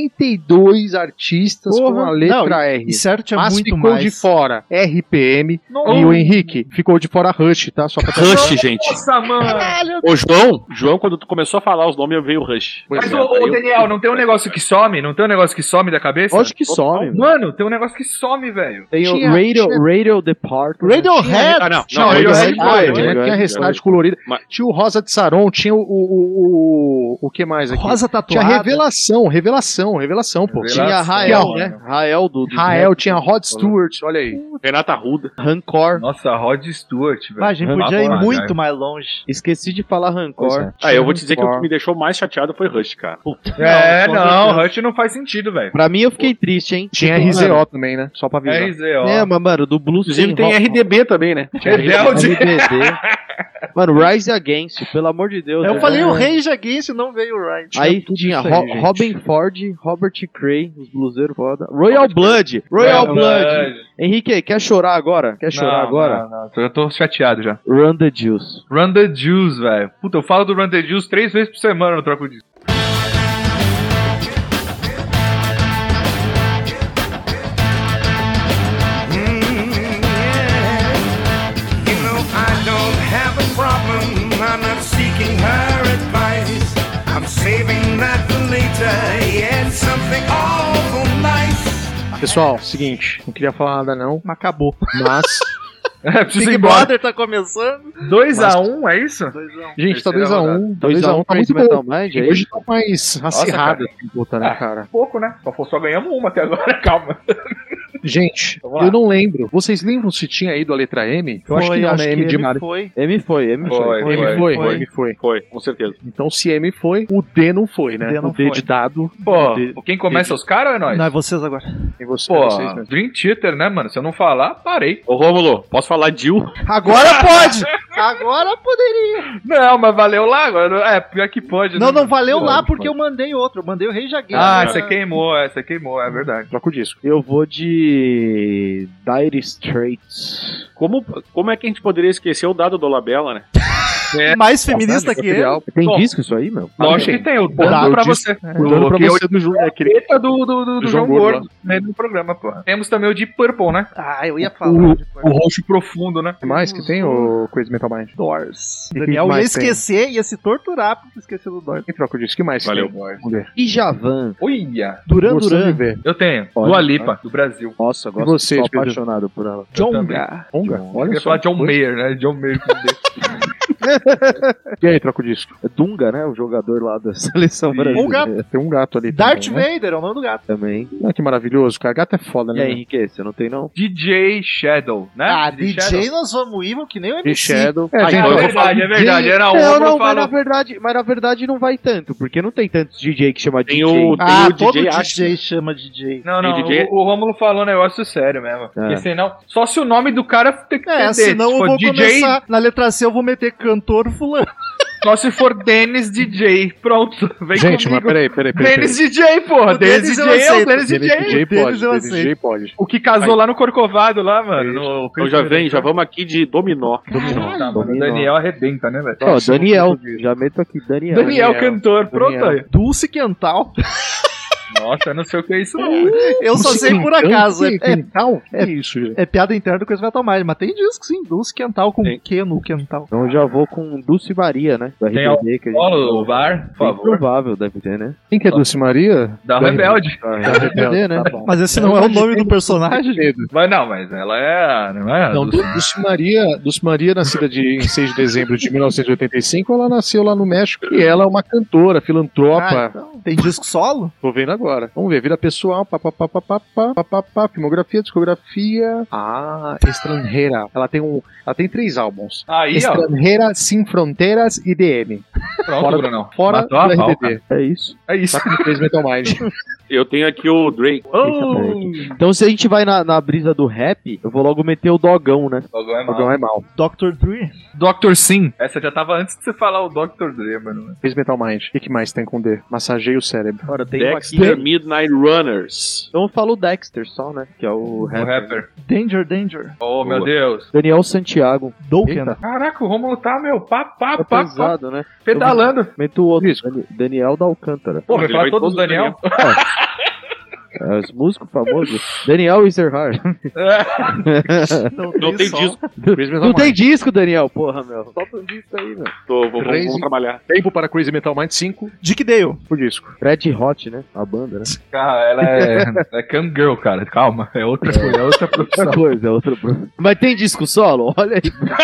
[SPEAKER 4] 52 artistas com
[SPEAKER 2] Porra.
[SPEAKER 4] a letra
[SPEAKER 2] Não,
[SPEAKER 4] R.
[SPEAKER 2] E certo é
[SPEAKER 4] Mas
[SPEAKER 2] muito
[SPEAKER 4] ficou
[SPEAKER 2] mais. Oh.
[SPEAKER 4] de fora RPM e
[SPEAKER 5] Não.
[SPEAKER 4] o Henrique ficou de fora Rush, tá? Só pra
[SPEAKER 3] Rush, gente.
[SPEAKER 5] Nossa, mano.
[SPEAKER 3] Ô, João, João, quando tu começou a falar os nomes, veio o Rush.
[SPEAKER 4] Pois
[SPEAKER 5] Mas,
[SPEAKER 4] é,
[SPEAKER 5] ô, ô,
[SPEAKER 3] eu-
[SPEAKER 5] Daniel, não tem um negócio que some? Não tem um negócio que some da cabeça?
[SPEAKER 6] Lógico que some, mano.
[SPEAKER 5] Mano, tem um negócio que some, velho.
[SPEAKER 6] Tem o
[SPEAKER 4] Tinha-
[SPEAKER 6] Radio,
[SPEAKER 4] tinha-
[SPEAKER 6] Radio Department.
[SPEAKER 2] Radiohead.
[SPEAKER 3] Ah, não.
[SPEAKER 5] Não,
[SPEAKER 3] Não, eu-
[SPEAKER 5] Radiohead
[SPEAKER 4] Radiohead
[SPEAKER 5] foi,
[SPEAKER 4] foi, né?
[SPEAKER 6] Radiohead.
[SPEAKER 4] Tinha a Restart colorida.
[SPEAKER 3] Mas-
[SPEAKER 4] Tinha o Rosa de Saron, tinha o. O, o, o que mais aqui?
[SPEAKER 2] Rosa
[SPEAKER 4] tinha
[SPEAKER 2] tatuada.
[SPEAKER 4] revelação, revelação, revelação, pô.
[SPEAKER 5] Revelação.
[SPEAKER 6] Tinha a Rael,
[SPEAKER 4] Rael,
[SPEAKER 6] né? Rael do... do
[SPEAKER 4] Rael, tinha Rod Stewart, olha aí.
[SPEAKER 3] Renata Ruda.
[SPEAKER 6] Rancor.
[SPEAKER 5] Nossa, Rod Stewart, velho.
[SPEAKER 2] Mas a gente podia ir
[SPEAKER 5] Rancor, é.
[SPEAKER 2] muito mais longe.
[SPEAKER 6] Esqueci de falar Rancor.
[SPEAKER 3] Ah, eu vou te dizer que o que me deixou mais chateado foi Rush, cara.
[SPEAKER 5] É,
[SPEAKER 2] com
[SPEAKER 5] não, Rush não faz sentido, velho.
[SPEAKER 6] Pra mim, eu fiquei triste, hein?
[SPEAKER 4] Tinha
[SPEAKER 6] Tipo, mano,
[SPEAKER 4] RZO também, né? Só pra avisar.
[SPEAKER 5] RZO.
[SPEAKER 6] É, mas, mano, do Blues
[SPEAKER 3] Inclusive tem
[SPEAKER 6] rock,
[SPEAKER 3] RDB também, né?
[SPEAKER 5] Rebelde.
[SPEAKER 6] RBD. Mano, Rise Against, pelo amor de Deus.
[SPEAKER 3] É.
[SPEAKER 2] Eu
[SPEAKER 6] né?
[SPEAKER 2] falei o Rei Jaguense não veio o Ryan.
[SPEAKER 6] Aí tinha Ro- Robin Ford, Robert Cray, os bluseiros foda. Royal Blood! Royal Blood! Henrique, quer chorar agora? Quer chorar agora?
[SPEAKER 5] Não, não, eu tô chateado já.
[SPEAKER 6] Run the Juice.
[SPEAKER 5] Run the Juice, velho. Puta, eu falo do Run the Juice três vezes por semana no troco disso.
[SPEAKER 1] You know I don't have a problem. I'm not seeking her advice. I'm saving that for later. Yes, something awful nice.
[SPEAKER 4] Pessoal, seguinte, não queria falar nada não,
[SPEAKER 2] Mas acabou.
[SPEAKER 4] mas...
[SPEAKER 5] É, preciso ir
[SPEAKER 2] Big
[SPEAKER 5] embora.
[SPEAKER 2] Brother tá começando.
[SPEAKER 5] 2x1, é isso?
[SPEAKER 4] Gente, tá
[SPEAKER 5] Terceira
[SPEAKER 4] 2x1. Tá
[SPEAKER 6] 2x1
[SPEAKER 4] 2x1 tá muito
[SPEAKER 6] Crazy
[SPEAKER 4] bom.
[SPEAKER 6] Metal Mind aí.
[SPEAKER 4] Hoje tá mais acirrado essa disputa, né, cara?
[SPEAKER 5] Pouco, né? Só, só ganhamos uma até agora, calma.
[SPEAKER 4] Gente,
[SPEAKER 5] Vamos lá.
[SPEAKER 4] eu não lembro. Vocês lembram se tinha ido a letra M? Eu acho que não, né? M de
[SPEAKER 2] ele
[SPEAKER 4] Mario.
[SPEAKER 2] foi.
[SPEAKER 6] M foi, M foi.
[SPEAKER 5] Foi,
[SPEAKER 4] M
[SPEAKER 5] foi.
[SPEAKER 4] foi,
[SPEAKER 2] foi.
[SPEAKER 4] M foi.
[SPEAKER 3] Foi, com certeza.
[SPEAKER 4] Então se M foi, o D não foi, né?
[SPEAKER 2] O D não
[SPEAKER 4] o D
[SPEAKER 2] foi.
[SPEAKER 4] de dado
[SPEAKER 5] Pô, quem começa os caras ou é nós?
[SPEAKER 2] Não, é vocês agora.
[SPEAKER 4] em você,
[SPEAKER 5] Pô,
[SPEAKER 4] vocês mesmos.
[SPEAKER 5] Dream Theater, né, mano? Se eu não falar, parei.
[SPEAKER 3] Ô, Rômulo, posso falar Jill?
[SPEAKER 2] Agora pode! Agora poderia.
[SPEAKER 5] Não, mas valeu lá agora. É, pior que pode.
[SPEAKER 2] Não,
[SPEAKER 5] né,
[SPEAKER 2] não valeu
[SPEAKER 5] mano?
[SPEAKER 2] lá porque eu mandei outro. Eu mandei o Rei Jaguense.
[SPEAKER 5] Ah, essa queimou, essa queimou, é verdade.
[SPEAKER 4] Troca o disco.
[SPEAKER 6] Eu vou de. Dire Straits.
[SPEAKER 3] Como, como é que a gente poderia esquecer o dado do Labela, né?
[SPEAKER 5] É.
[SPEAKER 2] mais
[SPEAKER 4] né?
[SPEAKER 2] feminista que ele.
[SPEAKER 6] Tem
[SPEAKER 5] Bom.
[SPEAKER 6] disco isso aí, meu?
[SPEAKER 5] Lógico que tem, o dano
[SPEAKER 4] Dado
[SPEAKER 5] Então, pra
[SPEAKER 4] disso.
[SPEAKER 5] você.
[SPEAKER 4] O dano pra
[SPEAKER 5] que é
[SPEAKER 4] você do Júlio, né? Aquele...
[SPEAKER 5] Eita do, do, do, do João
[SPEAKER 4] João
[SPEAKER 5] Gordo,
[SPEAKER 4] Gordo
[SPEAKER 5] né, no programa, pô. Temos também o Deep Purple, né?
[SPEAKER 2] Ah, eu ia falar. de
[SPEAKER 5] O roxo profundo, né?
[SPEAKER 4] que mais que tem, o Crazy Metal Mind?
[SPEAKER 2] Doors.
[SPEAKER 4] que
[SPEAKER 2] Daniel ia
[SPEAKER 4] mais tem?
[SPEAKER 2] esquecer, ia se torturar por esquecer do Doors.
[SPEAKER 4] Quem troca o disco? que mais
[SPEAKER 3] Valeu,
[SPEAKER 4] tem?
[SPEAKER 3] boy.
[SPEAKER 4] Vamos ver.
[SPEAKER 6] E Javan.
[SPEAKER 5] Olha!
[SPEAKER 2] Duran
[SPEAKER 4] Gostando
[SPEAKER 2] Duran.
[SPEAKER 4] de ver.
[SPEAKER 5] Eu tenho.
[SPEAKER 6] Olha,
[SPEAKER 5] Dua Lipa, do Brasil.
[SPEAKER 6] Nossa, eu
[SPEAKER 4] E
[SPEAKER 6] gosto
[SPEAKER 4] você,
[SPEAKER 6] sou
[SPEAKER 4] Pedro?
[SPEAKER 6] apaixonado por ela.
[SPEAKER 2] Jonga.
[SPEAKER 4] Onga?
[SPEAKER 5] Eu
[SPEAKER 4] Olha
[SPEAKER 5] ia
[SPEAKER 4] só.
[SPEAKER 5] falar John Mayer, né? John Mayer. com D.
[SPEAKER 4] E aí, troca o disco?
[SPEAKER 6] É Dunga, né? O jogador lá da seleção brasileira.
[SPEAKER 4] Tem um gato ali.
[SPEAKER 2] Darth
[SPEAKER 4] também, né?
[SPEAKER 2] Vader é o nome do gato.
[SPEAKER 6] Também.
[SPEAKER 4] Ah, que maravilhoso, cara. Gato é foda,
[SPEAKER 6] E
[SPEAKER 4] né?
[SPEAKER 6] aí,
[SPEAKER 4] meu?
[SPEAKER 6] Henrique, você não tem não?
[SPEAKER 5] DJ Shadow, né?
[SPEAKER 2] Ah,
[SPEAKER 5] Shadow.
[SPEAKER 2] DJ nós vamos ir, que nem o
[SPEAKER 4] E
[SPEAKER 2] MC.
[SPEAKER 4] Shadow.
[SPEAKER 6] Ah,
[SPEAKER 4] É, gente,
[SPEAKER 5] É
[SPEAKER 6] Shadow.
[SPEAKER 4] olha,
[SPEAKER 5] verdade, é verdade. Era um
[SPEAKER 6] não,
[SPEAKER 5] eu
[SPEAKER 6] não,
[SPEAKER 5] falo.
[SPEAKER 6] mas na, verdade, mas na verdade não vai tanto, porque não tem tantos DJ que chama
[SPEAKER 3] Tem
[SPEAKER 6] DJ.
[SPEAKER 3] o-
[SPEAKER 2] Ah,
[SPEAKER 3] o
[SPEAKER 2] todo
[SPEAKER 3] DJ
[SPEAKER 2] DJ,
[SPEAKER 3] Ashton.
[SPEAKER 2] chama DJ.
[SPEAKER 5] Não, não,
[SPEAKER 3] Tem DJ?
[SPEAKER 5] o, o Rômulo falou um negócio sério mesmo. Porque senão, só se o nome do cara tem que Tipo,
[SPEAKER 2] É,
[SPEAKER 5] entender.
[SPEAKER 2] senão
[SPEAKER 5] se
[SPEAKER 2] eu
[SPEAKER 5] for
[SPEAKER 2] vou
[SPEAKER 5] DJ,
[SPEAKER 2] começar. Na letra C eu vou meter cantor fulano.
[SPEAKER 5] só se for Dennis DJ. Pronto, vem
[SPEAKER 4] Gente, mas
[SPEAKER 5] comigo.
[SPEAKER 4] peraí, peraí, peraí.
[SPEAKER 5] Dennis DJ, porra.
[SPEAKER 2] O
[SPEAKER 5] Dennis
[SPEAKER 2] Dennis eu
[SPEAKER 5] DJ é o
[SPEAKER 2] aceito.
[SPEAKER 5] Dennis
[SPEAKER 4] peraí.
[SPEAKER 5] DJ.
[SPEAKER 4] DJ
[SPEAKER 2] deles
[SPEAKER 4] pode,
[SPEAKER 2] eu
[SPEAKER 4] Dennis
[SPEAKER 2] aceito.
[SPEAKER 4] DJ pode.
[SPEAKER 5] O que casou lá no Corcovado, lá, mano. no
[SPEAKER 3] Então já
[SPEAKER 5] Cristo
[SPEAKER 3] vem, já
[SPEAKER 5] Redentor.
[SPEAKER 3] vamos aqui de dominó.
[SPEAKER 5] Tá, mano,
[SPEAKER 6] Dominou.
[SPEAKER 5] Daniel arrebenta, né, velho?
[SPEAKER 6] Ó, Daniel. Já meto aqui, Daniel.
[SPEAKER 5] Daniel,
[SPEAKER 4] Daniel.
[SPEAKER 5] cantor, pronto aí.
[SPEAKER 4] Daniel.
[SPEAKER 2] Dulce Quental.
[SPEAKER 5] Nossa, eu não sei o que é isso, não.
[SPEAKER 2] Eu só sei por acaso. É, é-
[SPEAKER 4] Quintal? Que isso, gente?
[SPEAKER 2] é piada interna do Coisa Metal Mind, mas tem disco sim, Dulce Quental com
[SPEAKER 3] Tem.
[SPEAKER 2] Keno Quental.
[SPEAKER 6] Então eu já vou com Dulce Maria, né? Da
[SPEAKER 5] Tem
[SPEAKER 6] RBD, que a gente
[SPEAKER 5] Olha o VAR, por
[SPEAKER 6] Bem
[SPEAKER 5] favor.
[SPEAKER 6] provável, deve ter, né?
[SPEAKER 4] Quem que é Dulce Maria?
[SPEAKER 5] Da Rebelde.
[SPEAKER 6] Da RBD, né? Tá bom.
[SPEAKER 2] Mas esse não é o nome do personagem?
[SPEAKER 5] Mas não, mas ela é. Não é?
[SPEAKER 4] Não,
[SPEAKER 5] do-
[SPEAKER 4] Du- Dulce Maria, Dulce Maria, nascida de, em 6 de dezembro de 1985, ela nasceu lá no México e ela é uma cantora,
[SPEAKER 2] Ah,
[SPEAKER 4] filantropa.
[SPEAKER 2] então, tem disco solo?
[SPEAKER 4] Tô vendo agora. Vamos ver, vida pessoal, papapá, papapá, papapá, filmografia, discografia. Ah, estrangeira. Ela tem um, ela tem três álbuns.
[SPEAKER 5] Aí, ó.
[SPEAKER 4] Estrangeira, Sem Fronteiras e DM.
[SPEAKER 5] Pronto,
[SPEAKER 4] Fora-
[SPEAKER 5] Brunão.
[SPEAKER 4] Fora
[SPEAKER 5] Matou a
[SPEAKER 4] do
[SPEAKER 5] pau,
[SPEAKER 4] RBD.
[SPEAKER 6] É isso.
[SPEAKER 5] É isso.
[SPEAKER 4] Só que fez Metal Mind.
[SPEAKER 3] Eu tenho aqui o Drake.
[SPEAKER 6] Então se a gente vai na, na brisa do rap, eu vou logo meter o dogão, né?
[SPEAKER 5] Dogão é mal.
[SPEAKER 4] Fogão é mal.
[SPEAKER 2] Dr. Dre?
[SPEAKER 5] Dr. Sim. Essa já tava antes de você falar o Dr. Dre, mano.
[SPEAKER 4] Fez Metal Mind. O que, que mais tem com D? Massageia o cérebro.
[SPEAKER 6] Ora, tem um aqui.
[SPEAKER 3] Dexter Midnight Runners.
[SPEAKER 6] Então eu falo Dexter só, né? Que é o
[SPEAKER 5] O
[SPEAKER 6] rap.
[SPEAKER 5] rapper.
[SPEAKER 2] Danger, Danger.
[SPEAKER 5] Oh, meu
[SPEAKER 3] Boa.
[SPEAKER 5] Deus.
[SPEAKER 6] Daniel Santiago.
[SPEAKER 2] Dokken.
[SPEAKER 5] Caraca, o Romulo tá, meu, pá, pá, pá,
[SPEAKER 6] Tá
[SPEAKER 5] pá,
[SPEAKER 6] pesado, né?
[SPEAKER 5] pedalando.
[SPEAKER 6] Meto o outro.
[SPEAKER 4] Isso.
[SPEAKER 6] Dani- Daniel da Alcântara.
[SPEAKER 5] Pô, vai
[SPEAKER 3] Ele
[SPEAKER 5] falar
[SPEAKER 3] vai
[SPEAKER 5] todos
[SPEAKER 3] todo
[SPEAKER 5] do Daniel.
[SPEAKER 6] É, os músicos famosos. Daniel Ezerhard.
[SPEAKER 3] Não tem
[SPEAKER 2] solo.
[SPEAKER 3] disco.
[SPEAKER 4] Crazy Metal
[SPEAKER 6] Não tem
[SPEAKER 4] Mind.
[SPEAKER 6] disco, Daniel, porra, meu. Solta um disco aí, meu.
[SPEAKER 3] Tô, vou- vou-
[SPEAKER 4] Três
[SPEAKER 3] vamos
[SPEAKER 4] e-
[SPEAKER 3] trabalhar.
[SPEAKER 4] Tempo para Crazy Metal Mind 5
[SPEAKER 2] Dick Dale.
[SPEAKER 4] por disco.
[SPEAKER 6] Fred Hot, né? A banda, né?
[SPEAKER 5] Cara, ela é, é camgirl, cara. Calma, é outra coisa, é outra
[SPEAKER 6] Outra
[SPEAKER 5] profissão.
[SPEAKER 6] coisa, é outro. Mas tem disco solo? Olha aí.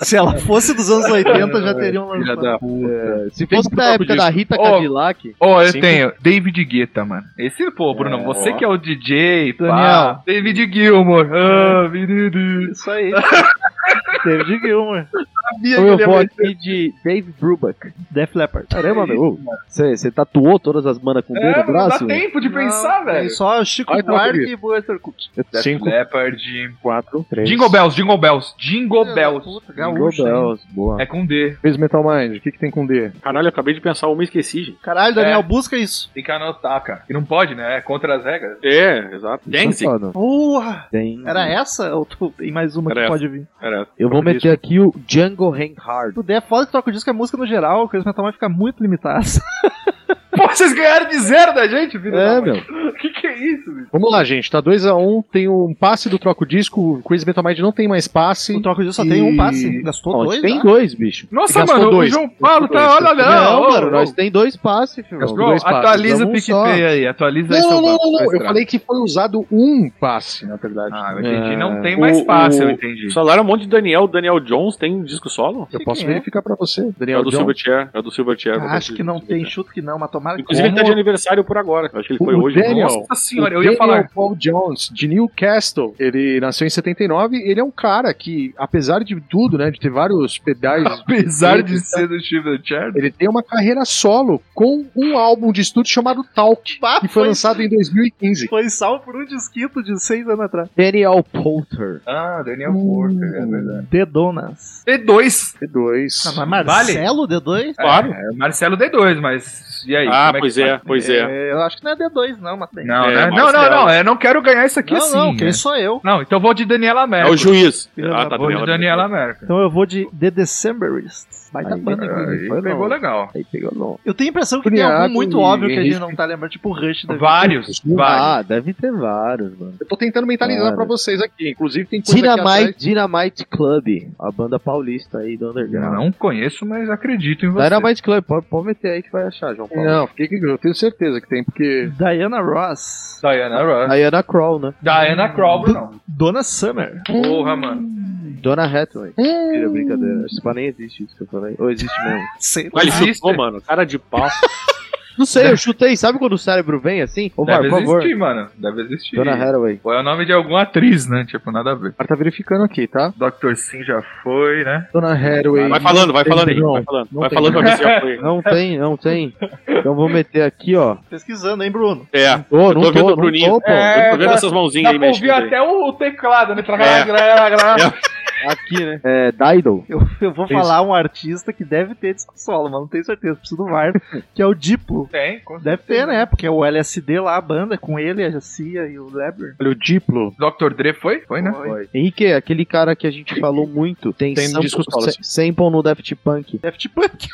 [SPEAKER 2] Se ela fosse dos anos 80, já teriam
[SPEAKER 6] um
[SPEAKER 5] Filha
[SPEAKER 2] lançado.
[SPEAKER 5] da puta.
[SPEAKER 6] É, Se
[SPEAKER 4] Tem
[SPEAKER 6] fosse
[SPEAKER 4] que
[SPEAKER 6] da
[SPEAKER 4] procurar
[SPEAKER 6] época
[SPEAKER 4] disco.
[SPEAKER 6] da Rita
[SPEAKER 5] Ó.
[SPEAKER 6] Cadillac.
[SPEAKER 5] Ó, eu
[SPEAKER 4] Sim.
[SPEAKER 5] tenho David Guetta, mano. Esse, pô, Bruno, você que é o DJ, pá.
[SPEAKER 2] Daniel.
[SPEAKER 5] David Gilmour. Ah, menino.
[SPEAKER 2] Isso aí. David Gilmour.
[SPEAKER 5] Sabia
[SPEAKER 6] Então eu
[SPEAKER 5] ele ia
[SPEAKER 6] vou
[SPEAKER 5] meter.
[SPEAKER 6] aqui de Dave Brubeck.
[SPEAKER 2] Def Leppard.
[SPEAKER 6] Caramba, meu. Você tatuou todas as manas com o dedo
[SPEAKER 5] É,
[SPEAKER 6] no
[SPEAKER 5] não dá
[SPEAKER 6] braço?
[SPEAKER 5] tempo de pensar,
[SPEAKER 2] Não,
[SPEAKER 5] velho.
[SPEAKER 2] tem Só Chico
[SPEAKER 4] Olha,
[SPEAKER 2] Buarque
[SPEAKER 4] Rodrigo.
[SPEAKER 2] e Buster Cooks.
[SPEAKER 4] 5,
[SPEAKER 5] Leopard.
[SPEAKER 4] 4, 3.
[SPEAKER 5] Jingle Bells, Jingle Bells, Jingle Bells.
[SPEAKER 2] Puta,
[SPEAKER 6] Gaúcho,
[SPEAKER 2] gaúcho. hein?
[SPEAKER 6] boa.
[SPEAKER 5] É com D.
[SPEAKER 4] Crazy Metal Mind. O que, que tem com D?
[SPEAKER 3] Caralho, eu acabei de pensar uma e esqueci, gente.
[SPEAKER 2] Caralho, Daniel,
[SPEAKER 5] É.
[SPEAKER 2] busca isso.
[SPEAKER 5] Tem que anotar, cara. E não pode, né? É contra as regras.
[SPEAKER 3] É, exato.
[SPEAKER 6] Isso é
[SPEAKER 3] Danzig.
[SPEAKER 6] foda.
[SPEAKER 2] Porra!
[SPEAKER 6] Tem-
[SPEAKER 2] Era essa? Ou tu- tem mais uma
[SPEAKER 3] Era
[SPEAKER 2] que
[SPEAKER 3] essa.
[SPEAKER 2] pode vir?
[SPEAKER 3] Era.
[SPEAKER 6] Eu vou
[SPEAKER 4] Troca
[SPEAKER 6] meter aqui o Django Reinhardt.
[SPEAKER 2] Tu der foda que troca o disco é música no geral, o Crazy Metal Mind fica muito limitado.
[SPEAKER 5] Pô, vocês ganharam de zero da gente, filho. da
[SPEAKER 6] É,
[SPEAKER 5] mãe.
[SPEAKER 6] meu.
[SPEAKER 5] Que que é isso, bicho?
[SPEAKER 4] Vamos lá, gente. Tá 2x1. Tem um passe do troco disco. O Crazy Metal Mind não tem mais passe.
[SPEAKER 2] O troca o disco só
[SPEAKER 4] E-
[SPEAKER 2] tem um passe. Gastou
[SPEAKER 6] Ó,
[SPEAKER 2] dois, né?
[SPEAKER 6] tem
[SPEAKER 2] já?
[SPEAKER 6] dois, bicho.
[SPEAKER 5] Nossa,
[SPEAKER 4] Gastou
[SPEAKER 5] mano,
[SPEAKER 4] dois.
[SPEAKER 5] o João Paulo
[SPEAKER 4] Gastou
[SPEAKER 5] tá.
[SPEAKER 4] dois.
[SPEAKER 5] Olha,
[SPEAKER 6] Não,
[SPEAKER 5] não.
[SPEAKER 6] mano,
[SPEAKER 5] ô,
[SPEAKER 6] nós tem dois passes, filho.
[SPEAKER 4] Gastou?
[SPEAKER 5] João,
[SPEAKER 4] dois passos,
[SPEAKER 5] atualiza
[SPEAKER 4] dá
[SPEAKER 5] o
[SPEAKER 4] um
[SPEAKER 5] PicPay aí, atualiza aí
[SPEAKER 4] Não,
[SPEAKER 5] seu
[SPEAKER 4] não, não,
[SPEAKER 5] banco,
[SPEAKER 4] não,
[SPEAKER 5] vai
[SPEAKER 4] não. Eu
[SPEAKER 5] entrar.
[SPEAKER 4] falei que foi usado um passe, na verdade.
[SPEAKER 5] Ah, eu entendi.
[SPEAKER 4] É.
[SPEAKER 5] Não tem mais fácil, eu entendi.
[SPEAKER 3] Falaram um monte de Daniel. Daniel Jones tem um disco solo?
[SPEAKER 4] Eu
[SPEAKER 2] Sei
[SPEAKER 4] posso
[SPEAKER 2] quem é.
[SPEAKER 4] verificar pra você,
[SPEAKER 3] É o
[SPEAKER 4] Daniel
[SPEAKER 3] do
[SPEAKER 4] John.
[SPEAKER 3] Silverchair. É o do Silverchair.
[SPEAKER 2] Ah, Acho que não tem, chuto que não, mas tomara que.
[SPEAKER 3] Inclusive, ele tá de aniversário por agora. Eu acho que ele foi
[SPEAKER 4] O
[SPEAKER 3] hoje.
[SPEAKER 4] Daniel.
[SPEAKER 3] Nossa.
[SPEAKER 5] Nossa senhora,
[SPEAKER 4] O
[SPEAKER 5] eu ia
[SPEAKER 4] Daniel
[SPEAKER 5] falar.
[SPEAKER 4] Paul Jones, de Newcastle. Ele nasceu em 79. Ele é um cara que, apesar de tudo, né, de ter vários pedais,
[SPEAKER 5] Apesar de ser do Steven Chard.
[SPEAKER 4] ele tem uma carreira solo com um álbum de estúdio chamado Talk,
[SPEAKER 2] Ah,
[SPEAKER 4] que foi
[SPEAKER 2] foi,
[SPEAKER 4] lançado em 2015.
[SPEAKER 2] foi salvo por um disquito de seis anos atrás.
[SPEAKER 6] Daniel Poulter.
[SPEAKER 5] Ah, Daniel Porter, é verdade. É,
[SPEAKER 2] D-Donas.
[SPEAKER 5] D2.
[SPEAKER 2] Ah,
[SPEAKER 4] P2.
[SPEAKER 2] mas Marcelo D2?
[SPEAKER 3] Claro.
[SPEAKER 5] É, Marcelo D2, mas. E aí?
[SPEAKER 3] Ah,
[SPEAKER 5] como é que
[SPEAKER 3] pois
[SPEAKER 5] faz?
[SPEAKER 3] é, pois é.
[SPEAKER 2] eu acho que não é D2, não, mas tem.
[SPEAKER 5] Não, não
[SPEAKER 3] É,
[SPEAKER 5] né?
[SPEAKER 3] mais
[SPEAKER 5] Não, não,
[SPEAKER 3] dela.
[SPEAKER 5] não. Eu não quero ganhar isso aqui
[SPEAKER 2] não,
[SPEAKER 5] assim.
[SPEAKER 2] não,
[SPEAKER 5] né?
[SPEAKER 2] quem sou eu?
[SPEAKER 5] Não, então eu vou de Daniela
[SPEAKER 3] É
[SPEAKER 5] Merkel.
[SPEAKER 3] o juiz.
[SPEAKER 2] Eu
[SPEAKER 3] Ah, tá,
[SPEAKER 5] Vou de Daniela Merkel.
[SPEAKER 2] Então eu vou de The Decemberists. Baita
[SPEAKER 6] Aí,
[SPEAKER 2] banda, inclusive.
[SPEAKER 5] Aí
[SPEAKER 6] Foi
[SPEAKER 5] pegou
[SPEAKER 6] não.
[SPEAKER 5] legal.
[SPEAKER 6] Aí pegou não.
[SPEAKER 2] Eu tenho a impressão que tem
[SPEAKER 4] Curiaco
[SPEAKER 2] algum muito
[SPEAKER 4] e
[SPEAKER 2] óbvio que a gente
[SPEAKER 4] Henrique.
[SPEAKER 2] não tá lembrando, tipo o Rush da
[SPEAKER 5] Vários, vários.
[SPEAKER 6] Ah, deve ter vários, mano.
[SPEAKER 4] Eu tô tentando mentalizar
[SPEAKER 6] Cara.
[SPEAKER 4] pra vocês aqui. Inclusive tem coisa aqui atrás.
[SPEAKER 6] Dynamite, Dynamite Club, a banda paulista aí do underground.
[SPEAKER 5] Não conheço, mas acredito em você.
[SPEAKER 6] Dynamite Club, pode, pode meter aí que vai achar, João Paulo.
[SPEAKER 4] Não, fiquei, eu tenho certeza que tem, porque...
[SPEAKER 2] Diana Ross,
[SPEAKER 5] Diana Ross.
[SPEAKER 6] Diana Kroll, né?
[SPEAKER 5] Diana Kroll, não.
[SPEAKER 2] Donna Summer.
[SPEAKER 5] Porra, mano.
[SPEAKER 6] Donna Hathaway. Tira brincadeira. Esse pá nem existe isso que eu falei. Ou existe mesmo.
[SPEAKER 2] Sei lá.
[SPEAKER 3] Mas ele
[SPEAKER 5] Existe.
[SPEAKER 3] chutou, mano. Cara de pau.
[SPEAKER 6] Não sei, eu chutei. Sabe quando o cérebro vem assim? Ô, vai,
[SPEAKER 5] Deve
[SPEAKER 6] por favor.
[SPEAKER 5] existir, mano. Deve existir.
[SPEAKER 6] Donna Hathaway.
[SPEAKER 5] Ou é o nome de alguma atriz, né? Tipo, nada a ver.
[SPEAKER 4] Ela tá verificando aqui, tá?
[SPEAKER 5] Dr. Sim já foi, né?
[SPEAKER 4] Dona Hathaway.
[SPEAKER 3] Vai falando, vai falando,
[SPEAKER 4] Não,
[SPEAKER 3] Henrique. Vai falando.
[SPEAKER 4] não
[SPEAKER 3] Vai
[SPEAKER 4] tem.
[SPEAKER 3] falando pra ver se já foi.
[SPEAKER 6] Não
[SPEAKER 5] É.
[SPEAKER 6] tem, não tem. Então vou meter aqui, ó.
[SPEAKER 2] Pesquisando, hein, Bruno?
[SPEAKER 3] É.
[SPEAKER 6] Tô,
[SPEAKER 3] Eu
[SPEAKER 6] não
[SPEAKER 3] tô vendo o
[SPEAKER 6] tô, não
[SPEAKER 3] Bruninho.
[SPEAKER 6] tô, pô.
[SPEAKER 5] É,
[SPEAKER 3] Eu tô vendo
[SPEAKER 5] tá-
[SPEAKER 3] essas mãozinhas
[SPEAKER 5] Dá
[SPEAKER 3] aí
[SPEAKER 5] pra ouvir
[SPEAKER 3] mexendo. aí.
[SPEAKER 5] até o, o teclado, né? Pra
[SPEAKER 3] É.
[SPEAKER 5] galera, galera.
[SPEAKER 6] Aqui, né? É, Dido.
[SPEAKER 2] Eu, eu vou falar um artista que deve ter disco solo, mas não tenho certeza, preciso do VAR, que é o Diplo.
[SPEAKER 5] Tem, com
[SPEAKER 2] Deve ter, né? Porque é o LSD lá, a banda, com ele, a Cia e o Leber.
[SPEAKER 4] Olha, o Diplo.
[SPEAKER 5] Dr. Dre foi? Foi, né?
[SPEAKER 6] Henrique, aquele cara que a gente falou muito. Tem,
[SPEAKER 4] Tem
[SPEAKER 6] sample,
[SPEAKER 4] disco solo,
[SPEAKER 6] sa-
[SPEAKER 4] assim.
[SPEAKER 6] sample no Daft Punk.
[SPEAKER 2] Daft Punk.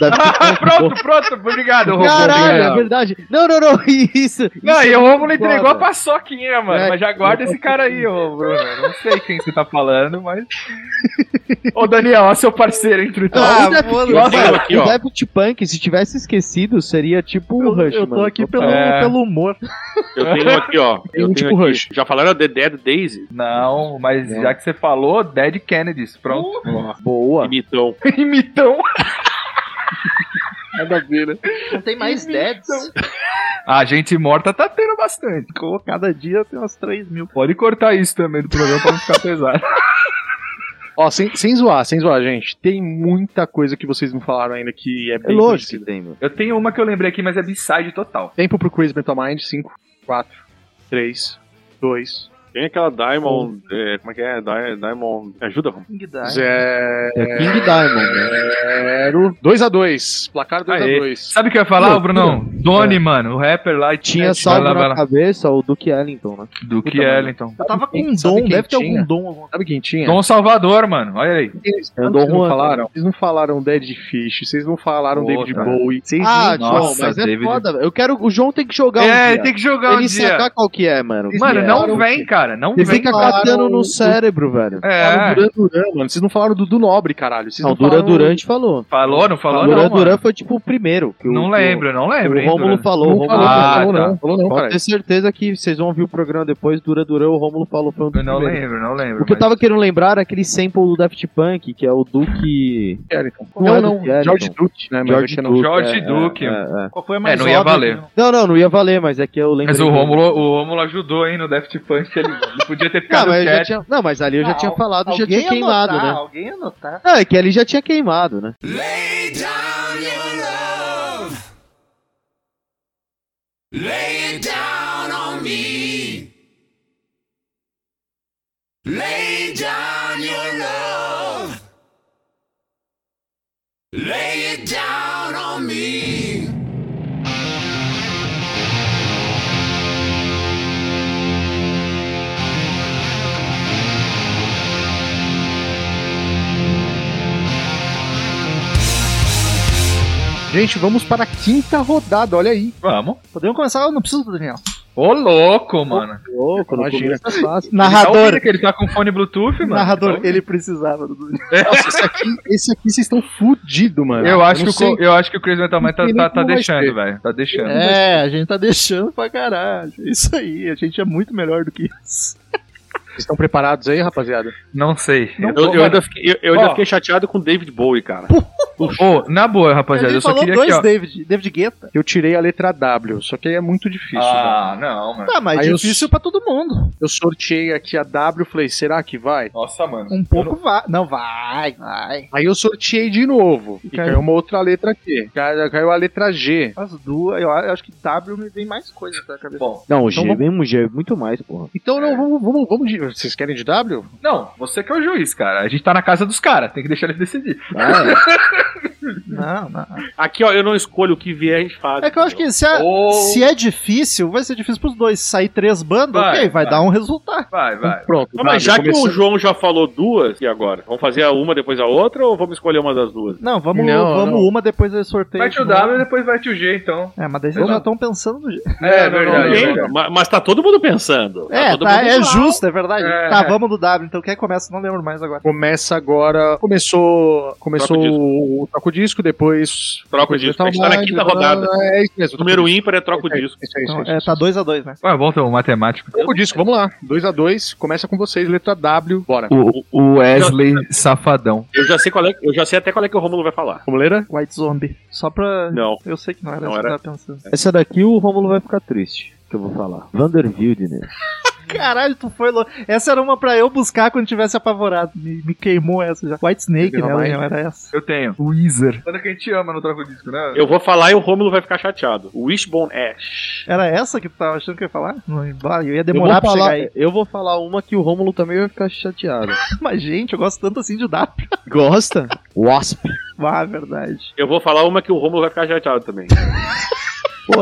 [SPEAKER 6] Daft
[SPEAKER 5] Ah,
[SPEAKER 6] Punk, pô.
[SPEAKER 5] pronto, pronto. Obrigado, Romulo.
[SPEAKER 6] Caralho, é
[SPEAKER 5] Obrigado.
[SPEAKER 6] verdade. Não, não, não. Isso.
[SPEAKER 5] Não, e o Romulo
[SPEAKER 6] Foda.
[SPEAKER 5] entregou a paçoquinha, mano.
[SPEAKER 6] É,
[SPEAKER 5] mas já guarda esse cara aí, ô Bruno. Eu Não sei quem você tá falando, mas. ô, Daniel, ó seu parceiro entre o
[SPEAKER 6] Ah,
[SPEAKER 5] tal.
[SPEAKER 6] foda-se.
[SPEAKER 3] Eu tenho aqui,
[SPEAKER 6] o
[SPEAKER 3] ó.
[SPEAKER 6] Daft Punk, se tivesse esquecido, seria tipo o
[SPEAKER 2] Eu,
[SPEAKER 6] Rush,
[SPEAKER 2] eu tô
[SPEAKER 6] mano.
[SPEAKER 2] aqui
[SPEAKER 6] Total.
[SPEAKER 2] pelo,
[SPEAKER 5] É.
[SPEAKER 2] pelo humor.
[SPEAKER 3] Eu tenho aqui, ó.
[SPEAKER 4] Tem um
[SPEAKER 3] Eu
[SPEAKER 4] tipo
[SPEAKER 3] tenho aqui.
[SPEAKER 4] Rush.
[SPEAKER 3] Já falaram The Dead Daisy?
[SPEAKER 5] Não, mas
[SPEAKER 2] É.
[SPEAKER 5] já que você falou, Dead Kennedys. Pronto.
[SPEAKER 6] Boa.
[SPEAKER 3] Imitão.
[SPEAKER 5] Imitão.
[SPEAKER 4] Nada a ver, né?
[SPEAKER 2] Não tem mais deads.
[SPEAKER 5] A gente morta tá tendo bastante.
[SPEAKER 2] Cada dia tem umas 3 mil.
[SPEAKER 5] Pode cortar isso também do programa pra não ficar pesado.
[SPEAKER 4] Ó, sem, sem zoar, sem zoar, gente. Tem muita coisa que vocês não falaram ainda que é
[SPEAKER 6] É
[SPEAKER 4] bem
[SPEAKER 6] lógico que
[SPEAKER 4] conhecida.
[SPEAKER 6] tem, mano.
[SPEAKER 5] Eu tenho uma que eu lembrei aqui, mas é b-side total.
[SPEAKER 4] Tempo pro Chris Metal Mind. 5, 4, 3, 2,
[SPEAKER 3] Tem aquela Diamond. é, como é que é? Di- Diamond. Me ajuda, Romulo.
[SPEAKER 2] King Diamond.
[SPEAKER 4] 0.
[SPEAKER 6] É King Diamond,
[SPEAKER 5] É.
[SPEAKER 6] né?
[SPEAKER 4] 2x2. Placar 2x2.
[SPEAKER 5] Sabe o que eu ia falar,
[SPEAKER 4] Loucura.
[SPEAKER 5] Brunão? Donnie, mano, o rapper lá.
[SPEAKER 6] É. Tinha
[SPEAKER 5] Vai
[SPEAKER 6] salvo
[SPEAKER 5] lá, vai
[SPEAKER 6] na
[SPEAKER 5] lá.
[SPEAKER 6] cabeça o Duke Ellington, né?
[SPEAKER 5] Do
[SPEAKER 4] Puta,
[SPEAKER 5] que
[SPEAKER 4] mano.
[SPEAKER 5] ela, então.
[SPEAKER 2] Eu tava com
[SPEAKER 4] Quem
[SPEAKER 2] um
[SPEAKER 4] sabe
[SPEAKER 2] dom,
[SPEAKER 4] quem
[SPEAKER 2] deve ter
[SPEAKER 4] tinha?
[SPEAKER 2] algum dom. alguma
[SPEAKER 4] Sabe quem tinha?
[SPEAKER 5] Dom Salvador, mano, olha aí.
[SPEAKER 4] Vocês
[SPEAKER 6] É,
[SPEAKER 4] não
[SPEAKER 6] Dom Juan.
[SPEAKER 4] falaram, vocês não falaram Dead Fish, vocês não falaram
[SPEAKER 5] Puta.
[SPEAKER 4] David Bowie. Vocês
[SPEAKER 6] Ah,
[SPEAKER 4] não-
[SPEAKER 5] Nossa,
[SPEAKER 6] João, mas é
[SPEAKER 5] David.
[SPEAKER 6] foda, velho. Eu quero. O João tem que jogar um
[SPEAKER 5] É,
[SPEAKER 6] dia.
[SPEAKER 5] tem que jogar
[SPEAKER 6] Ele
[SPEAKER 5] um dia.
[SPEAKER 6] sacar qual que é, mano.
[SPEAKER 5] Mano,
[SPEAKER 6] Que
[SPEAKER 5] não
[SPEAKER 6] é.
[SPEAKER 5] vem, cara, não
[SPEAKER 6] Ele
[SPEAKER 5] vem.
[SPEAKER 6] fica
[SPEAKER 4] falaram
[SPEAKER 6] catando no
[SPEAKER 4] do-
[SPEAKER 6] cérebro, velho.
[SPEAKER 5] É,
[SPEAKER 4] falaram Duran Duran, mano. Vocês não falaram do Dudu Nobre, caralho. Vocês
[SPEAKER 6] Não,
[SPEAKER 4] não,
[SPEAKER 6] o Duran
[SPEAKER 4] falaram-
[SPEAKER 6] Duran te falou.
[SPEAKER 5] falou, não falou,
[SPEAKER 6] O
[SPEAKER 5] não,
[SPEAKER 6] Duran
[SPEAKER 5] mano.
[SPEAKER 6] Duran foi tipo o primeiro. que o-
[SPEAKER 5] Não
[SPEAKER 6] que
[SPEAKER 5] lembro, não
[SPEAKER 6] O,
[SPEAKER 5] lembro.
[SPEAKER 6] o
[SPEAKER 5] hein,
[SPEAKER 6] Rômulo
[SPEAKER 5] Duran.
[SPEAKER 6] falou, né? o
[SPEAKER 4] Não
[SPEAKER 6] Rômulo
[SPEAKER 4] falou,
[SPEAKER 5] Ah,
[SPEAKER 4] não falou,
[SPEAKER 5] tá.
[SPEAKER 4] não. Falou não,
[SPEAKER 6] Pode
[SPEAKER 4] caralho.
[SPEAKER 6] ter certeza que vocês vão ouvir o programa depois, Dura Durão, o Rômulo falou foi um dos
[SPEAKER 5] Eu não
[SPEAKER 6] primeiros.
[SPEAKER 5] lembro, não lembro.
[SPEAKER 6] O que eu
[SPEAKER 5] mas-
[SPEAKER 6] tava querendo lembrar era aquele sample do Daft Punk, que é o Duke...
[SPEAKER 4] Ellington.
[SPEAKER 6] Não é
[SPEAKER 4] Não, não.
[SPEAKER 6] do Ellington.
[SPEAKER 4] George Duke, né? mas
[SPEAKER 6] George
[SPEAKER 4] é que não-
[SPEAKER 6] Duke.
[SPEAKER 5] George
[SPEAKER 6] é,
[SPEAKER 5] Duke.
[SPEAKER 6] é, é.
[SPEAKER 2] Qual foi a
[SPEAKER 5] É,
[SPEAKER 2] mais
[SPEAKER 5] não ia
[SPEAKER 2] óbvia
[SPEAKER 5] valer.
[SPEAKER 2] que não-
[SPEAKER 6] Não, não, não ia valer, mas é que eu lembro.
[SPEAKER 5] Mas o Rômulo, o Rômulo ajudou, hein, no Daft Punk. Ele, ele podia ter
[SPEAKER 6] Não,
[SPEAKER 5] ficado
[SPEAKER 6] Ah, mas, eu já
[SPEAKER 5] quieto.
[SPEAKER 6] tinha... não, mas ali eu já
[SPEAKER 2] Ah,
[SPEAKER 6] tinha falado, já
[SPEAKER 2] Alguém
[SPEAKER 6] tinha
[SPEAKER 2] ia
[SPEAKER 6] queimado,
[SPEAKER 2] anotar,
[SPEAKER 6] né?
[SPEAKER 2] Alguém ia anotar.
[SPEAKER 6] Ah, é que ali já tinha queimado, né?
[SPEAKER 1] Lay down your love. Lay it down on me. Lay down your love. Lay it down on me.
[SPEAKER 4] Gente, vamos para a quinta rodada, olha aí.
[SPEAKER 5] Vamos.
[SPEAKER 2] Podemos começar? Eu não preciso do Daniel.
[SPEAKER 5] Ô, louco, mano.
[SPEAKER 6] Louco, no
[SPEAKER 4] Imagina.
[SPEAKER 6] começo é fácil.
[SPEAKER 5] Ele tá ouvindo que ele tá com fone Bluetooth, mano. Então,
[SPEAKER 2] narrador, ele precisava do Daniel.
[SPEAKER 4] Nossa, esse aqui, esse aqui vocês estão fudidos, mano.
[SPEAKER 5] Eu acho,
[SPEAKER 4] não
[SPEAKER 5] que o,
[SPEAKER 4] sei.
[SPEAKER 5] co- eu acho que o Chris Metal Man tá,
[SPEAKER 4] sei nem
[SPEAKER 5] tá, tá
[SPEAKER 4] como vai ser.
[SPEAKER 5] deixando, velho. Tá deixando.
[SPEAKER 2] É, a gente tá deixando pra caralho. É Isso aí, a gente é muito melhor do que isso.
[SPEAKER 4] Vocês estão preparados aí, rapaziada?
[SPEAKER 5] Não sei.
[SPEAKER 2] Não
[SPEAKER 3] Eu, eu ainda, fiquei, eu- eu ainda
[SPEAKER 5] Ó.
[SPEAKER 3] fiquei chateado com David Bowie, cara.
[SPEAKER 5] Ô, na boa, rapaziada, eu
[SPEAKER 2] Ele
[SPEAKER 5] só
[SPEAKER 2] falou
[SPEAKER 5] queria
[SPEAKER 2] dois
[SPEAKER 5] aqui, ó.
[SPEAKER 2] David, David Guetta.
[SPEAKER 4] Eu tirei a letra W, só que aí é muito difícil.
[SPEAKER 5] Ah, não, mano.
[SPEAKER 2] Tá, mas
[SPEAKER 4] Aí eu-
[SPEAKER 2] difícil pra todo mundo.
[SPEAKER 4] velho. Eu sorteei aqui a W, falei, será que vai?
[SPEAKER 5] Nossa, mano.
[SPEAKER 2] Um pouco vai. Não, vai, vai.
[SPEAKER 4] Aí eu sorteei de novo. E caiu uma outra letra aqui. Cai- Caiu a letra G.
[SPEAKER 2] As duas, eu acho que W me vem mais coisa na cabeça. É.
[SPEAKER 5] Bom,
[SPEAKER 6] Não, o G,
[SPEAKER 4] vamos-
[SPEAKER 6] mesmo G, muito mais, porra.
[SPEAKER 4] Então, não, vamos, vamos, vamos de. Vocês querem de W?
[SPEAKER 5] não, você que é o juiz, cara. A gente tá na casa dos caras, tem que deixar eles decidir.
[SPEAKER 6] Ah,
[SPEAKER 2] Não, não.
[SPEAKER 3] Aqui, ó, eu não escolho o que vier, a gente faz.
[SPEAKER 2] É que eu acho que se é,
[SPEAKER 5] Ou-
[SPEAKER 2] se é difícil, vai ser difícil pros dois. Se sair três bandas,
[SPEAKER 5] Vai,
[SPEAKER 2] ok, vai,
[SPEAKER 5] vai.
[SPEAKER 2] dar um resultado.
[SPEAKER 5] Vai, vai.
[SPEAKER 4] Pronto,
[SPEAKER 3] Ah, mas já
[SPEAKER 4] nada,
[SPEAKER 3] que
[SPEAKER 4] começou-
[SPEAKER 3] o João já falou duas, e agora? Vamos fazer a uma depois a outra ou vamos escolher uma das duas?
[SPEAKER 2] Não, vamos,
[SPEAKER 4] Não,
[SPEAKER 2] vamos
[SPEAKER 4] não.
[SPEAKER 2] uma, depois eu sorteio.
[SPEAKER 5] Vai te
[SPEAKER 2] de
[SPEAKER 5] o
[SPEAKER 2] novo.
[SPEAKER 5] W e depois vai te o G, então.
[SPEAKER 2] É, mas daí vocês
[SPEAKER 5] Não.
[SPEAKER 2] já estão pensando no jeito.
[SPEAKER 5] É,
[SPEAKER 4] não,
[SPEAKER 3] Não,
[SPEAKER 5] verdade.
[SPEAKER 4] não,
[SPEAKER 3] bem,
[SPEAKER 5] verdade.
[SPEAKER 3] ma- mas tá todo mundo pensando.
[SPEAKER 4] Ah,
[SPEAKER 2] É,
[SPEAKER 3] todo
[SPEAKER 2] tá,
[SPEAKER 3] mundo
[SPEAKER 2] é
[SPEAKER 3] igual.
[SPEAKER 2] justo, é verdade.
[SPEAKER 5] É.
[SPEAKER 2] Tá, vamos do W, então quem começa? Não lembro mais agora.
[SPEAKER 4] Começa agora. Começou. Começou
[SPEAKER 3] Troca o
[SPEAKER 4] o troco disco, depois.
[SPEAKER 3] Troca o disco. A gente tá na quinta rodada.
[SPEAKER 4] É isso mesmo.
[SPEAKER 3] Número
[SPEAKER 4] um.
[SPEAKER 3] ímpar é troca o disco.
[SPEAKER 4] Isso aí, isso
[SPEAKER 2] Então,
[SPEAKER 4] aí.
[SPEAKER 2] é, tá 2x2, né?
[SPEAKER 5] Ué, Ah, volta o matemático.
[SPEAKER 4] Troca o disco, vamos lá. 2x2, começa com vocês, letra W, bora.
[SPEAKER 5] O, o Wesley Safadão.
[SPEAKER 3] Eu já sei qual é, eu já sei até qual é que o Romulo vai falar.
[SPEAKER 4] Vamos ler?
[SPEAKER 2] White Zombie. Só pra.
[SPEAKER 3] Não.
[SPEAKER 2] Eu sei que não era
[SPEAKER 3] Não
[SPEAKER 2] isso que eu
[SPEAKER 3] era.
[SPEAKER 2] tava pensando.
[SPEAKER 6] Essa daqui o Romulo vai ficar triste, que eu vou falar. Vanderbilt, né?
[SPEAKER 2] Caralho, tu foi louco. Essa era uma pra eu buscar quando tivesse apavorado. Me, me queimou essa já. White Snake, né?
[SPEAKER 4] Não, mas-
[SPEAKER 2] Não era essa.
[SPEAKER 5] Eu tenho.
[SPEAKER 2] Weezer.
[SPEAKER 5] Quando que a gente ama no troco disco, né?
[SPEAKER 3] Eu vou falar e o Romulo vai ficar chateado. Wishbone Ash.
[SPEAKER 2] Era essa que tu tava achando que eu ia falar? Não, eu ia demorar
[SPEAKER 6] eu,
[SPEAKER 2] pra
[SPEAKER 6] vou
[SPEAKER 2] chegar
[SPEAKER 6] falar,
[SPEAKER 2] aí.
[SPEAKER 6] eu vou falar uma que o Romulo também vai ficar chateado.
[SPEAKER 2] Mas, gente, eu gosto tanto assim de W.
[SPEAKER 6] Gosta? Wasp.
[SPEAKER 2] Ah, verdade.
[SPEAKER 3] Eu vou falar uma que o Romulo vai ficar chateado também.
[SPEAKER 6] Pô.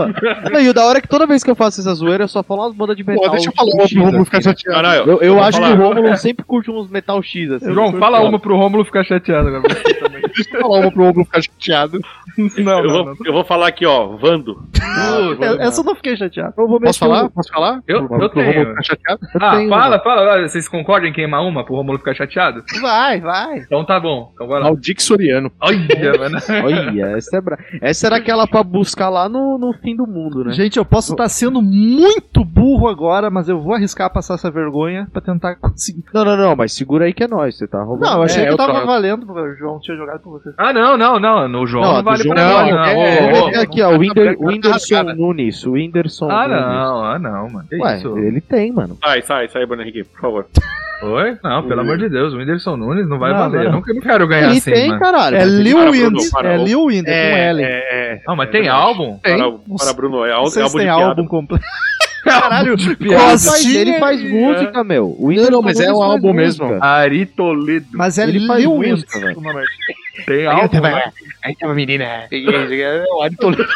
[SPEAKER 6] Não, e o da hora é que toda vez que eu faço essa zoeira, eu só falo as bandas de metal.
[SPEAKER 2] tá
[SPEAKER 4] Pô, deixa eu falar
[SPEAKER 6] X,
[SPEAKER 4] o Romulo
[SPEAKER 6] assim,
[SPEAKER 4] ficar chateado.
[SPEAKER 3] Caralho,
[SPEAKER 6] Eu, eu
[SPEAKER 3] Ah, vou
[SPEAKER 6] acho
[SPEAKER 3] falar.
[SPEAKER 6] que o Romulo sempre curte uns metal X, assim.
[SPEAKER 5] João, fala uma pro Rômulo ficar chateado agora.
[SPEAKER 4] Deixa eu falar uma pro Romulo ficar chateado.
[SPEAKER 5] Não,
[SPEAKER 3] Eu
[SPEAKER 5] não,
[SPEAKER 3] vou,
[SPEAKER 5] não.
[SPEAKER 3] eu vou falar aqui, ó, Vando.
[SPEAKER 2] Eu- essa eu não fiquei chateado.
[SPEAKER 6] Eu vou
[SPEAKER 4] Posso
[SPEAKER 6] meter
[SPEAKER 4] falar?
[SPEAKER 6] um-
[SPEAKER 4] Posso falar?
[SPEAKER 5] Eu- eu
[SPEAKER 4] Pro Romulo
[SPEAKER 5] tenho.
[SPEAKER 4] ficar chateado?
[SPEAKER 6] Eu
[SPEAKER 5] Ah,
[SPEAKER 6] tenho uma.
[SPEAKER 5] fala, fala. olha, Vocês concordam em queimar uma pro Rômulo ficar chateado?
[SPEAKER 2] Vai, vai.
[SPEAKER 5] Então tá bom. Então vai lá.
[SPEAKER 4] Maldic Soriano.
[SPEAKER 5] Olha, mano.
[SPEAKER 6] Olha, essa, é bra... essa era aquela pra buscar lá no, no fim do mundo, né?
[SPEAKER 2] Gente, eu posso estar sendo muito burro agora, mas eu vou arriscar passar essa vergonha pra tentar conseguir.
[SPEAKER 6] Não, não, não, mas segura aí que é nóis, você tá roubando.
[SPEAKER 2] Não, eu achei
[SPEAKER 4] É,
[SPEAKER 2] que
[SPEAKER 4] eu
[SPEAKER 2] tava
[SPEAKER 4] troco.
[SPEAKER 2] valendo, o João tinha jogado com você.
[SPEAKER 5] Ah, não, não, não. No João
[SPEAKER 6] Não,
[SPEAKER 5] não,
[SPEAKER 6] do
[SPEAKER 5] vale
[SPEAKER 6] João
[SPEAKER 5] pra
[SPEAKER 4] não,
[SPEAKER 5] nós, não. Ô,
[SPEAKER 4] é,
[SPEAKER 5] ô,
[SPEAKER 6] Vamos
[SPEAKER 5] ô.
[SPEAKER 6] ver aqui, ó, o Winder,
[SPEAKER 5] tá
[SPEAKER 6] Whindersson
[SPEAKER 5] rasgada.
[SPEAKER 6] Nunes, o Whindersson
[SPEAKER 5] Ah,
[SPEAKER 6] Nunes.
[SPEAKER 5] não, ah, não, mano. Que
[SPEAKER 6] Ué,
[SPEAKER 5] isso?
[SPEAKER 6] ele tem, mano.
[SPEAKER 3] Sai, sai, sai, Bruno Henrique, por favor.
[SPEAKER 5] Oi? Não, pelo amor de Deus, o Whindersson Nunes não vai
[SPEAKER 2] Não,
[SPEAKER 5] valer.
[SPEAKER 2] não.
[SPEAKER 5] Eu nunca- eu não quero ganhar
[SPEAKER 6] ele
[SPEAKER 5] assim,
[SPEAKER 6] tem,
[SPEAKER 5] mano.
[SPEAKER 6] caralho.
[SPEAKER 2] É Lil
[SPEAKER 3] para,
[SPEAKER 2] Wind,
[SPEAKER 3] Bruno, para,
[SPEAKER 2] é
[SPEAKER 3] ô.
[SPEAKER 2] Lil Wind, é com L.
[SPEAKER 4] É, é.
[SPEAKER 5] Não, mas tem álbum?
[SPEAKER 4] Tem.
[SPEAKER 3] Para, para Bruno, é
[SPEAKER 2] Não
[SPEAKER 3] álbum,
[SPEAKER 2] sei
[SPEAKER 3] é
[SPEAKER 2] se
[SPEAKER 3] álbum de
[SPEAKER 2] tem
[SPEAKER 3] piada.
[SPEAKER 2] álbum completo. Caralho,
[SPEAKER 6] Ele faz,
[SPEAKER 2] Costinha
[SPEAKER 6] ele
[SPEAKER 5] É.
[SPEAKER 6] faz
[SPEAKER 2] e-
[SPEAKER 6] música, meu. O
[SPEAKER 4] Não,
[SPEAKER 6] Whindersson
[SPEAKER 4] não, mas é
[SPEAKER 6] Nunes
[SPEAKER 4] um
[SPEAKER 6] faz
[SPEAKER 4] álbum
[SPEAKER 6] música.
[SPEAKER 4] mesmo.
[SPEAKER 5] Ari Toledo.
[SPEAKER 2] Mas é
[SPEAKER 6] Ele faz
[SPEAKER 2] Lil Wind.
[SPEAKER 6] música, velho.
[SPEAKER 5] Tem
[SPEAKER 4] Aí
[SPEAKER 5] álbum,
[SPEAKER 4] tem-
[SPEAKER 5] né?
[SPEAKER 4] Aí tem uma menina. É o Ari Toledo.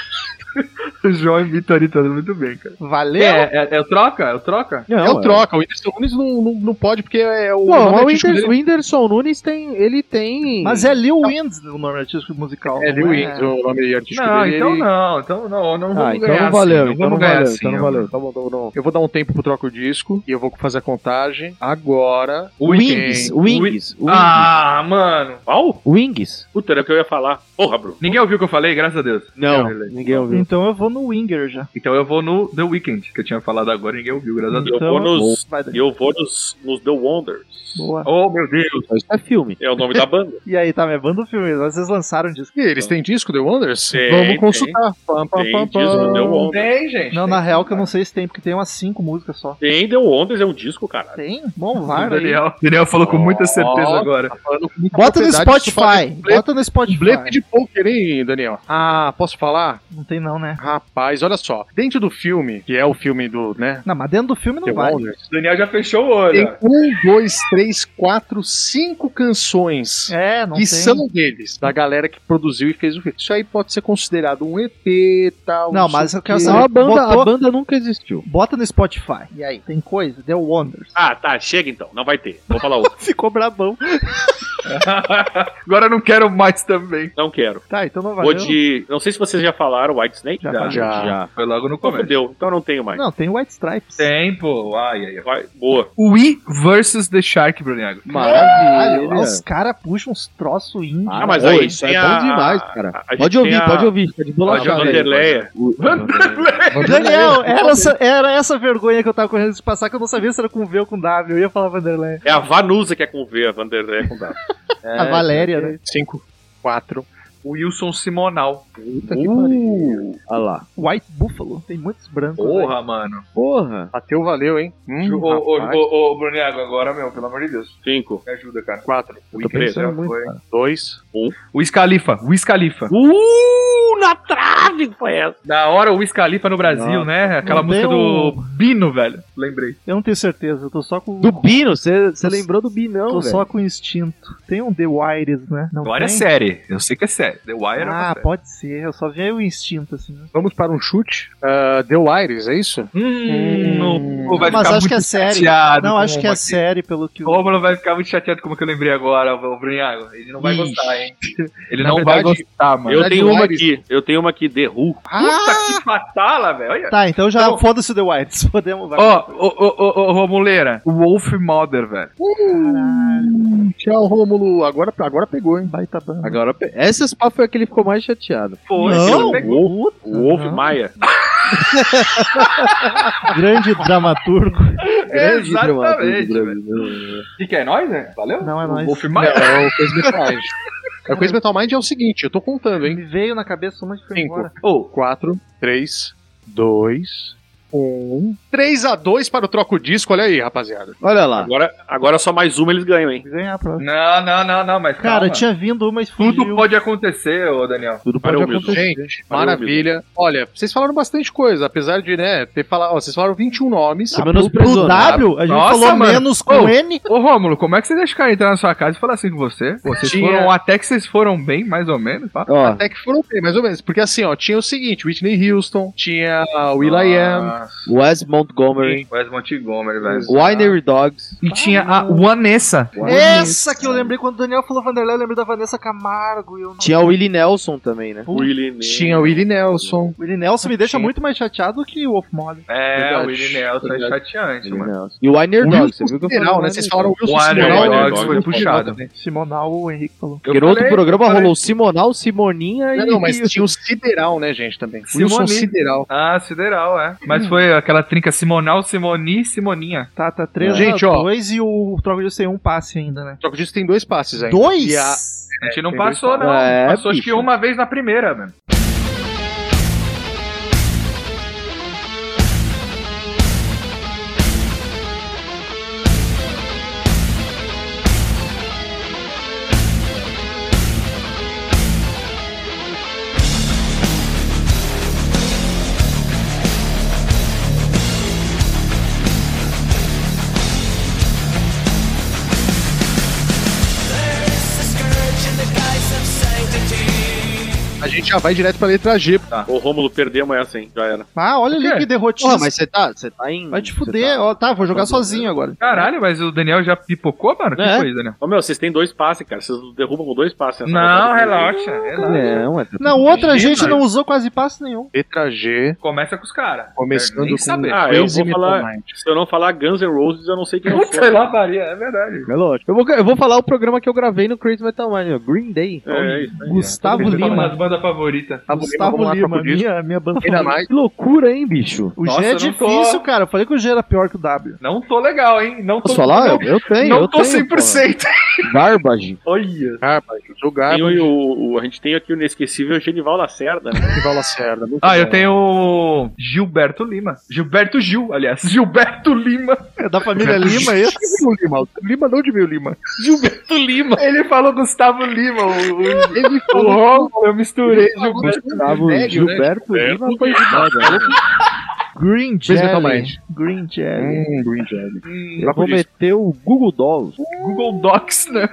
[SPEAKER 5] O João imita Ari Toledo muito bem, cara.
[SPEAKER 2] Valeu.
[SPEAKER 5] É, é, é o Troca? É o Troca?
[SPEAKER 6] Não,
[SPEAKER 4] É o
[SPEAKER 6] é.
[SPEAKER 4] troca. O Whindersson Nunes não, não, não pode porque é o.
[SPEAKER 6] Pô, mas
[SPEAKER 4] nome
[SPEAKER 6] o,
[SPEAKER 4] artístico
[SPEAKER 6] Whinder-
[SPEAKER 4] dele-
[SPEAKER 6] o Whindersson Nunes tem. Ele tem.
[SPEAKER 2] Mas é Lil Wind o nome artístico musical.
[SPEAKER 4] É,
[SPEAKER 2] não
[SPEAKER 4] Lil Whindersson, o nome artístico
[SPEAKER 5] Não,
[SPEAKER 4] dele.
[SPEAKER 5] então
[SPEAKER 4] ele-
[SPEAKER 5] não. Então não, não vamos
[SPEAKER 6] Ah, então
[SPEAKER 5] ganhar
[SPEAKER 6] não valeu,
[SPEAKER 5] assim.
[SPEAKER 6] então não
[SPEAKER 5] vamos ganhar
[SPEAKER 6] valeu,
[SPEAKER 5] assim,
[SPEAKER 6] então não
[SPEAKER 5] ó.
[SPEAKER 6] valeu. Tá bom, tá bom, tá bom.
[SPEAKER 4] Eu vou dar um tempo pro troco disco e eu vou fazer a contagem agora.
[SPEAKER 6] Wings, Wings, Wings.
[SPEAKER 5] Ah, mano.
[SPEAKER 3] Qual?
[SPEAKER 6] Wings?
[SPEAKER 3] Puta, era o que eu ia falar. Porra, Bruno.
[SPEAKER 5] Ninguém ouviu o que eu falei, graças a Deus.
[SPEAKER 6] Não,
[SPEAKER 5] Ninguém ouviu.
[SPEAKER 6] ninguém ouviu.
[SPEAKER 2] Então eu vou no Winger já.
[SPEAKER 5] Então eu vou no The Weeknd, que eu tinha falado agora, ninguém ouviu, graças a Deus.
[SPEAKER 3] Eu
[SPEAKER 2] Então-
[SPEAKER 3] vou nos.
[SPEAKER 2] Vai daí.
[SPEAKER 3] Eu vou nos, nos The Wonders.
[SPEAKER 2] Boa.
[SPEAKER 5] Oh, meu Deus.
[SPEAKER 6] Isso é filme.
[SPEAKER 3] É o nome da banda.
[SPEAKER 2] E aí, tá me levando o filme? Vocês lançaram disco.
[SPEAKER 4] E eles têm disco, The Wonders?
[SPEAKER 3] Tem,
[SPEAKER 4] Vamos
[SPEAKER 3] tem.
[SPEAKER 4] consultar. Pam, pam,
[SPEAKER 3] Tem
[SPEAKER 4] pam,
[SPEAKER 3] disco,
[SPEAKER 4] pam.
[SPEAKER 3] The Wonders.
[SPEAKER 5] Tem, gente.
[SPEAKER 2] Não, na real que eu não sei se tem, porque tem umas cinco músicas só.
[SPEAKER 3] Tem The Wonders, é um disco, cara.
[SPEAKER 2] Tem? Bom,
[SPEAKER 5] O
[SPEAKER 2] vai. aí.
[SPEAKER 5] Daniel, Daniel falou com muita certeza
[SPEAKER 4] Nossa.
[SPEAKER 5] agora.
[SPEAKER 4] Falando com muita
[SPEAKER 2] Bota no
[SPEAKER 4] propriedade, isso fala
[SPEAKER 2] Spotify.
[SPEAKER 4] de blefe- um
[SPEAKER 2] Bota no
[SPEAKER 4] Blefe
[SPEAKER 2] Spotify.
[SPEAKER 4] de poker, hein, Daniel? Ah, posso falar?
[SPEAKER 2] Não tem não, né?
[SPEAKER 4] Rapaz, olha só. Dentro do filme, que é o filme do, né?
[SPEAKER 2] Não, mas dentro do filme
[SPEAKER 5] um
[SPEAKER 4] The
[SPEAKER 2] não vale.
[SPEAKER 4] Wonders.
[SPEAKER 5] O Daniel já fechou o olho.
[SPEAKER 4] Tem
[SPEAKER 5] ó.
[SPEAKER 4] um, dois, três, quatro, cinco canções
[SPEAKER 2] É, não
[SPEAKER 4] que
[SPEAKER 2] tem.
[SPEAKER 4] são deles, da galera que produziu e fez o filme. Isso aí pode ser considerado um EP, tal.
[SPEAKER 2] Não,
[SPEAKER 4] sei
[SPEAKER 2] mas
[SPEAKER 4] o
[SPEAKER 2] eu quero
[SPEAKER 4] quê.
[SPEAKER 2] saber-
[SPEAKER 6] Não, a banda,
[SPEAKER 2] botou-
[SPEAKER 6] a banda nunca existiu.
[SPEAKER 2] Bota no Spotify. E aí? Tem coisa? The Wonders.
[SPEAKER 3] Ah, tá, chega então. Não vai ter. Vou falar outro.
[SPEAKER 2] Ficou brabão.
[SPEAKER 5] Agora eu não quero mais também.
[SPEAKER 3] Não quero.
[SPEAKER 2] Tá, então não
[SPEAKER 3] Vou
[SPEAKER 2] valeu.
[SPEAKER 3] de. Não sei se vocês já falaram White Snake.
[SPEAKER 2] Já,
[SPEAKER 5] Já,
[SPEAKER 4] Já.
[SPEAKER 5] Foi logo no
[SPEAKER 3] Então
[SPEAKER 5] começo.
[SPEAKER 3] fodeu. Então não tenho mais.
[SPEAKER 2] Não, tem White Stripes.
[SPEAKER 5] Tem, pô. Ai, ai, ai.
[SPEAKER 3] Vai, boa.
[SPEAKER 5] We versus The Shark, Bruniago.
[SPEAKER 2] Caralho, lá os
[SPEAKER 6] Maravilha.
[SPEAKER 2] caras puxam uns troços índios.
[SPEAKER 3] Ah, mas aí
[SPEAKER 6] isso é
[SPEAKER 3] tem a-
[SPEAKER 6] bom demais, cara.
[SPEAKER 3] a- a gente
[SPEAKER 6] pode ouvir,
[SPEAKER 3] tem a-
[SPEAKER 6] pode ouvir. Fica de bola
[SPEAKER 5] Pode
[SPEAKER 3] Olha,
[SPEAKER 5] Já,
[SPEAKER 3] a
[SPEAKER 5] ouvir.
[SPEAKER 3] Vanderleia.
[SPEAKER 2] Daniel, era essa, era essa vergonha que eu tava correndo de passar, que eu não sabia se era com V ou com W. Eu ia falar Vanderlei.
[SPEAKER 3] É a Vanusa que é com V, a Vanderleia é com W.
[SPEAKER 2] a Valéria, né?
[SPEAKER 4] Cinco, quatro.
[SPEAKER 5] O Wilson Simonal.
[SPEAKER 6] Uh, olha lá.
[SPEAKER 2] White Buffalo. Tem muitos brancos. né?
[SPEAKER 5] Porra, mano.
[SPEAKER 6] Porra.
[SPEAKER 4] Bateu, valeu, hein?
[SPEAKER 5] Ô,
[SPEAKER 4] Hum,
[SPEAKER 5] ô,
[SPEAKER 4] rapaz.
[SPEAKER 5] ô, ô, Bruniago, agora, meu, pelo amor de Deus.
[SPEAKER 3] Cinco.
[SPEAKER 5] Me ajuda, cara.
[SPEAKER 4] Quatro,
[SPEAKER 3] né? Eu tô pensando
[SPEAKER 5] Já foi.
[SPEAKER 4] dois.
[SPEAKER 5] O Scalifa, o Scalifa.
[SPEAKER 3] Uh, na trave foi essa.
[SPEAKER 5] Da hora o Scalifa no Brasil,
[SPEAKER 6] Nossa.
[SPEAKER 5] né? Aquela
[SPEAKER 2] Não
[SPEAKER 5] música
[SPEAKER 2] tem
[SPEAKER 5] do Bino, velho. Lembrei.
[SPEAKER 2] Eu não tenho certeza, eu tô só com.
[SPEAKER 6] Do Bino, você
[SPEAKER 2] Tô-
[SPEAKER 6] lembrou do
[SPEAKER 2] tô
[SPEAKER 6] Binão, velho.
[SPEAKER 2] só com instinto. Tem um The Wires, né? Não
[SPEAKER 5] Agora é
[SPEAKER 2] tem?
[SPEAKER 5] série. Eu sei que é café. The Wire é
[SPEAKER 2] Ah,
[SPEAKER 5] café.
[SPEAKER 2] pode ser. Eu só vi o instinto, assim.
[SPEAKER 4] Vamos para um chute. Ah, The Wires, é isso?
[SPEAKER 5] Hum, não. Pô, vai
[SPEAKER 2] Mas
[SPEAKER 5] ficar
[SPEAKER 2] acho que é
[SPEAKER 5] muito
[SPEAKER 2] série.
[SPEAKER 5] chateado
[SPEAKER 2] Não,
[SPEAKER 5] com
[SPEAKER 2] acho que é
[SPEAKER 5] uma-
[SPEAKER 2] série, pelo que...
[SPEAKER 5] O Romulo vai ficar muito chateado como que eu lembrei agora, o Brunhago. Ele não vai
[SPEAKER 4] Ixi.
[SPEAKER 5] gostar, hein? Ele
[SPEAKER 4] Na
[SPEAKER 5] não vai
[SPEAKER 4] verdade,
[SPEAKER 5] gostar, mano.
[SPEAKER 4] Mas
[SPEAKER 3] Eu tenho
[SPEAKER 4] é
[SPEAKER 3] uma
[SPEAKER 4] do
[SPEAKER 3] aqui, eu tenho uma aqui, The Who.
[SPEAKER 5] Puta que fatala, velho. Olha.
[SPEAKER 2] Tá, então já
[SPEAKER 5] Então-
[SPEAKER 2] foda-se o The Wilds. Podemos... vai.
[SPEAKER 5] Ó, ô, ô, ô, ô, Romuleira, o Wolf Mother, velho.
[SPEAKER 4] Tchau, Rômulo. Agora, agora pegou, hein?
[SPEAKER 2] Baita banda.
[SPEAKER 6] Agora, pe- essa spa foi a que ele ficou mais chateado.
[SPEAKER 5] Foi,
[SPEAKER 2] Não.
[SPEAKER 5] pegou.
[SPEAKER 3] Wolf, Wolf
[SPEAKER 2] Não.
[SPEAKER 3] Maia.
[SPEAKER 2] Grande dramaturgo.
[SPEAKER 5] é
[SPEAKER 6] Grande dramaturgo
[SPEAKER 5] Exatamente. velho.
[SPEAKER 6] brasileiro.
[SPEAKER 5] O que, que é nós, né? Valeu?
[SPEAKER 2] Não, é
[SPEAKER 5] o
[SPEAKER 2] nóis.
[SPEAKER 5] Wolf
[SPEAKER 4] Não,
[SPEAKER 5] Mother.
[SPEAKER 4] é o Crazy Metal Mind. É o Crazy Metal Mind é o seguinte, eu tô contando, hein?
[SPEAKER 2] Me veio na cabeça uma de foi
[SPEAKER 4] Cinco.
[SPEAKER 2] embora.
[SPEAKER 4] Ou 4, 3, 2, 1. 3 um. a 2 para o troco disco, olha aí, rapaziada.
[SPEAKER 6] Olha lá.
[SPEAKER 3] Agora, agora só mais uma eles ganham, hein?
[SPEAKER 2] Ganhar a próxima.
[SPEAKER 5] Não, não, não, não, mas
[SPEAKER 2] Cara,
[SPEAKER 5] calma.
[SPEAKER 2] tinha vindo uma e
[SPEAKER 5] Tudo
[SPEAKER 2] fugiu.
[SPEAKER 5] pode acontecer, ô Daniel.
[SPEAKER 6] Tudo pode
[SPEAKER 3] Valeu, Milton.
[SPEAKER 6] acontecer.
[SPEAKER 4] Gente,
[SPEAKER 3] Valeu,
[SPEAKER 4] maravilha. Olha, vocês falaram bastante coisa, apesar de, né, ter falado. Ó, vocês falaram 21 nomes.
[SPEAKER 6] Ah,
[SPEAKER 2] Menos pro
[SPEAKER 6] Prisonado.
[SPEAKER 2] W, a gente
[SPEAKER 5] Nossa,
[SPEAKER 2] falou
[SPEAKER 5] mano.
[SPEAKER 2] menos com
[SPEAKER 5] Ô.
[SPEAKER 2] N.
[SPEAKER 5] Ô Rômulo, como é que vocês deixaram entrar na sua casa e falar assim com você? Pô, vocês
[SPEAKER 4] Tinha-
[SPEAKER 5] foram, até que vocês foram bem, mais ou menos, tá?
[SPEAKER 6] Ó,
[SPEAKER 4] Até que foram bem, mais ou menos. Porque assim, ó, tinha o seguinte: Whitney Houston, tinha o Will.i.am,
[SPEAKER 6] Wes Montgomery,
[SPEAKER 5] Ah, Wes Montgomery, velho.
[SPEAKER 6] Winery Dogs.
[SPEAKER 5] E tinha a Vanessa.
[SPEAKER 2] Essa que eu lembrei quando o Daniel falou Vanderlei, eu lembrei da Vanessa Camargo. E eu não...
[SPEAKER 6] Tinha o Willie Nelson também, né?
[SPEAKER 3] Willie Nelson.
[SPEAKER 4] tinha o Willie Nelson.
[SPEAKER 2] O Willie Nelson me deixa
[SPEAKER 4] Tinha.
[SPEAKER 2] muito mais chateado que o Wolf Molly.
[SPEAKER 5] É,
[SPEAKER 4] Verdade.
[SPEAKER 5] o Willie Nelson é
[SPEAKER 4] Verdade.
[SPEAKER 5] chateante,
[SPEAKER 6] Willie
[SPEAKER 5] mano.
[SPEAKER 6] Nelson. E o Winery
[SPEAKER 4] O
[SPEAKER 6] Dogs,
[SPEAKER 4] Wilson
[SPEAKER 6] você viu que eu
[SPEAKER 4] Simonal,
[SPEAKER 6] falei?
[SPEAKER 4] né? Vocês falaram o
[SPEAKER 5] O
[SPEAKER 4] Wilson
[SPEAKER 5] Warner
[SPEAKER 4] Simonal.
[SPEAKER 3] Dogs
[SPEAKER 5] Dogs foi
[SPEAKER 3] foi
[SPEAKER 5] puxado. né?
[SPEAKER 2] Simonal, o Henrique falou.
[SPEAKER 6] Porque no outro programa rolou o Simonal, Simoninha e.
[SPEAKER 4] Não, mas tinha o Sideral, né, gente, também. Wilson
[SPEAKER 5] Simoni.
[SPEAKER 4] Sideral.
[SPEAKER 5] Ah, sideral, é. Mas foi aquela trinca Simonal, Simoni, Simoninha. É,
[SPEAKER 2] Tá, tá 3
[SPEAKER 4] Gente, ó.
[SPEAKER 2] 2 e o Troca de tem um passe ainda, né?
[SPEAKER 4] Só que disso tem dois passes ainda.
[SPEAKER 2] Dois?
[SPEAKER 4] E a-
[SPEAKER 5] A gente não
[SPEAKER 4] tem
[SPEAKER 5] passou,
[SPEAKER 4] dois
[SPEAKER 5] não.
[SPEAKER 6] fatos. É,
[SPEAKER 5] passou acho
[SPEAKER 6] bicho.
[SPEAKER 5] que uma vez na primeira, mano.
[SPEAKER 4] A gente já vai direto pra letra G.
[SPEAKER 3] Ô, Rômulo, perdemos essa, hein? Já era.
[SPEAKER 2] Ah, olha
[SPEAKER 5] quê?
[SPEAKER 2] ali que derrotismo.
[SPEAKER 6] Porra, mas você tá, você tá em.
[SPEAKER 2] Vai te
[SPEAKER 6] você
[SPEAKER 2] fuder.
[SPEAKER 6] tá-
[SPEAKER 2] Ó, tá, vou jogar sozinho agora.
[SPEAKER 5] Caralho, mas o Daniel já pipocou, mano? Que
[SPEAKER 6] É.
[SPEAKER 5] foi, Daniel?
[SPEAKER 3] Ô, meu, vocês têm dois passes, cara. Vocês derrubam com dois passes. né? Tá nessa
[SPEAKER 5] Não,
[SPEAKER 3] rodada.
[SPEAKER 5] relaxa, relaxa.
[SPEAKER 6] Não, é.
[SPEAKER 2] Não, outra
[SPEAKER 5] Imagina.
[SPEAKER 2] gente não usou quase passe nenhum.
[SPEAKER 4] Letra G,
[SPEAKER 5] Começa com os caras.
[SPEAKER 4] começando
[SPEAKER 5] Nem
[SPEAKER 4] com um.
[SPEAKER 5] saber.
[SPEAKER 3] Ah, eu vou
[SPEAKER 4] Metal
[SPEAKER 3] falar-
[SPEAKER 4] Mind.
[SPEAKER 3] Se eu não falar Guns N' Roses, eu não sei quem eu sou.
[SPEAKER 5] Puta lá, Maria, é verdade.
[SPEAKER 6] É lógico. Eu vou, eu vou falar o programa que eu gravei no Crazy Metal Mind, ó, Green Day.
[SPEAKER 3] É, isso aí.
[SPEAKER 2] Gustavo
[SPEAKER 5] Você fala
[SPEAKER 2] Lima.
[SPEAKER 5] das bandas favoritas.
[SPEAKER 4] Tá, vamos
[SPEAKER 2] Gustavo
[SPEAKER 4] lá,
[SPEAKER 2] Lima,
[SPEAKER 4] troco disco.
[SPEAKER 2] minha, minha banda
[SPEAKER 4] Ainda
[SPEAKER 2] favorita.
[SPEAKER 4] mais.
[SPEAKER 6] Que loucura, hein, bicho?
[SPEAKER 2] O
[SPEAKER 5] Nossa,
[SPEAKER 2] G é
[SPEAKER 5] eu não tô-
[SPEAKER 2] difícil, cara. Eu falei que o G era pior que o W.
[SPEAKER 5] Não tô legal, hein? Não tô
[SPEAKER 6] Posso falar?
[SPEAKER 5] Não,
[SPEAKER 6] Eu, eu tenho.
[SPEAKER 5] não
[SPEAKER 6] eu
[SPEAKER 5] tô
[SPEAKER 6] tenho,
[SPEAKER 5] 100%.
[SPEAKER 6] pô. Garbage.
[SPEAKER 3] Olha.
[SPEAKER 4] né? Ah, mas o
[SPEAKER 3] Tem
[SPEAKER 4] Garbage,
[SPEAKER 3] o, o- o- a gente tem aqui o inesquecível Genival Lacerda, né?
[SPEAKER 4] Rival Lacerda. muito
[SPEAKER 5] Ah, eu
[SPEAKER 4] bom.
[SPEAKER 5] tenho o Gilberto Lima. Gilberto Gil, aliás. Gilberto Lima.
[SPEAKER 2] É da família Lima esse?
[SPEAKER 4] O Lima, o Lima não de mil Lima.
[SPEAKER 5] Gilberto Lima. Ele falou Gustavo Lima. O, o,
[SPEAKER 4] Ele
[SPEAKER 5] o Rômulo, eu misturei Gilberto
[SPEAKER 6] Gustavo
[SPEAKER 4] Velho, né?
[SPEAKER 6] Gilberto
[SPEAKER 5] É,
[SPEAKER 6] Lima foi de moda. né?
[SPEAKER 2] Green
[SPEAKER 4] Crazy Metal
[SPEAKER 2] Jelly.
[SPEAKER 4] Mind.
[SPEAKER 2] Green Jelly. é
[SPEAKER 4] Hum, Green Jelly.
[SPEAKER 6] Eu vou meter o Google Dolls.
[SPEAKER 5] Google Docs, né?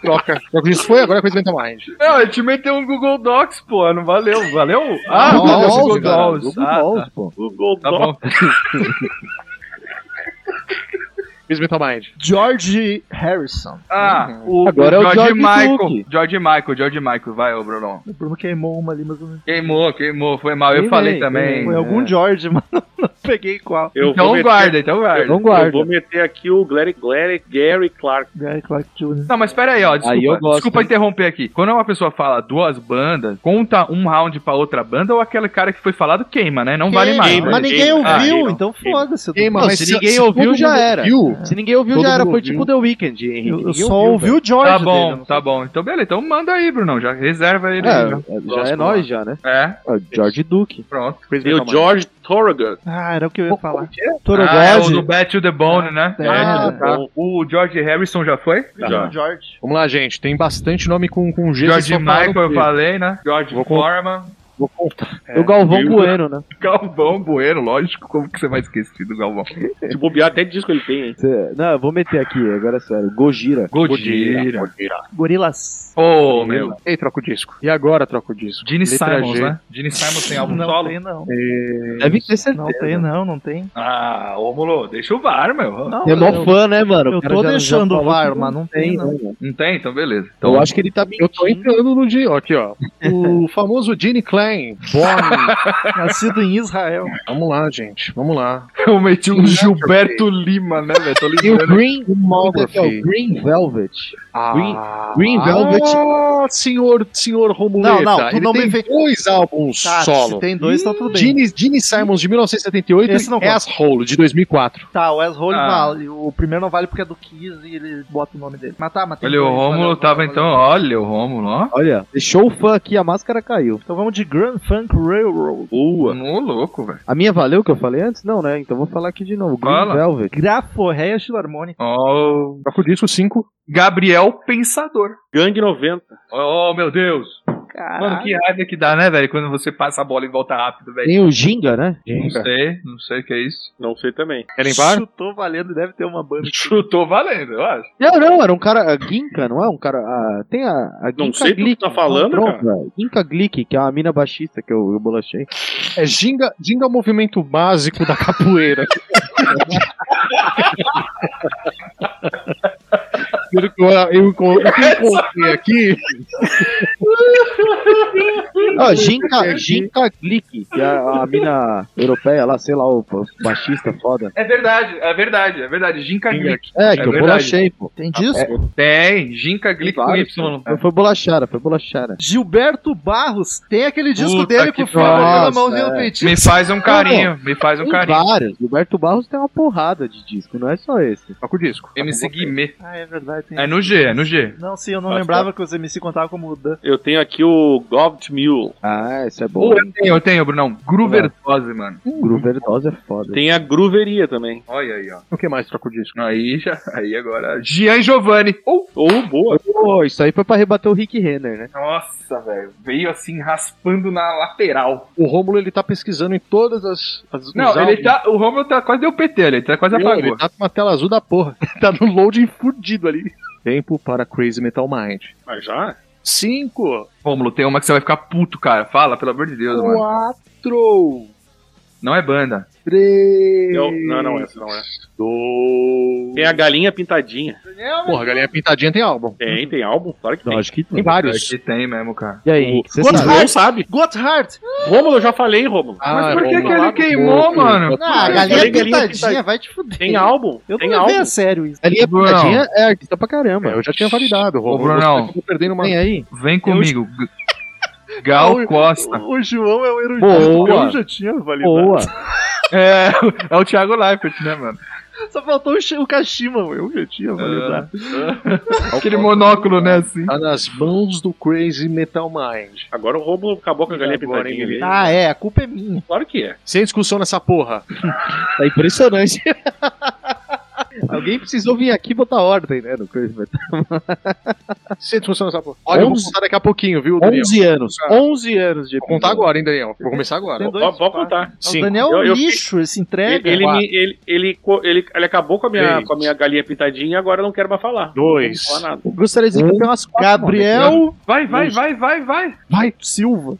[SPEAKER 4] Troca. Troca disso foi, agora é coisa Mental Mind.
[SPEAKER 5] Não, eu te meteu um Google Docs, pô. Não valeu, valeu? Ah,
[SPEAKER 4] Google
[SPEAKER 5] valeu,
[SPEAKER 4] Docs,
[SPEAKER 5] Google
[SPEAKER 4] cara.
[SPEAKER 5] Docs.
[SPEAKER 6] Google
[SPEAKER 5] Ah,
[SPEAKER 6] Dolls, pô.
[SPEAKER 3] Google
[SPEAKER 5] Tá
[SPEAKER 3] Doc.
[SPEAKER 5] bom.
[SPEAKER 4] Crazy Metal Mind.
[SPEAKER 2] George Harrison.
[SPEAKER 5] Ah, o,
[SPEAKER 6] Agora é
[SPEAKER 5] o
[SPEAKER 6] o
[SPEAKER 5] George,
[SPEAKER 6] George
[SPEAKER 5] Michael.
[SPEAKER 6] Duke.
[SPEAKER 5] George Michael, George Michael. Vai, ô Bruno.
[SPEAKER 2] O Bruno queimou uma ali, mas eu não...
[SPEAKER 5] Queimou, queimou. Foi mal. Eu
[SPEAKER 6] Queimei,
[SPEAKER 5] falei também. né?
[SPEAKER 2] Foi
[SPEAKER 6] queimei.
[SPEAKER 2] algum
[SPEAKER 6] É.
[SPEAKER 2] George, mas não peguei qual.
[SPEAKER 3] Eu
[SPEAKER 5] então
[SPEAKER 3] vou meter-
[SPEAKER 5] guarda, então guarda.
[SPEAKER 6] Não
[SPEAKER 3] Eu
[SPEAKER 6] guarda.
[SPEAKER 3] vou meter aqui o Glary, Glary, Gary Clark.
[SPEAKER 2] Gary Clark Jr.
[SPEAKER 5] Não, mas pera aí, ó, desculpa.
[SPEAKER 6] Aí eu gosto,
[SPEAKER 5] desculpa
[SPEAKER 6] hein?
[SPEAKER 5] interromper aqui. Quando uma pessoa fala duas bandas, conta um round pra outra banda ou aquele cara que foi falado queima, né? Não vale mais.
[SPEAKER 2] Mas
[SPEAKER 3] Queima.
[SPEAKER 5] né?
[SPEAKER 2] ninguém
[SPEAKER 3] Queima. Ah,
[SPEAKER 2] ouviu,
[SPEAKER 3] queima.
[SPEAKER 2] então
[SPEAKER 3] Queima.
[SPEAKER 2] foda-se. eu tô-
[SPEAKER 4] Queima,
[SPEAKER 6] Não,
[SPEAKER 4] mas
[SPEAKER 6] se ninguém ouviu,
[SPEAKER 4] todo
[SPEAKER 6] já
[SPEAKER 4] mundo
[SPEAKER 6] era.
[SPEAKER 4] Ouviu,
[SPEAKER 6] Se ninguém ouviu,
[SPEAKER 4] Todo
[SPEAKER 6] já era.
[SPEAKER 4] mundo
[SPEAKER 6] Foi
[SPEAKER 4] ouviu.
[SPEAKER 6] tipo The Weeknd, Henrique.
[SPEAKER 2] Eu, eu
[SPEAKER 6] Ninguém
[SPEAKER 2] só ouvi
[SPEAKER 6] velho.
[SPEAKER 2] o George.
[SPEAKER 5] Tá
[SPEAKER 2] dele,
[SPEAKER 5] bom,
[SPEAKER 2] não
[SPEAKER 5] tá bom. Então beleza, então manda aí, Brunão. Já reserva ele. aí, né?
[SPEAKER 6] É, já é nós já, né?
[SPEAKER 5] É,
[SPEAKER 6] Ah, George Duke.
[SPEAKER 5] pronto.
[SPEAKER 4] Crazy
[SPEAKER 3] Tem o George Thorogood.
[SPEAKER 2] Ah, era o que eu ia falar.
[SPEAKER 5] Ah, é o
[SPEAKER 6] Torogode.
[SPEAKER 5] do Bat to the Bone, né?
[SPEAKER 2] É,
[SPEAKER 5] É.
[SPEAKER 4] tá.
[SPEAKER 5] O George Harrison já foi? Tá.
[SPEAKER 3] Já.
[SPEAKER 2] George.
[SPEAKER 4] Vamos lá, gente. Tem bastante nome com, com G. vocês
[SPEAKER 5] George
[SPEAKER 4] só falaram
[SPEAKER 5] Michael eu
[SPEAKER 4] G. É.
[SPEAKER 5] falei, né? George
[SPEAKER 4] Vou com-
[SPEAKER 5] Foreman.
[SPEAKER 6] Vou contar. E o Galvão
[SPEAKER 2] É.
[SPEAKER 3] eu-
[SPEAKER 6] Bueno, né?
[SPEAKER 5] Galvão Bueno, lógico, como que você vai esquecer do Galvão?
[SPEAKER 3] Se bobear, até disco ele tem, hein?
[SPEAKER 6] Cê- Não, eu vou meter aqui, agora é sério. Gojira.
[SPEAKER 5] Godira.
[SPEAKER 2] Gorilas.
[SPEAKER 5] Oh, meu.
[SPEAKER 4] Ei, troca o disco. E agora troca o disco.
[SPEAKER 5] Gene
[SPEAKER 4] Letra
[SPEAKER 5] Simons,
[SPEAKER 4] G. É,
[SPEAKER 5] né? Gene Simons tem álbum
[SPEAKER 2] não
[SPEAKER 5] solo.
[SPEAKER 2] tem, não.
[SPEAKER 6] Deve ter
[SPEAKER 2] Não
[SPEAKER 6] certeza.
[SPEAKER 2] tem, não, não tem.
[SPEAKER 5] Ah, Romulo, deixa o VAR, meu.
[SPEAKER 2] Não,
[SPEAKER 6] É mó
[SPEAKER 2] eu-
[SPEAKER 6] fã, né, mano?
[SPEAKER 2] eu
[SPEAKER 6] O cara
[SPEAKER 2] tô
[SPEAKER 6] já- já
[SPEAKER 2] deixando o
[SPEAKER 6] falou
[SPEAKER 2] VAR,
[SPEAKER 6] que
[SPEAKER 2] mas não tem, não.
[SPEAKER 6] né?
[SPEAKER 5] Não tem? Então beleza. Então,
[SPEAKER 6] Eu acho que ele tá mentindo.
[SPEAKER 4] Eu tô entrando no dia, aqui, ó. O famoso Gene Klein. Born.
[SPEAKER 2] Nascido em Israel.
[SPEAKER 4] Vamos lá, gente. Vamos lá.
[SPEAKER 5] eu meti um Gilberto Lima, né, velho? Tô
[SPEAKER 6] E o
[SPEAKER 5] lembrando.
[SPEAKER 6] Green,
[SPEAKER 4] Filmography.
[SPEAKER 6] que é o Green Velvet. Green Velvet.
[SPEAKER 4] Ah, senhor, senhor Romuleta.
[SPEAKER 2] Não, não, tu
[SPEAKER 4] ele
[SPEAKER 2] não
[SPEAKER 4] tem
[SPEAKER 2] me vê-
[SPEAKER 4] dois álbuns
[SPEAKER 2] Tá,
[SPEAKER 4] solo.
[SPEAKER 2] se tem dois, tá tudo bem.
[SPEAKER 4] Gene, Gene Simons de 1978
[SPEAKER 2] Esse não
[SPEAKER 4] e
[SPEAKER 2] conta.
[SPEAKER 4] Asshole de 2004.
[SPEAKER 2] Tá, o Wes Holy
[SPEAKER 5] Ah.
[SPEAKER 2] vale. O primeiro não vale porque é do Kiss e ele bota o nome dele. Mas tá, mas tem
[SPEAKER 5] Olha, o
[SPEAKER 2] dois,
[SPEAKER 5] Romulo
[SPEAKER 2] valeu,
[SPEAKER 5] tava
[SPEAKER 2] valeu,
[SPEAKER 5] então,
[SPEAKER 2] valeu.
[SPEAKER 5] olha o Romulo, ó.
[SPEAKER 6] Olha, deixou o fã aqui, a máscara caiu.
[SPEAKER 2] Então vamos de Grand Funk Railroad.
[SPEAKER 5] Boa. Ô, louco, velho.
[SPEAKER 6] A minha valeu o que eu falei antes? Não, né? Então vou falar aqui de novo. Green
[SPEAKER 5] Fala.
[SPEAKER 6] Velvet.
[SPEAKER 2] Graforreia Filarmônica.
[SPEAKER 5] Ó, o
[SPEAKER 4] Troca o disco 5.
[SPEAKER 5] Gabriel Pensador.
[SPEAKER 3] Gang 90.
[SPEAKER 5] Oh, meu Deus. Mano,
[SPEAKER 2] Caralho.
[SPEAKER 5] que raiva que dá, né, velho? Quando você passa a bola e volta rápido, velho.
[SPEAKER 6] Tem o Ginga, né?
[SPEAKER 5] Não sei, não sei o que é isso.
[SPEAKER 3] Não sei também.
[SPEAKER 4] Querem VAR?
[SPEAKER 2] Chutou valendo e deve ter uma banda.
[SPEAKER 5] Chutou valendo, eu acho.
[SPEAKER 6] Não, não, era um cara. A Ginka, não é? Um cara. ah, tem a. a
[SPEAKER 3] Não
[SPEAKER 6] Ginka
[SPEAKER 3] sei
[SPEAKER 5] é
[SPEAKER 3] do que
[SPEAKER 6] Glick,
[SPEAKER 3] tá falando,
[SPEAKER 6] pronto, velho. Ginka Glick, que é uma mina baixista que eu, eu bolachei.
[SPEAKER 4] É Ginga, Ginga é o movimento básico da capoeira. Pelo que eu, eu, encon- eu que encontrei aqui.
[SPEAKER 6] Ah, Ginka, Ginka Glick, que é a mina europeia lá, sei lá, o baixista foda.
[SPEAKER 5] É verdade, é verdade, é verdade. Ginka Glick.
[SPEAKER 6] É, que eu
[SPEAKER 5] verdade.
[SPEAKER 6] bolachei, pô.
[SPEAKER 2] Tem disco?
[SPEAKER 5] Tem, Ginka Glick com
[SPEAKER 6] vários, né?
[SPEAKER 5] Y.
[SPEAKER 6] Foi- Foi bolachada, foi bolachada.
[SPEAKER 2] Gilberto Barros. Tem aquele disco
[SPEAKER 5] Puta
[SPEAKER 2] dele com
[SPEAKER 5] que
[SPEAKER 2] o filho na
[SPEAKER 6] nossa,
[SPEAKER 2] mãozinha do
[SPEAKER 6] é.
[SPEAKER 2] peitinho.
[SPEAKER 5] Me faz um carinho, me faz um
[SPEAKER 6] Tem
[SPEAKER 5] carinho.
[SPEAKER 6] vários. Gilberto Barros tem uma porrada de disco, não é só esse.
[SPEAKER 4] Troca o disco.
[SPEAKER 5] MC Guimê.
[SPEAKER 2] Ah, é verdade. Tem...
[SPEAKER 5] É no G, é no G.
[SPEAKER 2] Não, sim, eu não
[SPEAKER 3] Tá,
[SPEAKER 2] lembrava que os MC contavam como Dan.
[SPEAKER 3] Eu tenho aqui o Gov't Mule.
[SPEAKER 6] Ah, esse é bom.
[SPEAKER 5] Pô, eu tenho, eu tenho, Brunão. Grooverdose, mano.
[SPEAKER 6] Groover Dose é foda.
[SPEAKER 3] Tem a Grooveria também.
[SPEAKER 5] Olha aí, ó.
[SPEAKER 4] O que mais troca o disco?
[SPEAKER 5] Aí já, aí agora. Gian Giovanni. Oh,
[SPEAKER 3] Ou boa.
[SPEAKER 6] Pô, isso aí foi pra rebater o Rick Renner, né?
[SPEAKER 5] nossa, velho. Veio assim, raspando na lateral.
[SPEAKER 4] O Rômulo ele tá pesquisando em todas as. as os
[SPEAKER 5] Não, ele
[SPEAKER 4] álbuns.
[SPEAKER 5] tá. O Romulo tá quase deu PT ali, ele tá quase
[SPEAKER 4] Meu,
[SPEAKER 5] apagou.
[SPEAKER 4] Ele tá com uma tela azul da porra. tá no loading fudido ali. Tempo para Crazy Metal Mind.
[SPEAKER 3] Mas Ah, já?
[SPEAKER 4] 5,
[SPEAKER 5] Romulo, tem uma que você vai ficar puto, cara. Fala, pelo amor de Deus, mano.
[SPEAKER 4] 4,
[SPEAKER 5] Não é banda.
[SPEAKER 4] 3.
[SPEAKER 3] Eu- não, não, essa não é.
[SPEAKER 4] Dois.
[SPEAKER 3] Tem a Galinha Pintadinha.
[SPEAKER 4] Porra, Galinha Pintadinha tem álbum.
[SPEAKER 3] Tem, tem álbum? Claro que tem.
[SPEAKER 6] Lógico que
[SPEAKER 4] Tem
[SPEAKER 6] tem.
[SPEAKER 4] vários.
[SPEAKER 5] É que tem mesmo, cara.
[SPEAKER 6] E aí, você
[SPEAKER 3] Quantos
[SPEAKER 6] sabe?
[SPEAKER 3] não sabe?
[SPEAKER 2] Gotthard!
[SPEAKER 3] Rômulo, eu já falei, Rômulo.
[SPEAKER 5] Mas
[SPEAKER 4] Ah,
[SPEAKER 5] por que,
[SPEAKER 4] vamos
[SPEAKER 5] que
[SPEAKER 4] lá.
[SPEAKER 5] ele queimou, mano?
[SPEAKER 2] Ah, a
[SPEAKER 3] eu
[SPEAKER 2] galinha
[SPEAKER 3] falei galinha
[SPEAKER 2] pintadinha,
[SPEAKER 3] pintadinha.
[SPEAKER 2] vai te fuder.
[SPEAKER 3] Tem álbum?
[SPEAKER 2] Eu
[SPEAKER 3] tem
[SPEAKER 2] não levei
[SPEAKER 3] álbum?
[SPEAKER 2] a sério isso.
[SPEAKER 6] Ali é
[SPEAKER 5] Bruno.
[SPEAKER 6] pintadinha, é artista pra caramba.
[SPEAKER 4] É, Eu já tinha validado, Rômulo.
[SPEAKER 5] Ô, Brunão.
[SPEAKER 4] Você acabou perdendo uma.
[SPEAKER 6] Tem aí?
[SPEAKER 5] Vem comigo. G- Gal Costa.
[SPEAKER 2] O João é o erudito.
[SPEAKER 6] Boa.
[SPEAKER 2] Eu já tinha validado.
[SPEAKER 6] Boa.
[SPEAKER 5] É, é o Thiago Leifert, né, mano?
[SPEAKER 2] Só faltou o, Chi- o Kashima, eu já
[SPEAKER 3] Ah,
[SPEAKER 2] tinha validado.
[SPEAKER 5] Aquele monóculo, né, assim.
[SPEAKER 4] Tá nas mãos do Crazy Metal Mind.
[SPEAKER 3] Agora o Rômulo acabou com a Galinha
[SPEAKER 4] Agora,
[SPEAKER 3] Pintadinha ali.
[SPEAKER 4] hein,
[SPEAKER 2] Ah, é, a culpa é minha.
[SPEAKER 3] Claro que é.
[SPEAKER 4] Sem discussão nessa porra.
[SPEAKER 6] Tá impressionante. Alguém precisou vir aqui botar ordem, né? No Crazy Metal.
[SPEAKER 4] Sem discussão nessa porra. Olha, eu vou
[SPEAKER 6] Onze-
[SPEAKER 4] contar daqui a pouquinho, viu, Daniel?
[SPEAKER 6] 11 anos.
[SPEAKER 4] Ah.
[SPEAKER 6] 11 anos de
[SPEAKER 4] Vou contar agora, hein, Daniel? Vou começar agora.
[SPEAKER 2] Tem dois É,
[SPEAKER 3] Pode pode
[SPEAKER 2] pá.
[SPEAKER 3] contar.
[SPEAKER 2] O Daniel é
[SPEAKER 3] Eu-
[SPEAKER 2] um
[SPEAKER 3] eu
[SPEAKER 2] lixo, ele se entrega.
[SPEAKER 3] Ele, ele, me- ele, ele, co- ele- ele acabou com a, minha,
[SPEAKER 4] Três.
[SPEAKER 3] com a minha Galinha Pintadinha e agora eu não quero mais falar.
[SPEAKER 4] Dois.
[SPEAKER 3] Não vou falar nada.
[SPEAKER 6] Eu gostaria de dizer que tem umas quatro.
[SPEAKER 2] Gabriel
[SPEAKER 5] Vai, vai, vai, vai, vai.
[SPEAKER 2] Silva.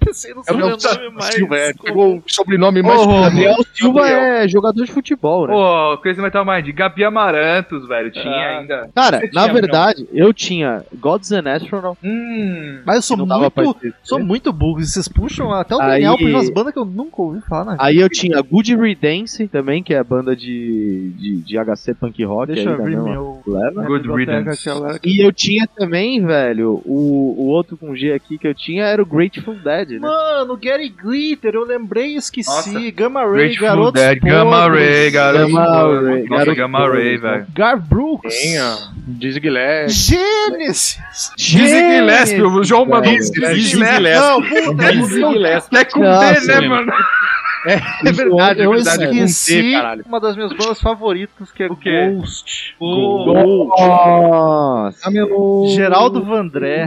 [SPEAKER 2] Pensei no
[SPEAKER 4] Gabriel
[SPEAKER 2] sobrenome mais.
[SPEAKER 4] Silva, é, pegou o sobrenome mais.
[SPEAKER 5] Ô,
[SPEAKER 6] Gabriel Silva é jogador de futebol, né?
[SPEAKER 5] Ô, Crazy Metal Mind, Gabi Amarantos, velho. Tinha
[SPEAKER 3] Ah.
[SPEAKER 5] ainda.
[SPEAKER 6] Cara,
[SPEAKER 5] Você
[SPEAKER 6] na
[SPEAKER 5] tinha,
[SPEAKER 6] verdade, eu tinha Gods and Astronauts.
[SPEAKER 5] Hum.
[SPEAKER 2] Mas eu sou
[SPEAKER 6] Não dava pra
[SPEAKER 2] muito,
[SPEAKER 6] esquecer.
[SPEAKER 2] sou muito burro. Vocês puxam até o
[SPEAKER 6] Aí-
[SPEAKER 2] Daniel pra umas bandas que eu nunca ouvi falar na vida.
[SPEAKER 6] Aí eu tinha Good Riddance também, que é a banda de, de, de HC punk rock.
[SPEAKER 2] Deixa
[SPEAKER 6] aí
[SPEAKER 2] eu
[SPEAKER 6] da
[SPEAKER 2] abrir
[SPEAKER 6] mesma
[SPEAKER 2] meu.
[SPEAKER 6] leva.
[SPEAKER 2] minha
[SPEAKER 5] Good
[SPEAKER 2] biblioteca,
[SPEAKER 5] riddance.
[SPEAKER 2] aquela-
[SPEAKER 6] E eu tinha também, velho, o, o outro com G aqui que eu tinha era o Grateful Dead, né?
[SPEAKER 2] Mano, Gary Glitter, eu lembrei e esqueci.
[SPEAKER 5] Nossa.
[SPEAKER 2] Gamma Ray,
[SPEAKER 5] Grateful
[SPEAKER 2] Garotos
[SPEAKER 5] Dead, Gamma
[SPEAKER 2] Podres.
[SPEAKER 5] Ray, garoto.
[SPEAKER 6] Gamma Ray,
[SPEAKER 5] Nossa,
[SPEAKER 6] garoto
[SPEAKER 5] Gamma Ray,
[SPEAKER 6] podres,
[SPEAKER 5] velho.
[SPEAKER 2] Gar Brooks.
[SPEAKER 4] Tem, ó. Diz Guilherme.
[SPEAKER 2] Gênesis.
[SPEAKER 5] Dizzy Gillespie, o João mandou um
[SPEAKER 6] Dizzy
[SPEAKER 5] Dizzy
[SPEAKER 3] Gillespie.
[SPEAKER 5] Gillespie.
[SPEAKER 2] Não, puta,
[SPEAKER 3] Dizzy
[SPEAKER 2] não.
[SPEAKER 6] É,
[SPEAKER 3] Gillespie.
[SPEAKER 5] Até com D,
[SPEAKER 6] Nossa,
[SPEAKER 5] né, mano?
[SPEAKER 4] É verdade,
[SPEAKER 6] um
[SPEAKER 4] é
[SPEAKER 2] eu
[SPEAKER 4] verdade. com T,
[SPEAKER 2] esqueci
[SPEAKER 4] caralho.
[SPEAKER 2] uma das minhas bandas favoritas, que é
[SPEAKER 3] O quê?
[SPEAKER 2] Ghost.
[SPEAKER 6] Nossa.
[SPEAKER 2] Geraldo Vandré.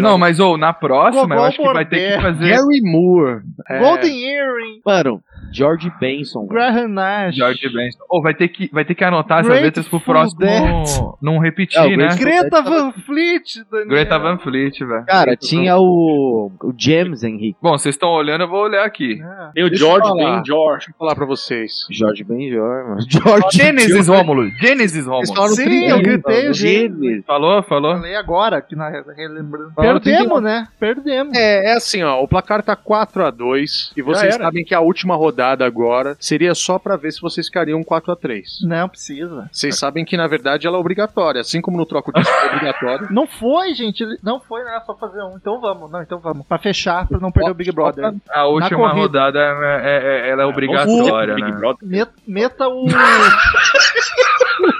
[SPEAKER 5] Não, mas ou na próxima,
[SPEAKER 2] Gogol
[SPEAKER 5] eu acho que vai ter
[SPEAKER 2] Bordet.
[SPEAKER 5] que fazer
[SPEAKER 4] Gary Moore. É,
[SPEAKER 2] Golden Earring.
[SPEAKER 6] Mano, George Benson.
[SPEAKER 2] Graham Nash.
[SPEAKER 5] George Benson. Ou vai ter que vai ter que anotar essas
[SPEAKER 2] Grateful
[SPEAKER 5] letras pro próximo
[SPEAKER 2] Dead.
[SPEAKER 5] não repetir,
[SPEAKER 6] É, o
[SPEAKER 5] né?
[SPEAKER 6] Grateful-
[SPEAKER 2] Greta Van Fleet, Daniel.
[SPEAKER 5] Greta Van Fleet, velho.
[SPEAKER 6] Cara, tinha o, o James Henrique.
[SPEAKER 5] Bom, vocês estão olhando, eu vou olhar aqui.
[SPEAKER 2] É.
[SPEAKER 3] Tem o
[SPEAKER 4] Deixa eu
[SPEAKER 3] George,
[SPEAKER 4] falar.
[SPEAKER 3] tem o George.
[SPEAKER 4] Vou falar pra vocês.
[SPEAKER 6] George Benjor, mano. George
[SPEAKER 5] Gênesis Rômulo, Gênesis
[SPEAKER 4] Eles
[SPEAKER 5] Rômulo.
[SPEAKER 4] falaram
[SPEAKER 2] Sim,
[SPEAKER 4] trigêmeo,
[SPEAKER 2] eu gritei o jeito.
[SPEAKER 6] Gênesis.
[SPEAKER 5] Falou, falou.
[SPEAKER 2] Falei agora, que na relembrando.
[SPEAKER 4] Falaram
[SPEAKER 2] Perdemos, né? Perdemos.
[SPEAKER 4] É, é assim, ó, o placar tá 4 a 2 e vocês
[SPEAKER 3] era.
[SPEAKER 4] sabem que a última rodada agora seria só pra ver se vocês ficariam 4 a 3.
[SPEAKER 2] Não precisa.
[SPEAKER 4] Vocês sabem que na verdade ela é obrigatória, assim como no troco de disco é obrigatório.
[SPEAKER 2] Não foi, gente. ele- Não foi, não era só fazer um. Então vamos, não, então vamos. Pra fechar, pra não perder o Big Brother.
[SPEAKER 5] A última
[SPEAKER 2] corrida.
[SPEAKER 5] rodada é, é- é- ela é
[SPEAKER 3] O
[SPEAKER 5] obrigatória,
[SPEAKER 3] Big
[SPEAKER 5] né?
[SPEAKER 3] Brother.
[SPEAKER 2] Met- Meta o.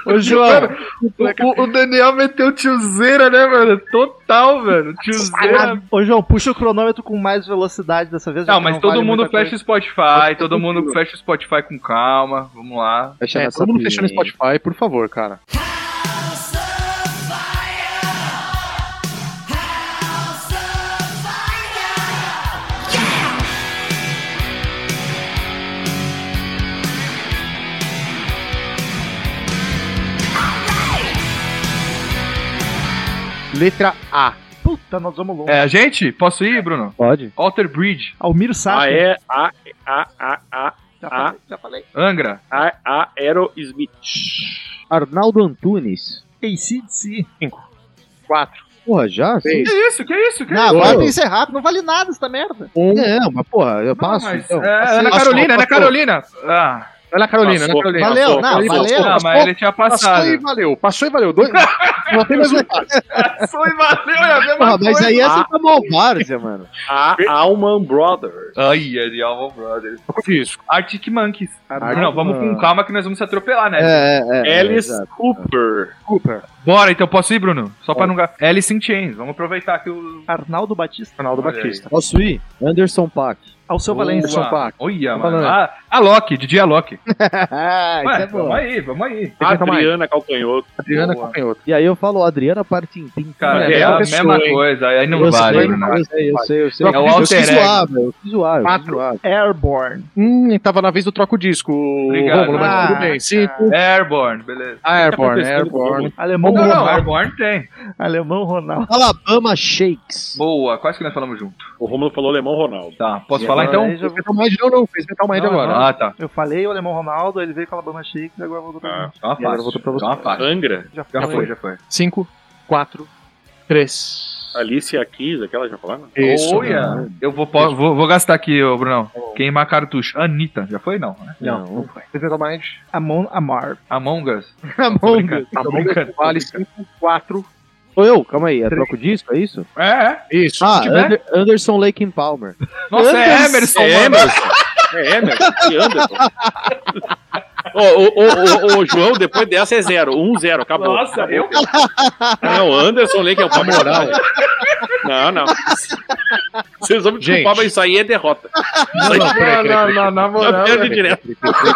[SPEAKER 5] Ô, João, o, o Daniel meteu tiozeira, né, mano? Total, velho. Tiozeira.
[SPEAKER 2] Ô, João, puxa o cronômetro com mais velocidade dessa vez. já
[SPEAKER 5] Não,
[SPEAKER 2] que
[SPEAKER 5] mas todo
[SPEAKER 2] vale
[SPEAKER 5] mundo
[SPEAKER 2] muita
[SPEAKER 5] fecha o Spotify, todo mundo fecha o Spotify com calma. Vamos lá.
[SPEAKER 6] Fecha
[SPEAKER 4] É,
[SPEAKER 6] nessa
[SPEAKER 4] todo mundo
[SPEAKER 6] pilha
[SPEAKER 4] fechando o
[SPEAKER 6] aí.
[SPEAKER 4] Spotify, por favor, cara. Letra A.
[SPEAKER 2] coisa. Puta, nós vamos longe.
[SPEAKER 5] É, a gente? Posso ir, Bruno?
[SPEAKER 6] Pode?
[SPEAKER 5] Alter Bridge,
[SPEAKER 2] Almiro Sato.
[SPEAKER 3] A, E, A, E, A, A, A,
[SPEAKER 2] Já
[SPEAKER 3] Ah.
[SPEAKER 2] falei, já falei.
[SPEAKER 5] Angra.
[SPEAKER 3] A, A, Aerosmith.
[SPEAKER 6] Arnaldo Antunes.
[SPEAKER 2] ACDC.
[SPEAKER 4] Quatro.
[SPEAKER 6] Porra, já?
[SPEAKER 4] Bem.
[SPEAKER 5] Que isso? Que isso? Que
[SPEAKER 2] Não,
[SPEAKER 5] isso?
[SPEAKER 2] agora tem que ser rápido. Não vale nada essa merda.
[SPEAKER 6] Um. Não, mas porra, eu passo.
[SPEAKER 5] Não, mas,
[SPEAKER 6] então.
[SPEAKER 5] é, Ana
[SPEAKER 4] Passou,
[SPEAKER 5] Carolina, Ana
[SPEAKER 4] passou.
[SPEAKER 5] Carolina. Ah,
[SPEAKER 4] Ana Carolina, Ana
[SPEAKER 3] Passou.
[SPEAKER 4] Carolina.
[SPEAKER 5] Tá
[SPEAKER 2] Valeu,
[SPEAKER 4] Passou,
[SPEAKER 2] não,
[SPEAKER 4] Carolina,
[SPEAKER 2] valeu.
[SPEAKER 4] passou,
[SPEAKER 5] não, mas
[SPEAKER 4] passou.
[SPEAKER 5] ele tinha
[SPEAKER 4] Passou e
[SPEAKER 5] passado.
[SPEAKER 4] valeu, passou e valeu. Dois. Não tem mais um.
[SPEAKER 5] Passou e valeu, é a mesma
[SPEAKER 6] Porra, mas aí essa
[SPEAKER 3] Ah.
[SPEAKER 6] tá mal várzea, mano.
[SPEAKER 3] A, Alman Brothers.
[SPEAKER 5] Ai, é de Alma Brothers.
[SPEAKER 4] Isso.
[SPEAKER 5] Arctic Monkeys.
[SPEAKER 6] Arctic
[SPEAKER 5] não, vamos com
[SPEAKER 6] Monkeys.
[SPEAKER 5] calma que nós vamos se atropelar, né?
[SPEAKER 6] É, é, é.
[SPEAKER 3] Alice
[SPEAKER 6] exato.
[SPEAKER 3] Cooper.
[SPEAKER 4] Cooper.
[SPEAKER 5] Bora, então posso ir, Bruno? Só pra não... ga- Alice in Chains, vamos aproveitar que o...
[SPEAKER 2] Arnaldo Batista.
[SPEAKER 4] Ronaldo
[SPEAKER 5] Olha
[SPEAKER 4] Batista.
[SPEAKER 6] Posso ir? Anderson Pack.
[SPEAKER 2] Ao seu Valência.
[SPEAKER 4] Anderson Paak.
[SPEAKER 5] Olha,
[SPEAKER 4] Tá
[SPEAKER 5] mano.
[SPEAKER 4] falando.
[SPEAKER 5] Ah, a Loki, Didi a Loki.
[SPEAKER 6] Ah,
[SPEAKER 5] Ué,
[SPEAKER 6] isso é bom.
[SPEAKER 5] vamos aí, vamos aí.
[SPEAKER 3] Adriana Calcanhoto.
[SPEAKER 4] Adriana
[SPEAKER 5] Boa.
[SPEAKER 4] Calcanhoto.
[SPEAKER 6] E aí eu falo, Adriana Partintim.
[SPEAKER 5] Cara,
[SPEAKER 3] Olha,
[SPEAKER 5] é,
[SPEAKER 3] é
[SPEAKER 5] a
[SPEAKER 3] uma pessoa,
[SPEAKER 5] mesma
[SPEAKER 3] hein?
[SPEAKER 5] coisa, aí não
[SPEAKER 6] eu
[SPEAKER 5] vale,
[SPEAKER 6] sei,
[SPEAKER 5] Bruno.
[SPEAKER 6] eu sei, eu sei, eu sei.
[SPEAKER 5] É o
[SPEAKER 6] eu
[SPEAKER 5] alter
[SPEAKER 6] quis
[SPEAKER 5] ego.
[SPEAKER 6] zoar, velho. Eu quis zoar, eu quis
[SPEAKER 4] Quatro.
[SPEAKER 6] zoar.
[SPEAKER 2] Airborne.
[SPEAKER 4] Hum, tava na vez do troco disco,
[SPEAKER 5] Obrigado.
[SPEAKER 4] Rômulo, mas
[SPEAKER 2] Ah,
[SPEAKER 4] tudo bem. Cinco.
[SPEAKER 5] Airborne, beleza.
[SPEAKER 4] Ah, é Airborne,
[SPEAKER 3] Tá acontecendo
[SPEAKER 4] Airborne.
[SPEAKER 2] Alemão,
[SPEAKER 5] Não, não,
[SPEAKER 2] Ronaldo.
[SPEAKER 5] Airborne tem.
[SPEAKER 2] Alemão Ronaldo.
[SPEAKER 6] Alabama Shakes.
[SPEAKER 5] Boa, quase que nós falamos junto.
[SPEAKER 3] O Romulo falou Alemão Ronaldo.
[SPEAKER 5] Tá, posso
[SPEAKER 6] E
[SPEAKER 5] falar
[SPEAKER 6] agora é
[SPEAKER 5] então?
[SPEAKER 2] Aí já-
[SPEAKER 4] Fez Metal Mind não, não. Fez Metal Mind
[SPEAKER 2] Não,
[SPEAKER 4] agora.
[SPEAKER 5] Ah, tá.
[SPEAKER 2] Eu falei o Alemão Ronaldo, ele veio com a Alabama Shakes e agora voltou pra mim.
[SPEAKER 5] Tá uma
[SPEAKER 6] agora eu
[SPEAKER 5] fácil.
[SPEAKER 6] volto pra você. Tá
[SPEAKER 5] Tá uma fácil.
[SPEAKER 3] Angra.
[SPEAKER 2] Já,
[SPEAKER 5] Já foi, já foi.
[SPEAKER 4] Cinco, quatro, três.
[SPEAKER 3] Alice Keys, aquela já falaram?
[SPEAKER 5] Olha, eu vou, po- vou, vou gastar aqui, ô, Brunão.
[SPEAKER 4] Tá
[SPEAKER 5] Queimar cartucho. Anitta, já foi não, né?
[SPEAKER 4] Não,
[SPEAKER 6] não foi.
[SPEAKER 4] Fez Metal Mind.
[SPEAKER 2] Amon Amar.
[SPEAKER 5] Among Us.
[SPEAKER 4] Among Us. Vale cinco, quatro.
[SPEAKER 6] Sou eu? Calma aí, é troco disco, é isso?
[SPEAKER 5] É, é.
[SPEAKER 4] Isso.
[SPEAKER 6] Ah,
[SPEAKER 5] tiver.
[SPEAKER 6] Ander- Anderson Lake and Palmer.
[SPEAKER 5] Nossa, é Emerson,
[SPEAKER 3] É
[SPEAKER 5] mano.
[SPEAKER 3] Emerson. É Emerson. E Anderson. Ô, ô, ô, ô, ô, João, depois dessa é zero. Um, zero. Acabou.
[SPEAKER 5] Nossa,
[SPEAKER 3] Acabou.
[SPEAKER 5] eu?
[SPEAKER 3] Não, Anderson Lake é o Palmer. Não, não. Vocês vão me desculpar,
[SPEAKER 4] Gente.
[SPEAKER 3] mas isso aí é derrota. Isso aí
[SPEAKER 4] Não, não, não, não, na
[SPEAKER 3] já
[SPEAKER 4] moral.
[SPEAKER 3] perde direto.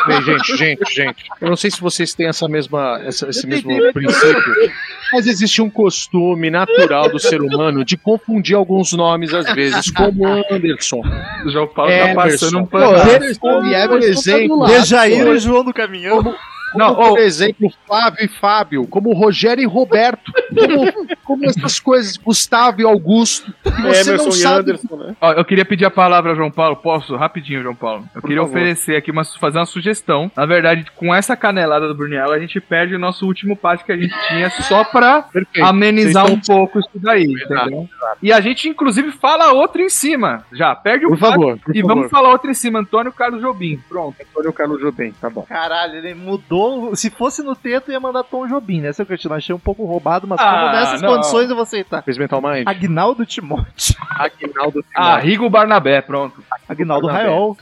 [SPEAKER 4] Bem, gente, gente, gente. Eu não sei se vocês têm essa mesma, essa- esse mesmo princípio, mas existe um costume natural do ser humano de confundir alguns nomes às vezes, como Anderson.
[SPEAKER 5] O João Paulo
[SPEAKER 4] Emerson.
[SPEAKER 5] tá passando um
[SPEAKER 4] Pô,
[SPEAKER 5] pano.
[SPEAKER 4] Anderson e
[SPEAKER 6] Anderson tá
[SPEAKER 2] é
[SPEAKER 6] do
[SPEAKER 4] exemplo.
[SPEAKER 6] lado.
[SPEAKER 2] Dejair e João do Caminhão.
[SPEAKER 4] Não, por é um exemplo, Flávio e Fábio, como Rogério e Roberto, como, como essas coisas, Gustavo e Augusto. que você
[SPEAKER 3] Emerson
[SPEAKER 4] não
[SPEAKER 3] e
[SPEAKER 4] sabe
[SPEAKER 3] Anderson, né?
[SPEAKER 5] Ó, eu queria pedir a palavra, João Paulo. Posso? Rapidinho, João Paulo. Eu queria
[SPEAKER 4] favor.
[SPEAKER 5] oferecer aqui, uma, fazer uma sugestão. Na verdade, com essa canelada do Bruniel, a gente perde o nosso último passe que a gente tinha só pra
[SPEAKER 4] Perfeito.
[SPEAKER 5] amenizar
[SPEAKER 4] Vocês
[SPEAKER 5] um pouco isso daí, entendeu? E a gente, inclusive, fala outra em cima. Já, perde o
[SPEAKER 4] Por
[SPEAKER 5] passe
[SPEAKER 4] favor, por
[SPEAKER 5] E
[SPEAKER 4] favor.
[SPEAKER 5] vamos falar outra em cima, Antônio Carlos Jobim. Pronto.
[SPEAKER 4] Antônio Carlos Jobim, tá bom.
[SPEAKER 2] Caralho, ele mudou. Se fosse no teto, ia mandar Tom Jobim, né? Seu Cristina, achei um pouco roubado, mas
[SPEAKER 5] Ah,
[SPEAKER 2] como nessas
[SPEAKER 5] não.
[SPEAKER 2] condições eu vou aceitar.
[SPEAKER 4] Fez Mental Mind?
[SPEAKER 2] Agnaldo Timote.
[SPEAKER 4] Aguinaldo
[SPEAKER 5] Ah, Rigo Barnabé, pronto.
[SPEAKER 2] Agnaldo
[SPEAKER 4] Barnabé.
[SPEAKER 2] Raiol.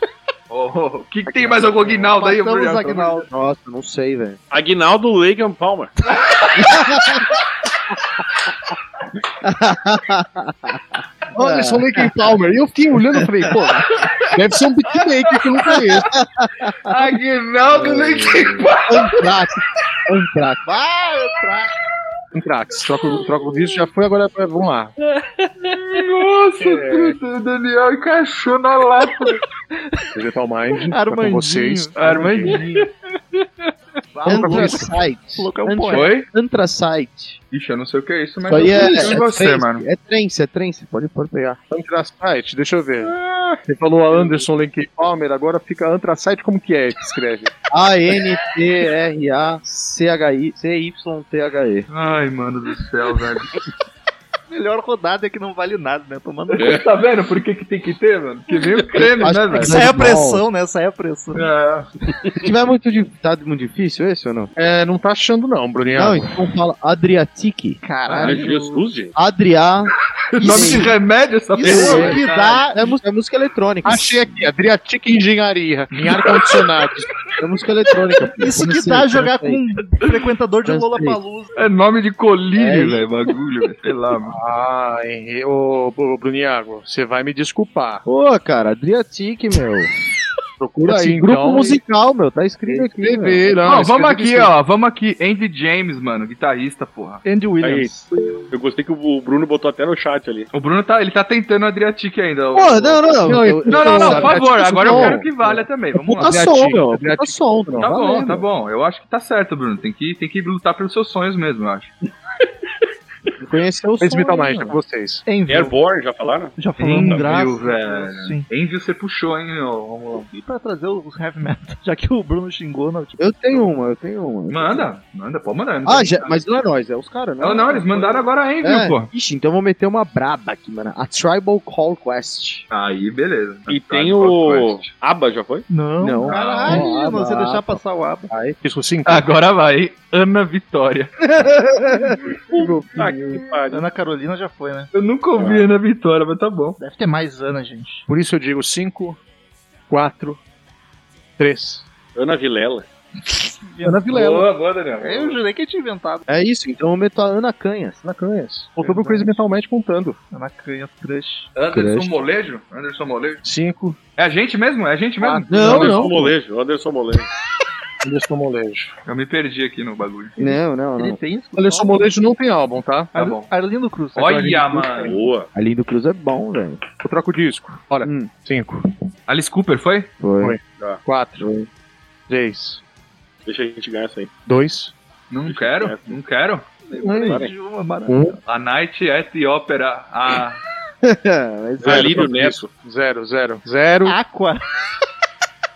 [SPEAKER 2] Oh,
[SPEAKER 5] O que, que tem mais algum Guinaldo aí,
[SPEAKER 2] Matamos
[SPEAKER 5] Brunel?
[SPEAKER 2] Agnaldo.
[SPEAKER 6] Nossa, não sei, velho.
[SPEAKER 3] Aguinaldo Lake and Palmer.
[SPEAKER 2] É.
[SPEAKER 4] Anderson Lincoln Palmer. E eu fiquei olhando e falei, pô, Deve ser um beatmaker que eu não conheço.
[SPEAKER 5] Aguinaldo Linkin Park.
[SPEAKER 6] Antrax. Antrax.
[SPEAKER 4] Um craques. Troca, o- troca o disco, já foi, agora é pra- vamos lá.
[SPEAKER 5] Nossa, puta, o Daniel encaixou na lata.
[SPEAKER 4] Digital Mind. tá com
[SPEAKER 2] Armandinho.
[SPEAKER 4] vocês.
[SPEAKER 5] Armandinho.
[SPEAKER 6] Anthracite.
[SPEAKER 2] Colocar um
[SPEAKER 6] Antra-
[SPEAKER 2] poema.
[SPEAKER 5] Oi?
[SPEAKER 6] Anthracite.
[SPEAKER 5] Ixi, eu não sei o que é isso, mas
[SPEAKER 6] Isso aí é,
[SPEAKER 5] eu confio em você,
[SPEAKER 6] é,
[SPEAKER 5] mano.
[SPEAKER 6] é trance, é trance. Pode, pode pegar.
[SPEAKER 4] Anthracite, deixa eu ver.
[SPEAKER 5] Ah.
[SPEAKER 4] Você falou a Anderson Linkin Palmer, agora fica Anthracite, como que é que escreve?
[SPEAKER 6] A-N-T-R-A-C-H-I. C-Y-T-H-E.
[SPEAKER 5] Ai, mano do céu, velho.
[SPEAKER 2] Melhor rodada é que não vale nada, né? Tomando.
[SPEAKER 5] tá vendo por que, que tem que ter, mano? Que nem o creme, né,
[SPEAKER 6] Acho que-
[SPEAKER 5] velho?
[SPEAKER 2] Sai a pressão, né? Sai a pressão.
[SPEAKER 5] É.
[SPEAKER 6] Se tiver muito, di- tá muito difícil esse ou não?
[SPEAKER 4] É, não tá achando não, Bruninho.
[SPEAKER 6] Não, então fala Adriatique.
[SPEAKER 3] Ai,
[SPEAKER 2] Caralho.
[SPEAKER 3] Jesus, gente.
[SPEAKER 6] Adriá.
[SPEAKER 5] Nome de remédio essa
[SPEAKER 2] Isso
[SPEAKER 5] porra.
[SPEAKER 2] que
[SPEAKER 5] cara.
[SPEAKER 2] dá.
[SPEAKER 6] É, música, é música eletrônica.
[SPEAKER 4] Achei aqui, Adriatic Engenharia, em ar-condicionado.
[SPEAKER 6] É música eletrônica. pô.
[SPEAKER 2] Isso
[SPEAKER 6] Como
[SPEAKER 2] que
[SPEAKER 6] assim?
[SPEAKER 2] dá jogar com
[SPEAKER 6] Translate.
[SPEAKER 2] um frequentador de
[SPEAKER 6] Translate.
[SPEAKER 2] Lola Palusa.
[SPEAKER 5] É nome de colírio,
[SPEAKER 6] É.
[SPEAKER 5] velho. Bagulho, velho. Sei lá, mano.
[SPEAKER 4] ah, Henri- ô, ô, Bruniago, você vai me desculpar.
[SPEAKER 6] Pô, cara, Adriatic, meu.
[SPEAKER 4] Procura
[SPEAKER 6] Esse
[SPEAKER 4] aí,
[SPEAKER 6] grupo
[SPEAKER 4] então.
[SPEAKER 6] musical, meu, tá escrito aqui. meu.
[SPEAKER 4] Escrever, não,
[SPEAKER 5] Ó, vamos aqui,
[SPEAKER 4] escrever isso.
[SPEAKER 5] ó. Vamos aqui. Andy James, mano, guitarrista, porra.
[SPEAKER 2] Andy Williams.
[SPEAKER 3] Eu gostei que o Bruno botou até no chat ali.
[SPEAKER 5] O Bruno tá, ele tá tentando o Adriatic ainda. o-
[SPEAKER 6] Pô, não, não, não.
[SPEAKER 4] Não,
[SPEAKER 6] eu-
[SPEAKER 5] Não, não, não, por favor.
[SPEAKER 4] Adriatic,
[SPEAKER 5] Agora eu
[SPEAKER 4] não.
[SPEAKER 5] quero que valha também. Vamos lá.
[SPEAKER 6] Puta som,
[SPEAKER 4] Adriatic,
[SPEAKER 6] meu. Puta
[SPEAKER 4] Adriatic.
[SPEAKER 6] som, meu.
[SPEAKER 5] Tá bom,
[SPEAKER 6] valendo.
[SPEAKER 5] tá bom. Eu acho que tá certo, Bruno. Tem que, tem que lutar pelos seus sonhos mesmo, eu acho.
[SPEAKER 6] Conheceu o som.
[SPEAKER 4] Esse Metal
[SPEAKER 6] aí,
[SPEAKER 4] Mind, é
[SPEAKER 6] meu.
[SPEAKER 4] com vocês.
[SPEAKER 2] Envio.
[SPEAKER 3] Airborne, já falaram?
[SPEAKER 2] né? Já falamos.
[SPEAKER 5] Envio,
[SPEAKER 2] Graças a
[SPEAKER 5] velho.
[SPEAKER 2] Deus, Sim.
[SPEAKER 5] Envio você puxou, hein, ô, Romulão.
[SPEAKER 2] E pra trazer os heavy metal, já que o Bruno xingou, não, tipo,
[SPEAKER 6] Eu tenho uma, eu tenho uma.
[SPEAKER 5] Manda, manda, pode mandar. eu não
[SPEAKER 6] Ah,
[SPEAKER 5] tenho-
[SPEAKER 6] já, mas não é nós, é os caras, né?
[SPEAKER 5] Não, não, eles mandaram agora Envio,
[SPEAKER 6] É.
[SPEAKER 5] pô.
[SPEAKER 6] Ixi, então eu vou meter uma braba aqui, mano. A Tribal Call Quest.
[SPEAKER 5] Aí, beleza.
[SPEAKER 3] E
[SPEAKER 5] Tá,
[SPEAKER 3] tem
[SPEAKER 5] de
[SPEAKER 3] o.
[SPEAKER 5] podcast.
[SPEAKER 3] Aba, já foi?
[SPEAKER 2] não,
[SPEAKER 6] Não.
[SPEAKER 2] caralho,
[SPEAKER 6] Não,
[SPEAKER 2] mano, você
[SPEAKER 6] não.
[SPEAKER 2] deixar passar o aba.
[SPEAKER 4] Isso sim.
[SPEAKER 5] Agora vai, Ana Vitória.
[SPEAKER 3] Tá que pariu.
[SPEAKER 2] Ana Carolina já foi, né?
[SPEAKER 5] Eu nunca ouvi Ana Vitória, mas tá bom.
[SPEAKER 2] Deve ter mais Ana, gente.
[SPEAKER 4] Por isso eu digo 5, 4, 3.
[SPEAKER 3] Ana Vilela.
[SPEAKER 4] Ana Vilela.
[SPEAKER 5] boa, Daniel.
[SPEAKER 2] Eu jurei que eu tinha inventado.
[SPEAKER 6] É isso, então eu meto a Ana Canhas.
[SPEAKER 4] Na Canhas. Voltou pro Crazy Metal Mind contando.
[SPEAKER 2] Ana Canha Crush.
[SPEAKER 5] Anderson
[SPEAKER 6] Creche.
[SPEAKER 5] Molejo? Anderson Molejo?
[SPEAKER 4] 5,
[SPEAKER 5] É a gente mesmo? É a gente mesmo?
[SPEAKER 6] Ah, Não,
[SPEAKER 3] Anderson
[SPEAKER 6] não.
[SPEAKER 3] Molejo. Anderson Molejo.
[SPEAKER 4] Anderson Molejo.
[SPEAKER 5] Eu me perdi aqui no bagulho.
[SPEAKER 6] Não, não,
[SPEAKER 2] Ele
[SPEAKER 6] Ah, não.
[SPEAKER 2] tem isso?
[SPEAKER 4] Anderson Molejo não tem álbum, tá?
[SPEAKER 5] Tá bom.
[SPEAKER 2] Arlindo Cruz.
[SPEAKER 5] Olha, mano.
[SPEAKER 3] Boa.
[SPEAKER 6] A Lindo Cruz é bom, velho.
[SPEAKER 4] Eu troco o disco. Olha.
[SPEAKER 6] Hum.
[SPEAKER 4] 5,
[SPEAKER 5] Alice Cooper, foi?
[SPEAKER 6] Foi.
[SPEAKER 4] Foi. 4, 3,
[SPEAKER 3] Deixa a gente ganhar isso aí.
[SPEAKER 4] 2,
[SPEAKER 5] Não quero, não quero. A Night at the Opera. Ah, A...
[SPEAKER 6] Mas é.
[SPEAKER 3] Velírio Neto.
[SPEAKER 4] 0, 0, 0.
[SPEAKER 2] Aqua.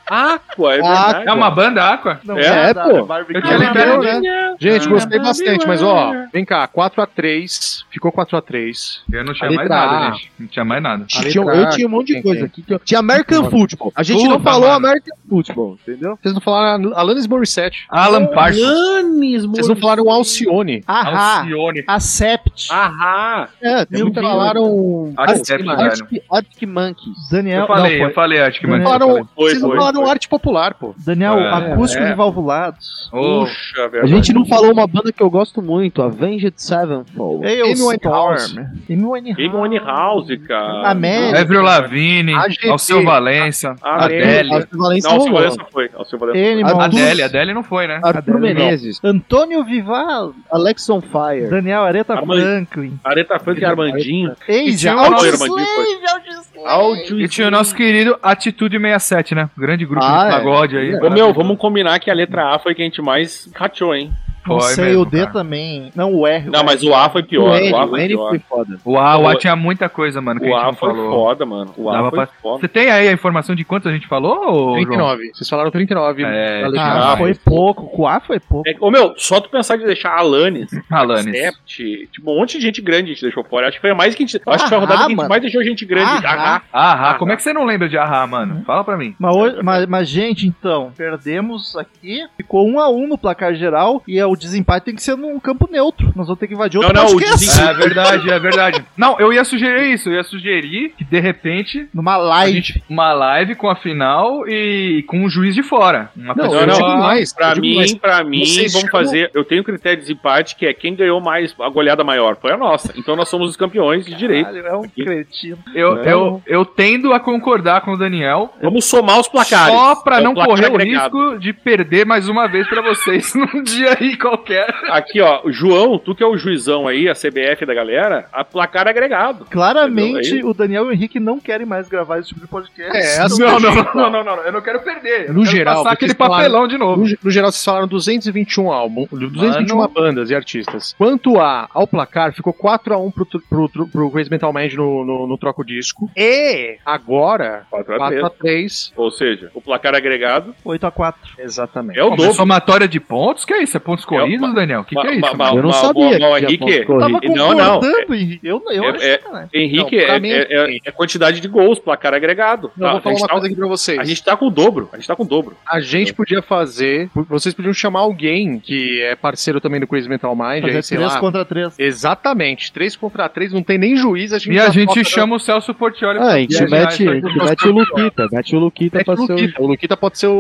[SPEAKER 3] Aqua, é verdade.
[SPEAKER 5] É uma banda Aqua?
[SPEAKER 2] Não,
[SPEAKER 6] É,
[SPEAKER 2] da-
[SPEAKER 6] pô.
[SPEAKER 2] da Barbie
[SPEAKER 5] Eu
[SPEAKER 2] Girl.
[SPEAKER 5] tinha lembrado
[SPEAKER 6] né?
[SPEAKER 4] Gente, gostei bastante, mas ó, vem cá, 4x3, ficou 4x3.
[SPEAKER 5] Eu não tinha
[SPEAKER 4] A
[SPEAKER 5] mais
[SPEAKER 4] letra
[SPEAKER 5] nada,
[SPEAKER 4] A.
[SPEAKER 5] gente. Não tinha mais nada.
[SPEAKER 4] A
[SPEAKER 6] Tinha-
[SPEAKER 4] letra
[SPEAKER 6] eu
[SPEAKER 4] A,
[SPEAKER 6] tinha um monte de
[SPEAKER 4] tem
[SPEAKER 6] coisa
[SPEAKER 4] quem?
[SPEAKER 6] aqui. que eu- Tinha American Football. A gente não
[SPEAKER 5] Puta,
[SPEAKER 6] falou
[SPEAKER 5] mano.
[SPEAKER 6] American Football, entendeu?
[SPEAKER 4] Vocês não falaram Alanis Morissette.
[SPEAKER 5] Alan Parsons.
[SPEAKER 4] Vocês não falaram Alcione.
[SPEAKER 2] Ahá.
[SPEAKER 5] Alcione.
[SPEAKER 2] Acept.
[SPEAKER 3] Ahá.
[SPEAKER 6] É, tem
[SPEAKER 2] Meu
[SPEAKER 6] muito
[SPEAKER 2] Deus. um
[SPEAKER 6] falaram
[SPEAKER 5] Accept, velho.
[SPEAKER 6] Arctic Arctic Monkeys.
[SPEAKER 2] Daniel.
[SPEAKER 5] Eu falei,
[SPEAKER 2] não,
[SPEAKER 5] eu falei, acho que mais.
[SPEAKER 4] Falaram,
[SPEAKER 3] Foi,
[SPEAKER 4] vocês não
[SPEAKER 3] foi,
[SPEAKER 4] falaram
[SPEAKER 3] foi.
[SPEAKER 4] arte popular, pô.
[SPEAKER 2] foi. Daniel,
[SPEAKER 5] É,
[SPEAKER 2] acústicos
[SPEAKER 5] é.
[SPEAKER 2] e valvulados.
[SPEAKER 5] Oh,
[SPEAKER 3] Puxa,
[SPEAKER 6] A
[SPEAKER 3] verdade.
[SPEAKER 6] gente não falou uma banda que eu gosto muito, Avenged Sevenfold.
[SPEAKER 2] Eu,
[SPEAKER 4] Amy Winehouse.
[SPEAKER 2] Storm. Amy Winehouse.
[SPEAKER 3] Game One House, cara.
[SPEAKER 2] América.
[SPEAKER 5] Avril Lavigne,
[SPEAKER 4] AGP.
[SPEAKER 5] Alceu Valença,
[SPEAKER 3] Ah,
[SPEAKER 5] Adele.
[SPEAKER 6] Acho que
[SPEAKER 2] É,
[SPEAKER 6] Valência
[SPEAKER 3] Não, o
[SPEAKER 6] rolou.
[SPEAKER 3] Valença foi. O Silvio Valença
[SPEAKER 2] Animal.
[SPEAKER 6] Arthur-
[SPEAKER 5] Adele, Adele não foi, né?
[SPEAKER 6] Arthur
[SPEAKER 2] Adele,
[SPEAKER 6] Menezes,
[SPEAKER 2] Antônio Vival.
[SPEAKER 6] Alex on Fire.
[SPEAKER 2] Daniel Areta
[SPEAKER 3] Armand-
[SPEAKER 2] Franklin.
[SPEAKER 3] foi. Areta Frank e Armandinho.
[SPEAKER 2] Eis,
[SPEAKER 5] tinha um
[SPEAKER 2] Aldo
[SPEAKER 5] nome,
[SPEAKER 3] Armandinho, foi.
[SPEAKER 2] Slave, Aldo Slave.
[SPEAKER 5] E tinha o nosso querido Atitude 67, né? Grande grupo
[SPEAKER 6] Ah,
[SPEAKER 5] de
[SPEAKER 6] é.
[SPEAKER 5] pagode aí.
[SPEAKER 3] Ô, meu, vamos combinar que a letra A foi que a gente mais rateou, hein?
[SPEAKER 2] Não
[SPEAKER 5] Foi
[SPEAKER 2] sei,
[SPEAKER 5] mesmo,
[SPEAKER 2] o D
[SPEAKER 5] cara.
[SPEAKER 2] também. Não, o R.
[SPEAKER 3] Não, mas o A foi pior.
[SPEAKER 6] o
[SPEAKER 3] O A
[SPEAKER 6] N, o
[SPEAKER 3] foi
[SPEAKER 6] N
[SPEAKER 3] pior.
[SPEAKER 6] foi foda.
[SPEAKER 5] Uau,
[SPEAKER 3] O-
[SPEAKER 5] tinha muita coisa, mano, que
[SPEAKER 3] O
[SPEAKER 5] a gente
[SPEAKER 3] A
[SPEAKER 5] não
[SPEAKER 3] foi
[SPEAKER 5] falou.
[SPEAKER 3] foda, mano. O
[SPEAKER 5] Dava
[SPEAKER 3] A foi
[SPEAKER 5] pra-
[SPEAKER 3] foda.
[SPEAKER 5] Você tem aí a informação de quantas a gente falou, ô, João?
[SPEAKER 4] 39. Vocês falaram 39.
[SPEAKER 5] É,
[SPEAKER 4] Alanis
[SPEAKER 2] Ah,
[SPEAKER 4] Morissette.
[SPEAKER 2] foi pouco. Com A foi pouco.
[SPEAKER 3] É, ô, meu, só tu pensar de deixar Alanis,
[SPEAKER 5] Ah, Alanis.
[SPEAKER 3] Sept, tipo, um monte de gente grande a gente deixou fora. Acho que foi a mais que a gente. Acho que foi a rodada
[SPEAKER 2] Ahá,
[SPEAKER 3] que a gente
[SPEAKER 2] mano.
[SPEAKER 3] mais deixou gente grande. Ah,
[SPEAKER 2] Ahá.
[SPEAKER 3] Ahá.
[SPEAKER 5] Ahá, como é que você não lembra de Ahá, mano? Fala pra mim.
[SPEAKER 2] Mas, hoje- mas- mas, gente, então, perdemos aqui. Ficou um a um no placar geral. E a o desempate tem que ser num campo neutro. Nós vamos ter que invadir outro
[SPEAKER 3] Não, não, o
[SPEAKER 2] podcast.
[SPEAKER 3] desempate-
[SPEAKER 5] É verdade, é verdade. Não, eu ia sugerir isso. Eu ia sugerir que, de repente,
[SPEAKER 2] Numa
[SPEAKER 5] a
[SPEAKER 2] live.
[SPEAKER 5] gente, uma live com a final e com um juiz de fora. Uma
[SPEAKER 4] Não,
[SPEAKER 5] pessoa-
[SPEAKER 4] eu digo mais. eu
[SPEAKER 3] Pra
[SPEAKER 4] digo
[SPEAKER 3] mim,
[SPEAKER 4] mais.
[SPEAKER 3] pra mim,
[SPEAKER 4] vocês
[SPEAKER 3] vamos
[SPEAKER 4] chamam-
[SPEAKER 3] fazer. Eu tenho um critério de desempate que é quem ganhou mais, a goleada maior foi a nossa. Então nós somos os campeões de direito.
[SPEAKER 2] Caralho, é um cretino.
[SPEAKER 5] eu, eu, eu tendo a concordar com o Daniel.
[SPEAKER 3] Vamos somar os placares.
[SPEAKER 5] Só pra
[SPEAKER 3] É o
[SPEAKER 5] não
[SPEAKER 3] placar
[SPEAKER 5] correr
[SPEAKER 3] agregado.
[SPEAKER 5] o risco de perder mais uma vez pra vocês num dia aí qualquer.
[SPEAKER 3] Aqui, ó, João, tu que é o juizão aí, a CBF da galera, a placar agregado.
[SPEAKER 2] Claramente, o Daniel e o Henrique não querem mais gravar esse tipo de podcast.
[SPEAKER 4] É,
[SPEAKER 2] Então,
[SPEAKER 4] as-
[SPEAKER 5] Não, não, não, não, não, não, não, Eu não quero perder. Eu
[SPEAKER 4] No
[SPEAKER 5] quero
[SPEAKER 4] geral,
[SPEAKER 5] passar
[SPEAKER 4] vocês
[SPEAKER 5] aquele papelão de novo.
[SPEAKER 4] No, ge- no geral, vocês falaram 221 álbum, 221
[SPEAKER 5] Mano.
[SPEAKER 4] bandas e artistas. Quanto a, ao placar, ficou 4x1 pro, tru- pro, tru- pro Crazy Metal Mind no, no, no troco disco. E agora,
[SPEAKER 3] 4x3.
[SPEAKER 4] 4x3.
[SPEAKER 3] Ou seja, o placar agregado
[SPEAKER 2] 8x4.
[SPEAKER 4] Exatamente.
[SPEAKER 3] é o
[SPEAKER 5] Pô, mas
[SPEAKER 3] dobro.
[SPEAKER 5] somatória de pontos? Que é isso? É pontos corridos,
[SPEAKER 3] ma-
[SPEAKER 5] Daniel? Que que é
[SPEAKER 3] ma-
[SPEAKER 5] isso?
[SPEAKER 3] ma-
[SPEAKER 6] Eu não
[SPEAKER 3] ma-
[SPEAKER 6] sabia
[SPEAKER 3] ma- ma-
[SPEAKER 6] que tinha
[SPEAKER 3] Henrique,
[SPEAKER 6] ponto
[SPEAKER 2] Tava
[SPEAKER 3] Henrique, não, não.
[SPEAKER 2] concordando, Henrique. Eu, eu
[SPEAKER 3] É-
[SPEAKER 2] acho
[SPEAKER 3] é-
[SPEAKER 2] sacanagem.
[SPEAKER 3] Henrique,
[SPEAKER 4] Não, pra
[SPEAKER 3] é,
[SPEAKER 4] mim- assim,
[SPEAKER 3] é- é- é quantidade de gols, placar agregado.
[SPEAKER 4] Não,
[SPEAKER 3] Tá,
[SPEAKER 4] eu vou falar
[SPEAKER 3] a, gente
[SPEAKER 4] uma
[SPEAKER 3] tá,
[SPEAKER 4] coisa aqui pra vocês.
[SPEAKER 3] a gente tá com o dobro. A gente tá com o dobro.
[SPEAKER 4] A gente podia fazer. Vocês podiam chamar alguém que é parceiro também do Crazy Metal Mind, aí,
[SPEAKER 2] Fazer
[SPEAKER 4] sei
[SPEAKER 2] 3
[SPEAKER 4] lá.
[SPEAKER 2] contra 3.
[SPEAKER 4] Exatamente, 3 contra 3, não tem nem juiz. A gente
[SPEAKER 5] E a
[SPEAKER 4] já
[SPEAKER 5] gente
[SPEAKER 4] toca-
[SPEAKER 5] chama o Celso Portioli
[SPEAKER 6] Ah, a gente
[SPEAKER 5] pra
[SPEAKER 6] mete, a
[SPEAKER 5] viajar,
[SPEAKER 6] gente mete o Luquita, mete o Luquita
[SPEAKER 4] Mete
[SPEAKER 6] pra
[SPEAKER 4] o
[SPEAKER 6] ser o...
[SPEAKER 4] Luquita. O Luquita pode ser o,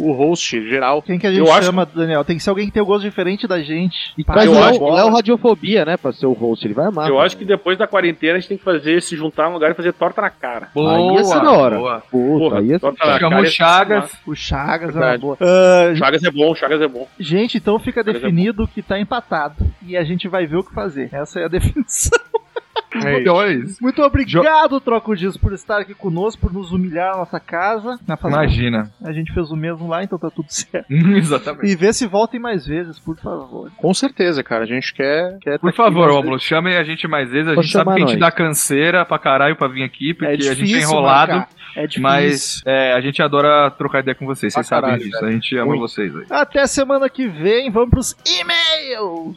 [SPEAKER 4] o host geral.
[SPEAKER 2] Quem que a gente
[SPEAKER 3] Eu acho-
[SPEAKER 2] chama, Daniel? Tem que ser alguém que tem um gosto diferente da gente. E
[SPEAKER 6] Mas
[SPEAKER 3] Eu
[SPEAKER 6] o Léo-
[SPEAKER 3] acho-
[SPEAKER 6] o Léo Radiofobia, né, pra ser o host, ele vai
[SPEAKER 4] Ah,
[SPEAKER 6] amar.
[SPEAKER 4] tá.
[SPEAKER 3] Eu acho que depois da quarentena a gente tem que fazer se juntar num lugar e fazer torta na cara.
[SPEAKER 5] Boa,
[SPEAKER 6] Aí ia ser da hora.
[SPEAKER 5] boa.
[SPEAKER 6] Puta,
[SPEAKER 3] Porra,
[SPEAKER 6] aí é...
[SPEAKER 3] torta na
[SPEAKER 5] Chamou
[SPEAKER 3] cara.
[SPEAKER 5] o
[SPEAKER 3] é
[SPEAKER 5] Chagas.
[SPEAKER 2] O Chagas é uma
[SPEAKER 4] Verdade.
[SPEAKER 2] boa. Ah,
[SPEAKER 3] Chagas é bom, Chagas é bom.
[SPEAKER 2] gente, então fica
[SPEAKER 3] Chagas é
[SPEAKER 2] definido que tá empatado. E a gente vai ver o que fazer. Essa é a definição.
[SPEAKER 4] É isso.
[SPEAKER 5] Dois.
[SPEAKER 2] Muito obrigado, Troco Disso, por estar aqui conosco, por nos humilhar na nossa casa. Na fazenda.
[SPEAKER 5] Imagina.
[SPEAKER 2] A gente fez o mesmo lá, então tá tudo certo.
[SPEAKER 5] Exatamente.
[SPEAKER 2] E vê se voltem mais vezes, por favor. é
[SPEAKER 4] Com certeza, cara. A gente quer. quer
[SPEAKER 5] Por
[SPEAKER 4] tá aqui,
[SPEAKER 5] favor,
[SPEAKER 4] mas-
[SPEAKER 5] Romulo, chame a gente mais vezes. A
[SPEAKER 6] Pode
[SPEAKER 5] gente sabe
[SPEAKER 6] chamar
[SPEAKER 5] que a gente
[SPEAKER 6] nós.
[SPEAKER 5] dá canseira pra caralho pra vir aqui, porque
[SPEAKER 2] é difícil,
[SPEAKER 5] a gente é enrolado.
[SPEAKER 2] marcar. É difícil.
[SPEAKER 5] Mas é, a gente adora trocar ideia com vocês, vocês
[SPEAKER 4] Ah,
[SPEAKER 5] sabem
[SPEAKER 4] caralho,
[SPEAKER 5] disso. A gente ama
[SPEAKER 4] Muito.
[SPEAKER 5] vocês aí.
[SPEAKER 2] Até semana que vem, vamos pros e-mails.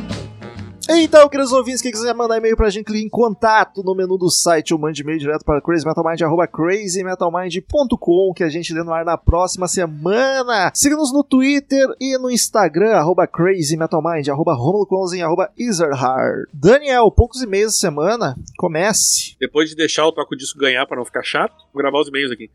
[SPEAKER 2] Então, queridos ouvintes, quem quiser mandar e-mail pra gente, clique em contato no menu do site ou mande e-mail direto para crazymetalmind, arroba crazymetalmind.com, que a gente lê no ar na próxima semana. Siga-nos no Twitter e no Instagram, arroba crazymetalmind, arroba romuloconzin, arroba ezerhard. Daniel, poucos e-mails essa semana, comece.
[SPEAKER 3] depois de deixar o Toco Disco ganhar para não ficar chato, vou gravar os e-mails aqui.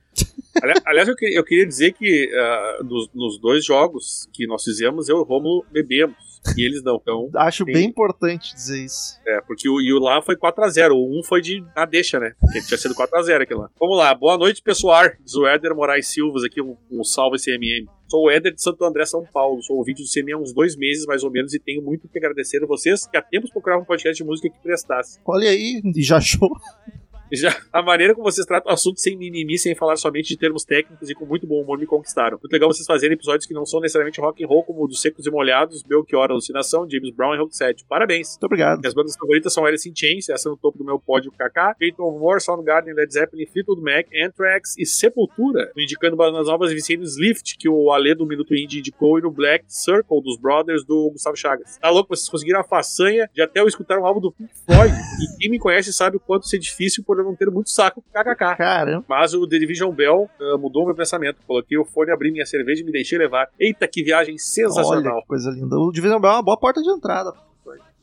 [SPEAKER 3] Ali- Aliás, eu, que- eu queria dizer que ah, nos, nos dois jogos que nós fizemos, eu e o Romulo bebemos. E eles não. Então,
[SPEAKER 2] Acho
[SPEAKER 3] Sim.
[SPEAKER 2] bem importante dizer isso.
[SPEAKER 3] é, porque o, e o lá foi 4x0. O 1 foi de na deixa, né? Porque tinha sido 4x0 aquele lá. Vamos lá, boa noite, pessoal. Diz o Éder Moraes Silvas aqui, um, um salve CMM. Sou o Éder de Santo André, São Paulo. Sou ouvinte do CMM há uns dois meses, mais ou menos, e tenho muito que agradecer a vocês que há tempos procuravam um podcast de música que prestasse.
[SPEAKER 2] Olha aí, e já achou?
[SPEAKER 3] Já, a maneira como vocês tratam o assunto sem mimimi, sem falar somente de termos técnicos e com muito bom humor me conquistaram. Muito legal vocês fazerem episódios que não são necessariamente rock and roll, como o dos Secos e Molhados, Belchior, Alucinação, James Brown e Rock 7. Parabéns!
[SPEAKER 2] Muito obrigado.
[SPEAKER 3] Minhas bandas favoritas são Alice in Chains, essa é no topo do meu pódio KK, Faith No More, Soundgarden, Led Zeppelin, Fleetwood Mac, Anthrax e Sepultura. Tô Indicando bandas novas, Vicente Slift, que o Ale do Minuto Indie indicou, e no Black Circle dos Brothers do Gustavo Chagas. Tá louco, vocês conseguiram a façanha de até eu escutar um álbum do Pink Floyd, e quem me conhece sabe o quanto isso é difícil por eu não ter muito saco KKK.
[SPEAKER 2] Caramba.
[SPEAKER 3] Mas o The Division Bell ah, mudou meu pensamento. Coloquei o fone, abri minha cerveja e me deixei levar. Eita, que viagem sensacional!
[SPEAKER 2] Olha que coisa linda. O Division Bell é uma boa porta de entrada.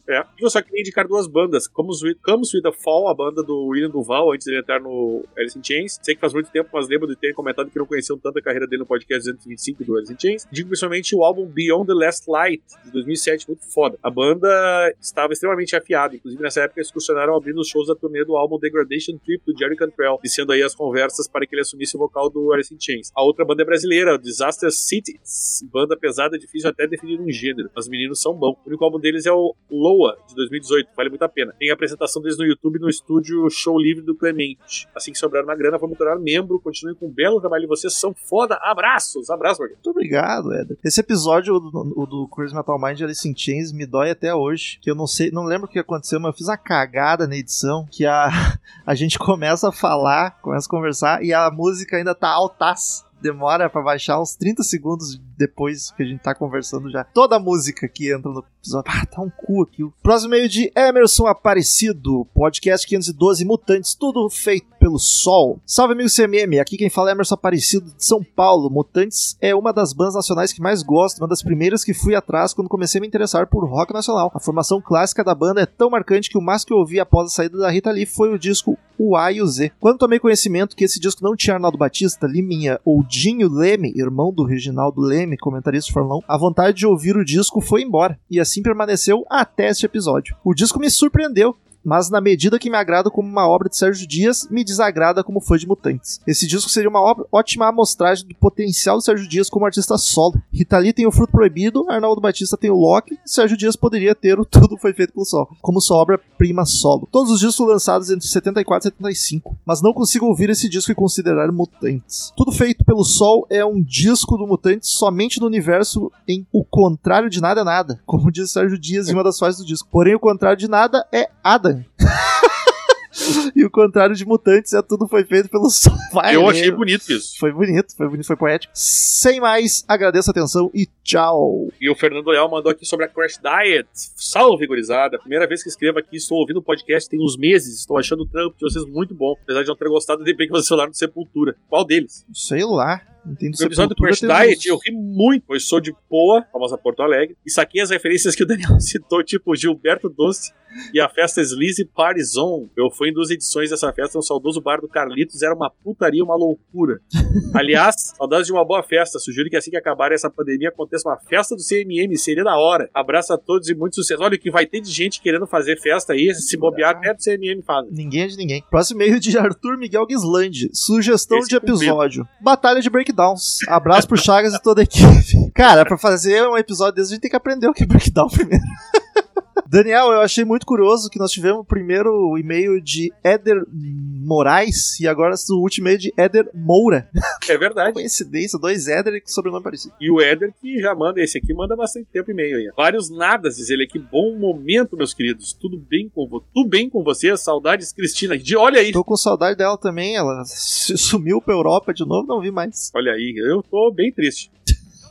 [SPEAKER 3] É. Eu só queria indicar duas bandas. Como Sweet, Come Sweet the Fall, a banda do William Duval, antes de ele entrar no Alice in Chains. Sei que faz muito tempo, mas lembro de terem comentado que não conheciam tanto a carreira dele no podcast 225 do Alice in Chains. Digo principalmente o álbum Beyond the Last Light, de 2007, muito foda. A banda estava extremamente afiada. Inclusive, nessa época, excursionaram abrindo os shows da turnê do álbum Degradation Trip, do Jerry Cantrell, iniciando aí as conversas para que ele assumisse o vocal do Alice in Chains. A outra banda é brasileira, Disaster Cities. Banda pesada, difícil até definir um gênero. Mas os meninos são bons. O único álbum deles é o Loa, de 2018. Vale muito a pena. Tem a apresentação deles no YouTube no estúdio Show Livre do Clemente. Assim que sobrar uma grana, vou me tornar membro. Continuem com um belo trabalho. Vocês são foda. Abraços! Abraço, Morgan.
[SPEAKER 2] Muito obrigado, Éder. Esse episódio, o do, o do Crazy Metal Mind Alice in Chains, me dói até hoje. Que eu não sei, não lembro o que aconteceu, mas eu fiz uma cagada na edição que a, a gente começa a falar, começa a conversar e a música ainda tá altaz. Demora pra baixar uns 30 segundos depois que a gente tá conversando já. Toda a música que entra no episódio. Ah, tá um cu aqui. Próximo meio de Emerson Aparecido, podcast 512 Mutantes, tudo feito pelo Sol. Salve amigos CMM, aqui quem fala é Emerson Aparecido de São Paulo. Mutantes é uma das bandas nacionais que mais gosto, uma das primeiras que fui atrás quando comecei a me interessar por rock nacional. A formação clássica da banda é tão marcante que o mais que eu ouvi após a saída da Rita Lee foi o disco o A e o Z. Quando tomei conhecimento que esse disco não tinha Arnaldo Batista, Liminha ou Dinho Leme, irmão do Reginaldo Leme, comentarista de Forlão, a vontade de ouvir o disco foi embora, e assim permaneceu até este episódio. O disco me surpreendeu, mas na medida que me agrada como uma obra de Sérgio Dias, me desagrada como fã de Mutantes. Esse disco seria uma ob- ótima amostragem do potencial do Sérgio Dias como artista solo. Rita Lee tem o Fruto Proibido, Arnaldo Batista tem o Loki, Sérgio Dias poderia ter o Tudo Foi Feito pelo Sol, como sua obra-prima solo. Todos os discos lançados entre 74 e 75, mas não consigo ouvir esse disco e considerar Mutantes. Tudo Feito pelo Sol é um disco do Mutantes somente no universo em O Contrário de Nada é Nada, como diz Sérgio Dias em uma das fases do disco. Porém, o contrário de nada é Adam, e o contrário de mutantes é tudo foi feito pelo sol. Vai,
[SPEAKER 3] Eu
[SPEAKER 2] né?
[SPEAKER 3] achei bonito isso.
[SPEAKER 2] Foi bonito, foi bonito, foi poético. Sem mais, agradeço a atenção e tchau.
[SPEAKER 3] E o Fernando Leal mandou aqui sobre a Crash Diet. Salve, gurizada. Primeira vez que escrevo aqui, estou ouvindo o podcast tem uns meses. Estou achando o trampo de vocês muito bom. Apesar de não ter gostado, de bem que vocês falaram de Sepultura. Qual deles?
[SPEAKER 2] Sei lá. Entendo
[SPEAKER 3] No episódio do Crash Diet, eu ri muito, pois sou de Poa, famosa Porto Alegre, e saquei as referências que o Daniel citou, tipo Gilberto Doce e a festa Sleazy Party Zone. Eu fui em duas edições dessa festa, no saudoso bar do Carlitos, era uma putaria, uma loucura. Aliás, saudades de uma boa festa. Sugiro que assim que acabar essa pandemia aconteça uma festa do CMM, seria da hora. Abraço a todos e muito sucesso. Olha, o que vai ter de gente querendo fazer festa aí, se bobear até do CMM faz.
[SPEAKER 2] Ninguém é de ninguém. Próximo e-mail de Arthur Miguel Guislandi. Sugestão
[SPEAKER 3] Esse
[SPEAKER 2] de
[SPEAKER 3] com medo.
[SPEAKER 2] episódio. Batalha de breakdowns. Abraço pro Chagas e toda a equipe. Cara, pra fazer um episódio desse, a gente tem que aprender o que é breakdown primeiro. Daniel, eu achei muito curioso que nós tivemos o primeiro e-mail de Éder Moraes e agora o último e-mail de Éder Moura.
[SPEAKER 3] É verdade.
[SPEAKER 2] Coincidência, dois Éder e sobrenome parecido.
[SPEAKER 3] E o Éder, que já manda esse aqui, manda bastante tempo e meio aí. Vários nadas, diz ele aqui. Bom momento, meus queridos. Tudo bem com vo Tudo bem com vocês? Saudades, Cristina. De olha aí.
[SPEAKER 2] Tô com saudade dela também, ela se sumiu pra Europa de novo, não vi mais.
[SPEAKER 3] Olha aí, eu tô bem triste.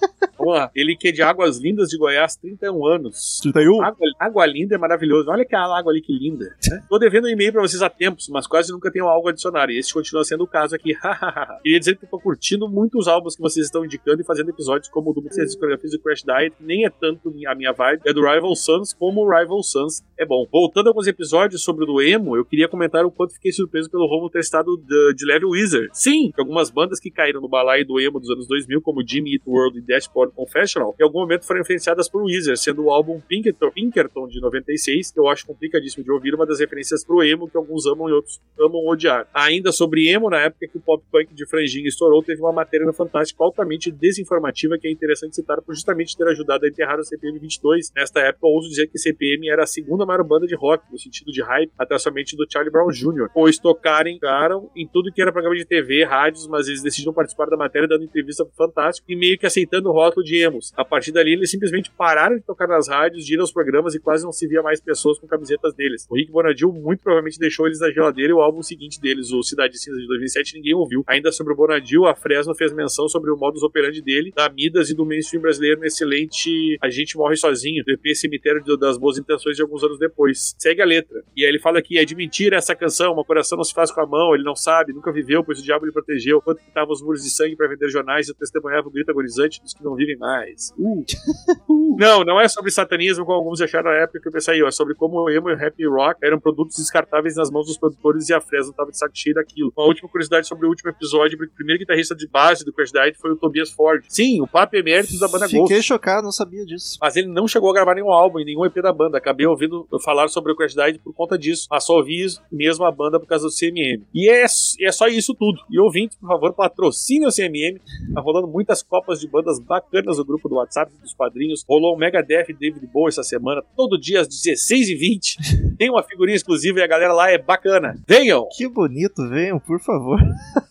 [SPEAKER 3] Vamos lá. Ele que é de Águas Lindas de Goiás, 31 anos.
[SPEAKER 2] 31?
[SPEAKER 3] Água, água linda é maravilhoso. Olha que água ali, que linda. né? Tô devendo um e-mail pra vocês há tempos, mas quase nunca tenho algo a adicionar. E esse continua sendo o caso aqui. Queria dizer que tô curtindo muito os álbuns que vocês estão indicando e fazendo episódios como o do Muitas Discografias do Crash Diet. Nem é tanto mi- a minha vibe. É do Rival Sons, como o Rival Sons é bom. Voltando a alguns episódios sobre o do Emo, eu queria comentar o quanto fiquei surpreso pelo Romulo testado de, de Level Wizard. Sim, que algumas bandas que caíram no balaio do Emo dos anos 2000, como Jimmy Eat World e Dashboard Confessional, em algum momento foram influenciadas por Wizard, sendo o álbum Pinkerton, Pinkerton de 96, que eu acho complicadíssimo de ouvir, uma das referências pro Emo que alguns amam e outros amam odiar. Ainda sobre Emo, na época que o pop punk de franjinha estourou, teve uma matéria no Fantástico altamente desinformativa que é interessante citar por justamente ter ajudado a enterrar o CPM 22. Nesta época, eu ouso dizer que CPM era a segunda maior banda de rock, no sentido de hype, atrás somente do Charlie Brown Jr., pois tocarem, tocaram em tudo que era programa de TV, rádios, mas eles decidiram participar da matéria dando entrevista pro Fantástico e meio que aceitando o rótulo de emos. A partir dali, eles simplesmente pararam de tocar nas rádios, de ir aos programas e quase não se via mais pessoas com camisetas deles. O Rick Bonadil muito provavelmente deixou eles na geladeira e o álbum seguinte deles, o Cidade Cinza de 2007, ninguém ouviu. Ainda sobre o Bonadil, a Fresno fez menção sobre o modus operandi dele, da Midas e do mainstream brasileiro no excelente A Gente Morre Sozinho, do EP Cemitério de- das Boas Intenções de alguns anos depois. Segue a letra. E aí ele fala que é de mentira essa canção, uma coração não se faz com a mão, ele não sabe, nunca viveu, pois o diabo lhe protegeu, quanto que estavam os muros de sangue para vender jornais e o testemunhava o grito agonizante dos que não vivem mais. Uh. Não, não é sobre satanismo, como alguns acharam na época que eu pensei, ó, é sobre como o emo e o rap rock eram produtos descartáveis nas mãos dos produtores e a Fresno tava de saco cheio daquilo. Uma última curiosidade sobre o último episódio, porque o primeiro guitarrista de base do Crash Diet foi o Tobias Ford. Sim, o papo emérito da banda Ghost.
[SPEAKER 2] Fiquei chocado, não sabia disso.
[SPEAKER 3] Mas ele não chegou a gravar nenhum álbum e nenhum EP da banda. Acabei ouvindo falar sobre o Crash Diet por conta disso. Mas só ouvi isso- mesmo a banda por causa do CMM. E é, é só isso tudo. E ouvinte, por favor, patrocine o CMM. Tá rolando muitas copas de bandas bacanas no grupo do WhatsApp dos padrinhos. Rolou o Megadeth e David Bowie essa semana. Todo dia às 16h20. Tem uma figurinha exclusiva e a galera lá é bacana. Venham!
[SPEAKER 2] Que bonito, venham, por favor.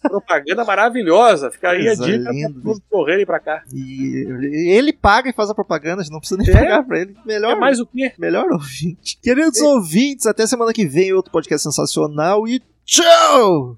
[SPEAKER 3] Propaganda maravilhosa. Fica aí a
[SPEAKER 2] Coisa
[SPEAKER 3] dica pra
[SPEAKER 2] linda.
[SPEAKER 3] todos correrem pra cá.
[SPEAKER 2] E ele paga e faz a propaganda, a gente não precisa nem
[SPEAKER 3] É?
[SPEAKER 2] pagar pra ele. Melhor,
[SPEAKER 3] É mais É. o quê?
[SPEAKER 2] melhor ouvinte. Queridos ouvintes, até semana que vem, outro podcast sensacional e tchau!